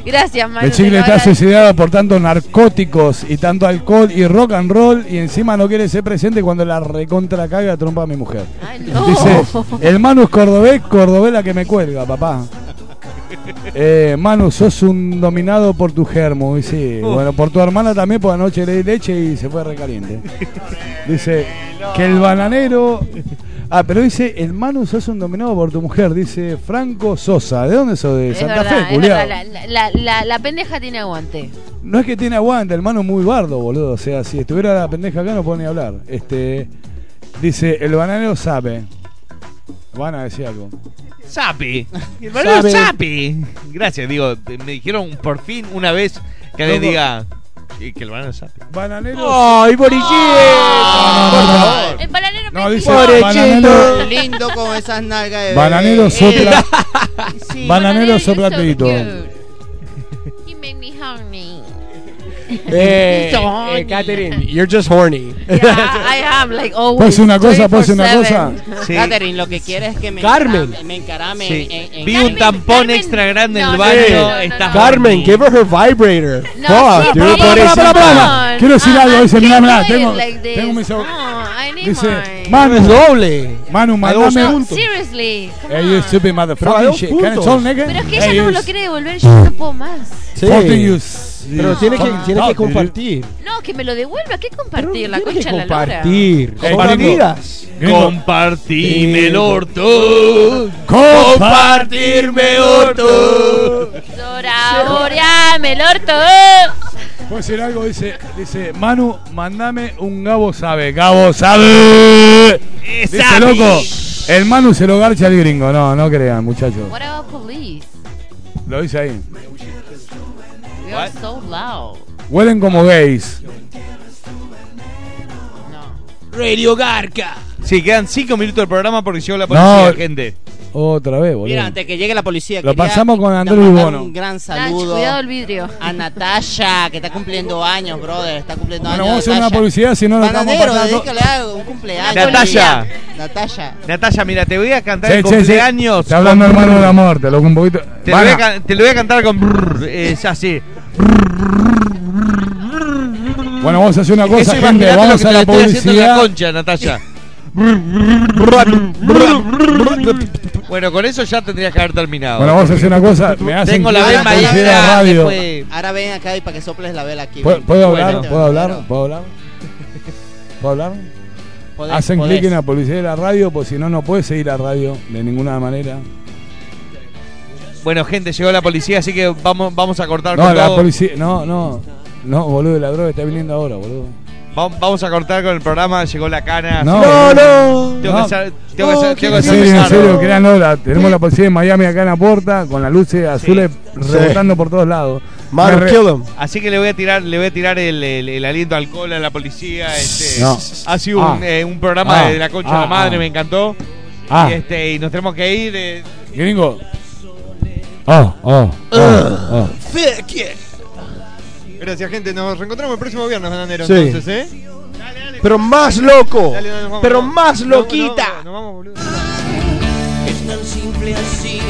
S7: Gracias, Manu.
S5: El chicle
S7: te lo
S5: está
S7: agradezco.
S5: suicidado por tantos narcóticos y tanto alcohol y rock and roll y encima no quiere ser presente cuando la recontra caga a trompa a mi mujer. Dice, el Manu es cordobés, cordobés la que me cuelga, papá. Eh, Manu, sos un dominado por tu germo, y sí.
S14: Uf.
S5: Bueno, por tu hermana también, por anoche le di leche y se fue recaliente. Dice, que el bananero... Ah, pero dice, el Manu sos un dominado por tu mujer, dice Franco Sosa. ¿De dónde sos? De
S7: Es
S5: Santa
S7: verdad,
S5: Fe,
S7: es
S5: culiao.
S7: verdad, la, la- la- la pendeja tiene aguante.
S5: No es que tiene aguante, el mano muy bardo, boludo. O sea, si estuviera la pendeja acá no puedo ni hablar. Este. Dice, el bananero sabe. Van a decir algo.
S4: Sapi. El boludo
S5: Sabe.
S4: Sapi. Gracias, digo, me dijeron por fin una vez que alguien
S5: Loco.
S4: diga que, que el banano es Sapi.
S5: Bananero.
S14: ¡Ay, Borichito!
S5: Por favor.
S7: El bananero
S5: No, dice bananero.
S15: Pobrecito. Lindo con esas nalgas de bebé.
S5: Bananero sopla.
S15: Sí.
S5: bananero sopla
S15: so
S5: tuito.
S7: You make me horny.
S6: Eh,
S7: So horny.
S6: eh, Catherine, you're just horny.
S7: Yeah, Ah, I am like always.
S6: Pues una cosa, pues una
S7: 24/7.
S6: cosa.
S4: Sí.
S15: Catherine, lo que quiere es que me
S6: Carmen.
S15: encarame, me encarame
S4: Sí.
S15: en, en-
S4: Vi un tampón extra grande en el baño. está
S6: Carmen, give her her vibrator.
S7: No,
S6: Fuck,
S5: sí,
S6: dude.
S5: pará, pará, pará, pará, pará. Quiero decir algo, dice, mirá, mirá, tengo,
S7: Ah, like this.
S5: tengo mis ojos.
S7: I need
S5: Dice,
S7: mine.
S5: Manu
S6: Es doble.
S5: Manu,
S6: A dos
S5: mandame
S7: No, seriously. come
S5: Hey, you stupid
S6: Pero a
S5: motherfucking
S6: dos
S5: shit. Can I
S6: puntos.
S5: talk, nigga?
S7: Pero es que
S5: Hey,
S7: ella no
S5: you
S7: lo quiere devolver, yo no puedo más.
S6: Sí.
S5: fucking you s-
S6: Pero
S5: you
S6: tiene que,
S5: fucking
S6: tiene que
S5: fuck, dude.
S6: compartir.
S7: No, que me lo devuelva, ¿qué compartir? La
S6: Tiene
S7: concha
S6: que
S7: de la lora.
S6: compartir.
S5: Hey,
S6: Compartidas.
S5: gringo.
S4: Compartime el
S6: orto.
S4: Compartirme orto.
S7: Saboreame el orto.
S5: Puedo decir algo, dice, dice, Manu, mandame un Gabo sabe, Gabo sabe. Dice
S7: sabe.
S5: loco, el Manu se lo garcha al gringo, no, no crean, muchachos.
S7: What about police?
S5: Lo dice ahí.
S7: We are so loud.
S5: Huelen como gays.
S4: Radio Garca. Sí, quedan 5 minutos del programa porque llegó la
S5: No.
S4: policía, gente.
S5: Otra vez, boludo.
S15: Mira, antes que llegue la policía.
S5: Lo
S15: quería
S5: pasamos con Andrés
S15: mandar
S5: Bono.
S15: Un gran saludo.
S7: cuidado el vidrio.
S15: A Natasha, que está cumpliendo años, brother. Está cumpliendo
S5: Bueno,
S15: años.
S5: vamos a hacer una
S15: Natasha.
S5: publicidad, si no nos estamos
S15: Bananero,
S5: pasando.
S15: dedícale algo, un cumpleaños.
S4: Natasha.
S15: Natasha.
S4: Natalia, mira, te voy a cantar
S5: Che,
S4: el
S5: che, che.
S4: cumpleaños.
S5: Está hablando hermano de la muerte, loco, un poquito.
S4: Te lo,
S5: Van
S4: voy a,
S5: a-
S4: can- te lo voy a cantar con brrr, es así.
S5: Bueno, vamos a hacer una cosa,
S4: Eso,
S5: gente.
S4: imaginate
S5: Vamos
S4: lo
S5: a
S4: que
S5: la
S4: te le estoy haciendo en la
S5: publicidad.
S4: concha, Natalia. bueno, con eso ya tendrías que haber terminado.
S5: Bueno, vamos a hacer una cosa. Me hacen
S4: Tengo la
S5: clic
S4: vela
S5: publicidad
S4: ahí,
S5: de
S4: ah,
S5: radio.
S4: después.
S15: Ahora ven acá y para que soples la vela aquí.
S5: ¿Puedo,
S15: ven.
S5: puedo hablar?
S15: Bueno.
S5: ¿Puedo hablar? ¿Puedo hablar? ¿Puedo hablar?
S15: Podés,
S5: Hacen
S15: podés.
S5: clic en la publicidad de la radio, pues si no, no puedes seguir la radio de ninguna manera.
S4: Bueno, gente, llegó la policía, así que vamos, vamos a cortar
S5: No,
S4: con
S5: la
S4: todo.
S5: policía. No, no. No, boludo, la droga está viniendo ahora, boludo.
S4: Va- Vamos a cortar con el programa, llegó la cana.
S5: No,
S4: Así que-
S5: no.
S4: Tengo
S5: No.
S4: que ser, tengo que ser, tengo que
S5: En
S4: ser
S5: serio, en
S4: pesado.
S5: serio, créanlo, la- tenemos la policía de Miami acá en la puerta, con las luces azules rebotando por todos lados.
S6: Manu,
S5: Me re-
S6: kill him.
S4: Así que le voy a tirar, le voy a tirar el, el- el aliento al cola a la policía. Este,
S5: No.
S4: Ha sido un,
S5: Ah.
S4: eh, un programa
S5: Ah.
S4: de la concha
S5: Ah,
S4: de la madre,
S5: ah.
S4: me encantó.
S5: Ah.
S4: Y, este, y nos tenemos que ir. eh.
S5: Gringo. Oh, oh. oh, oh.
S3: Gracias, gente. Nos reencontramos el próximo viernes, bananero.
S6: Sí.
S3: Entonces, ¿eh?
S6: Pero más loco.
S3: Dale, dale, nos vamos,
S6: Pero
S3: nos vamos.
S6: más
S3: Nos vamos,
S6: loquita.
S3: nos vamos, nos vamos, boludo.
S14: Es tan simple así.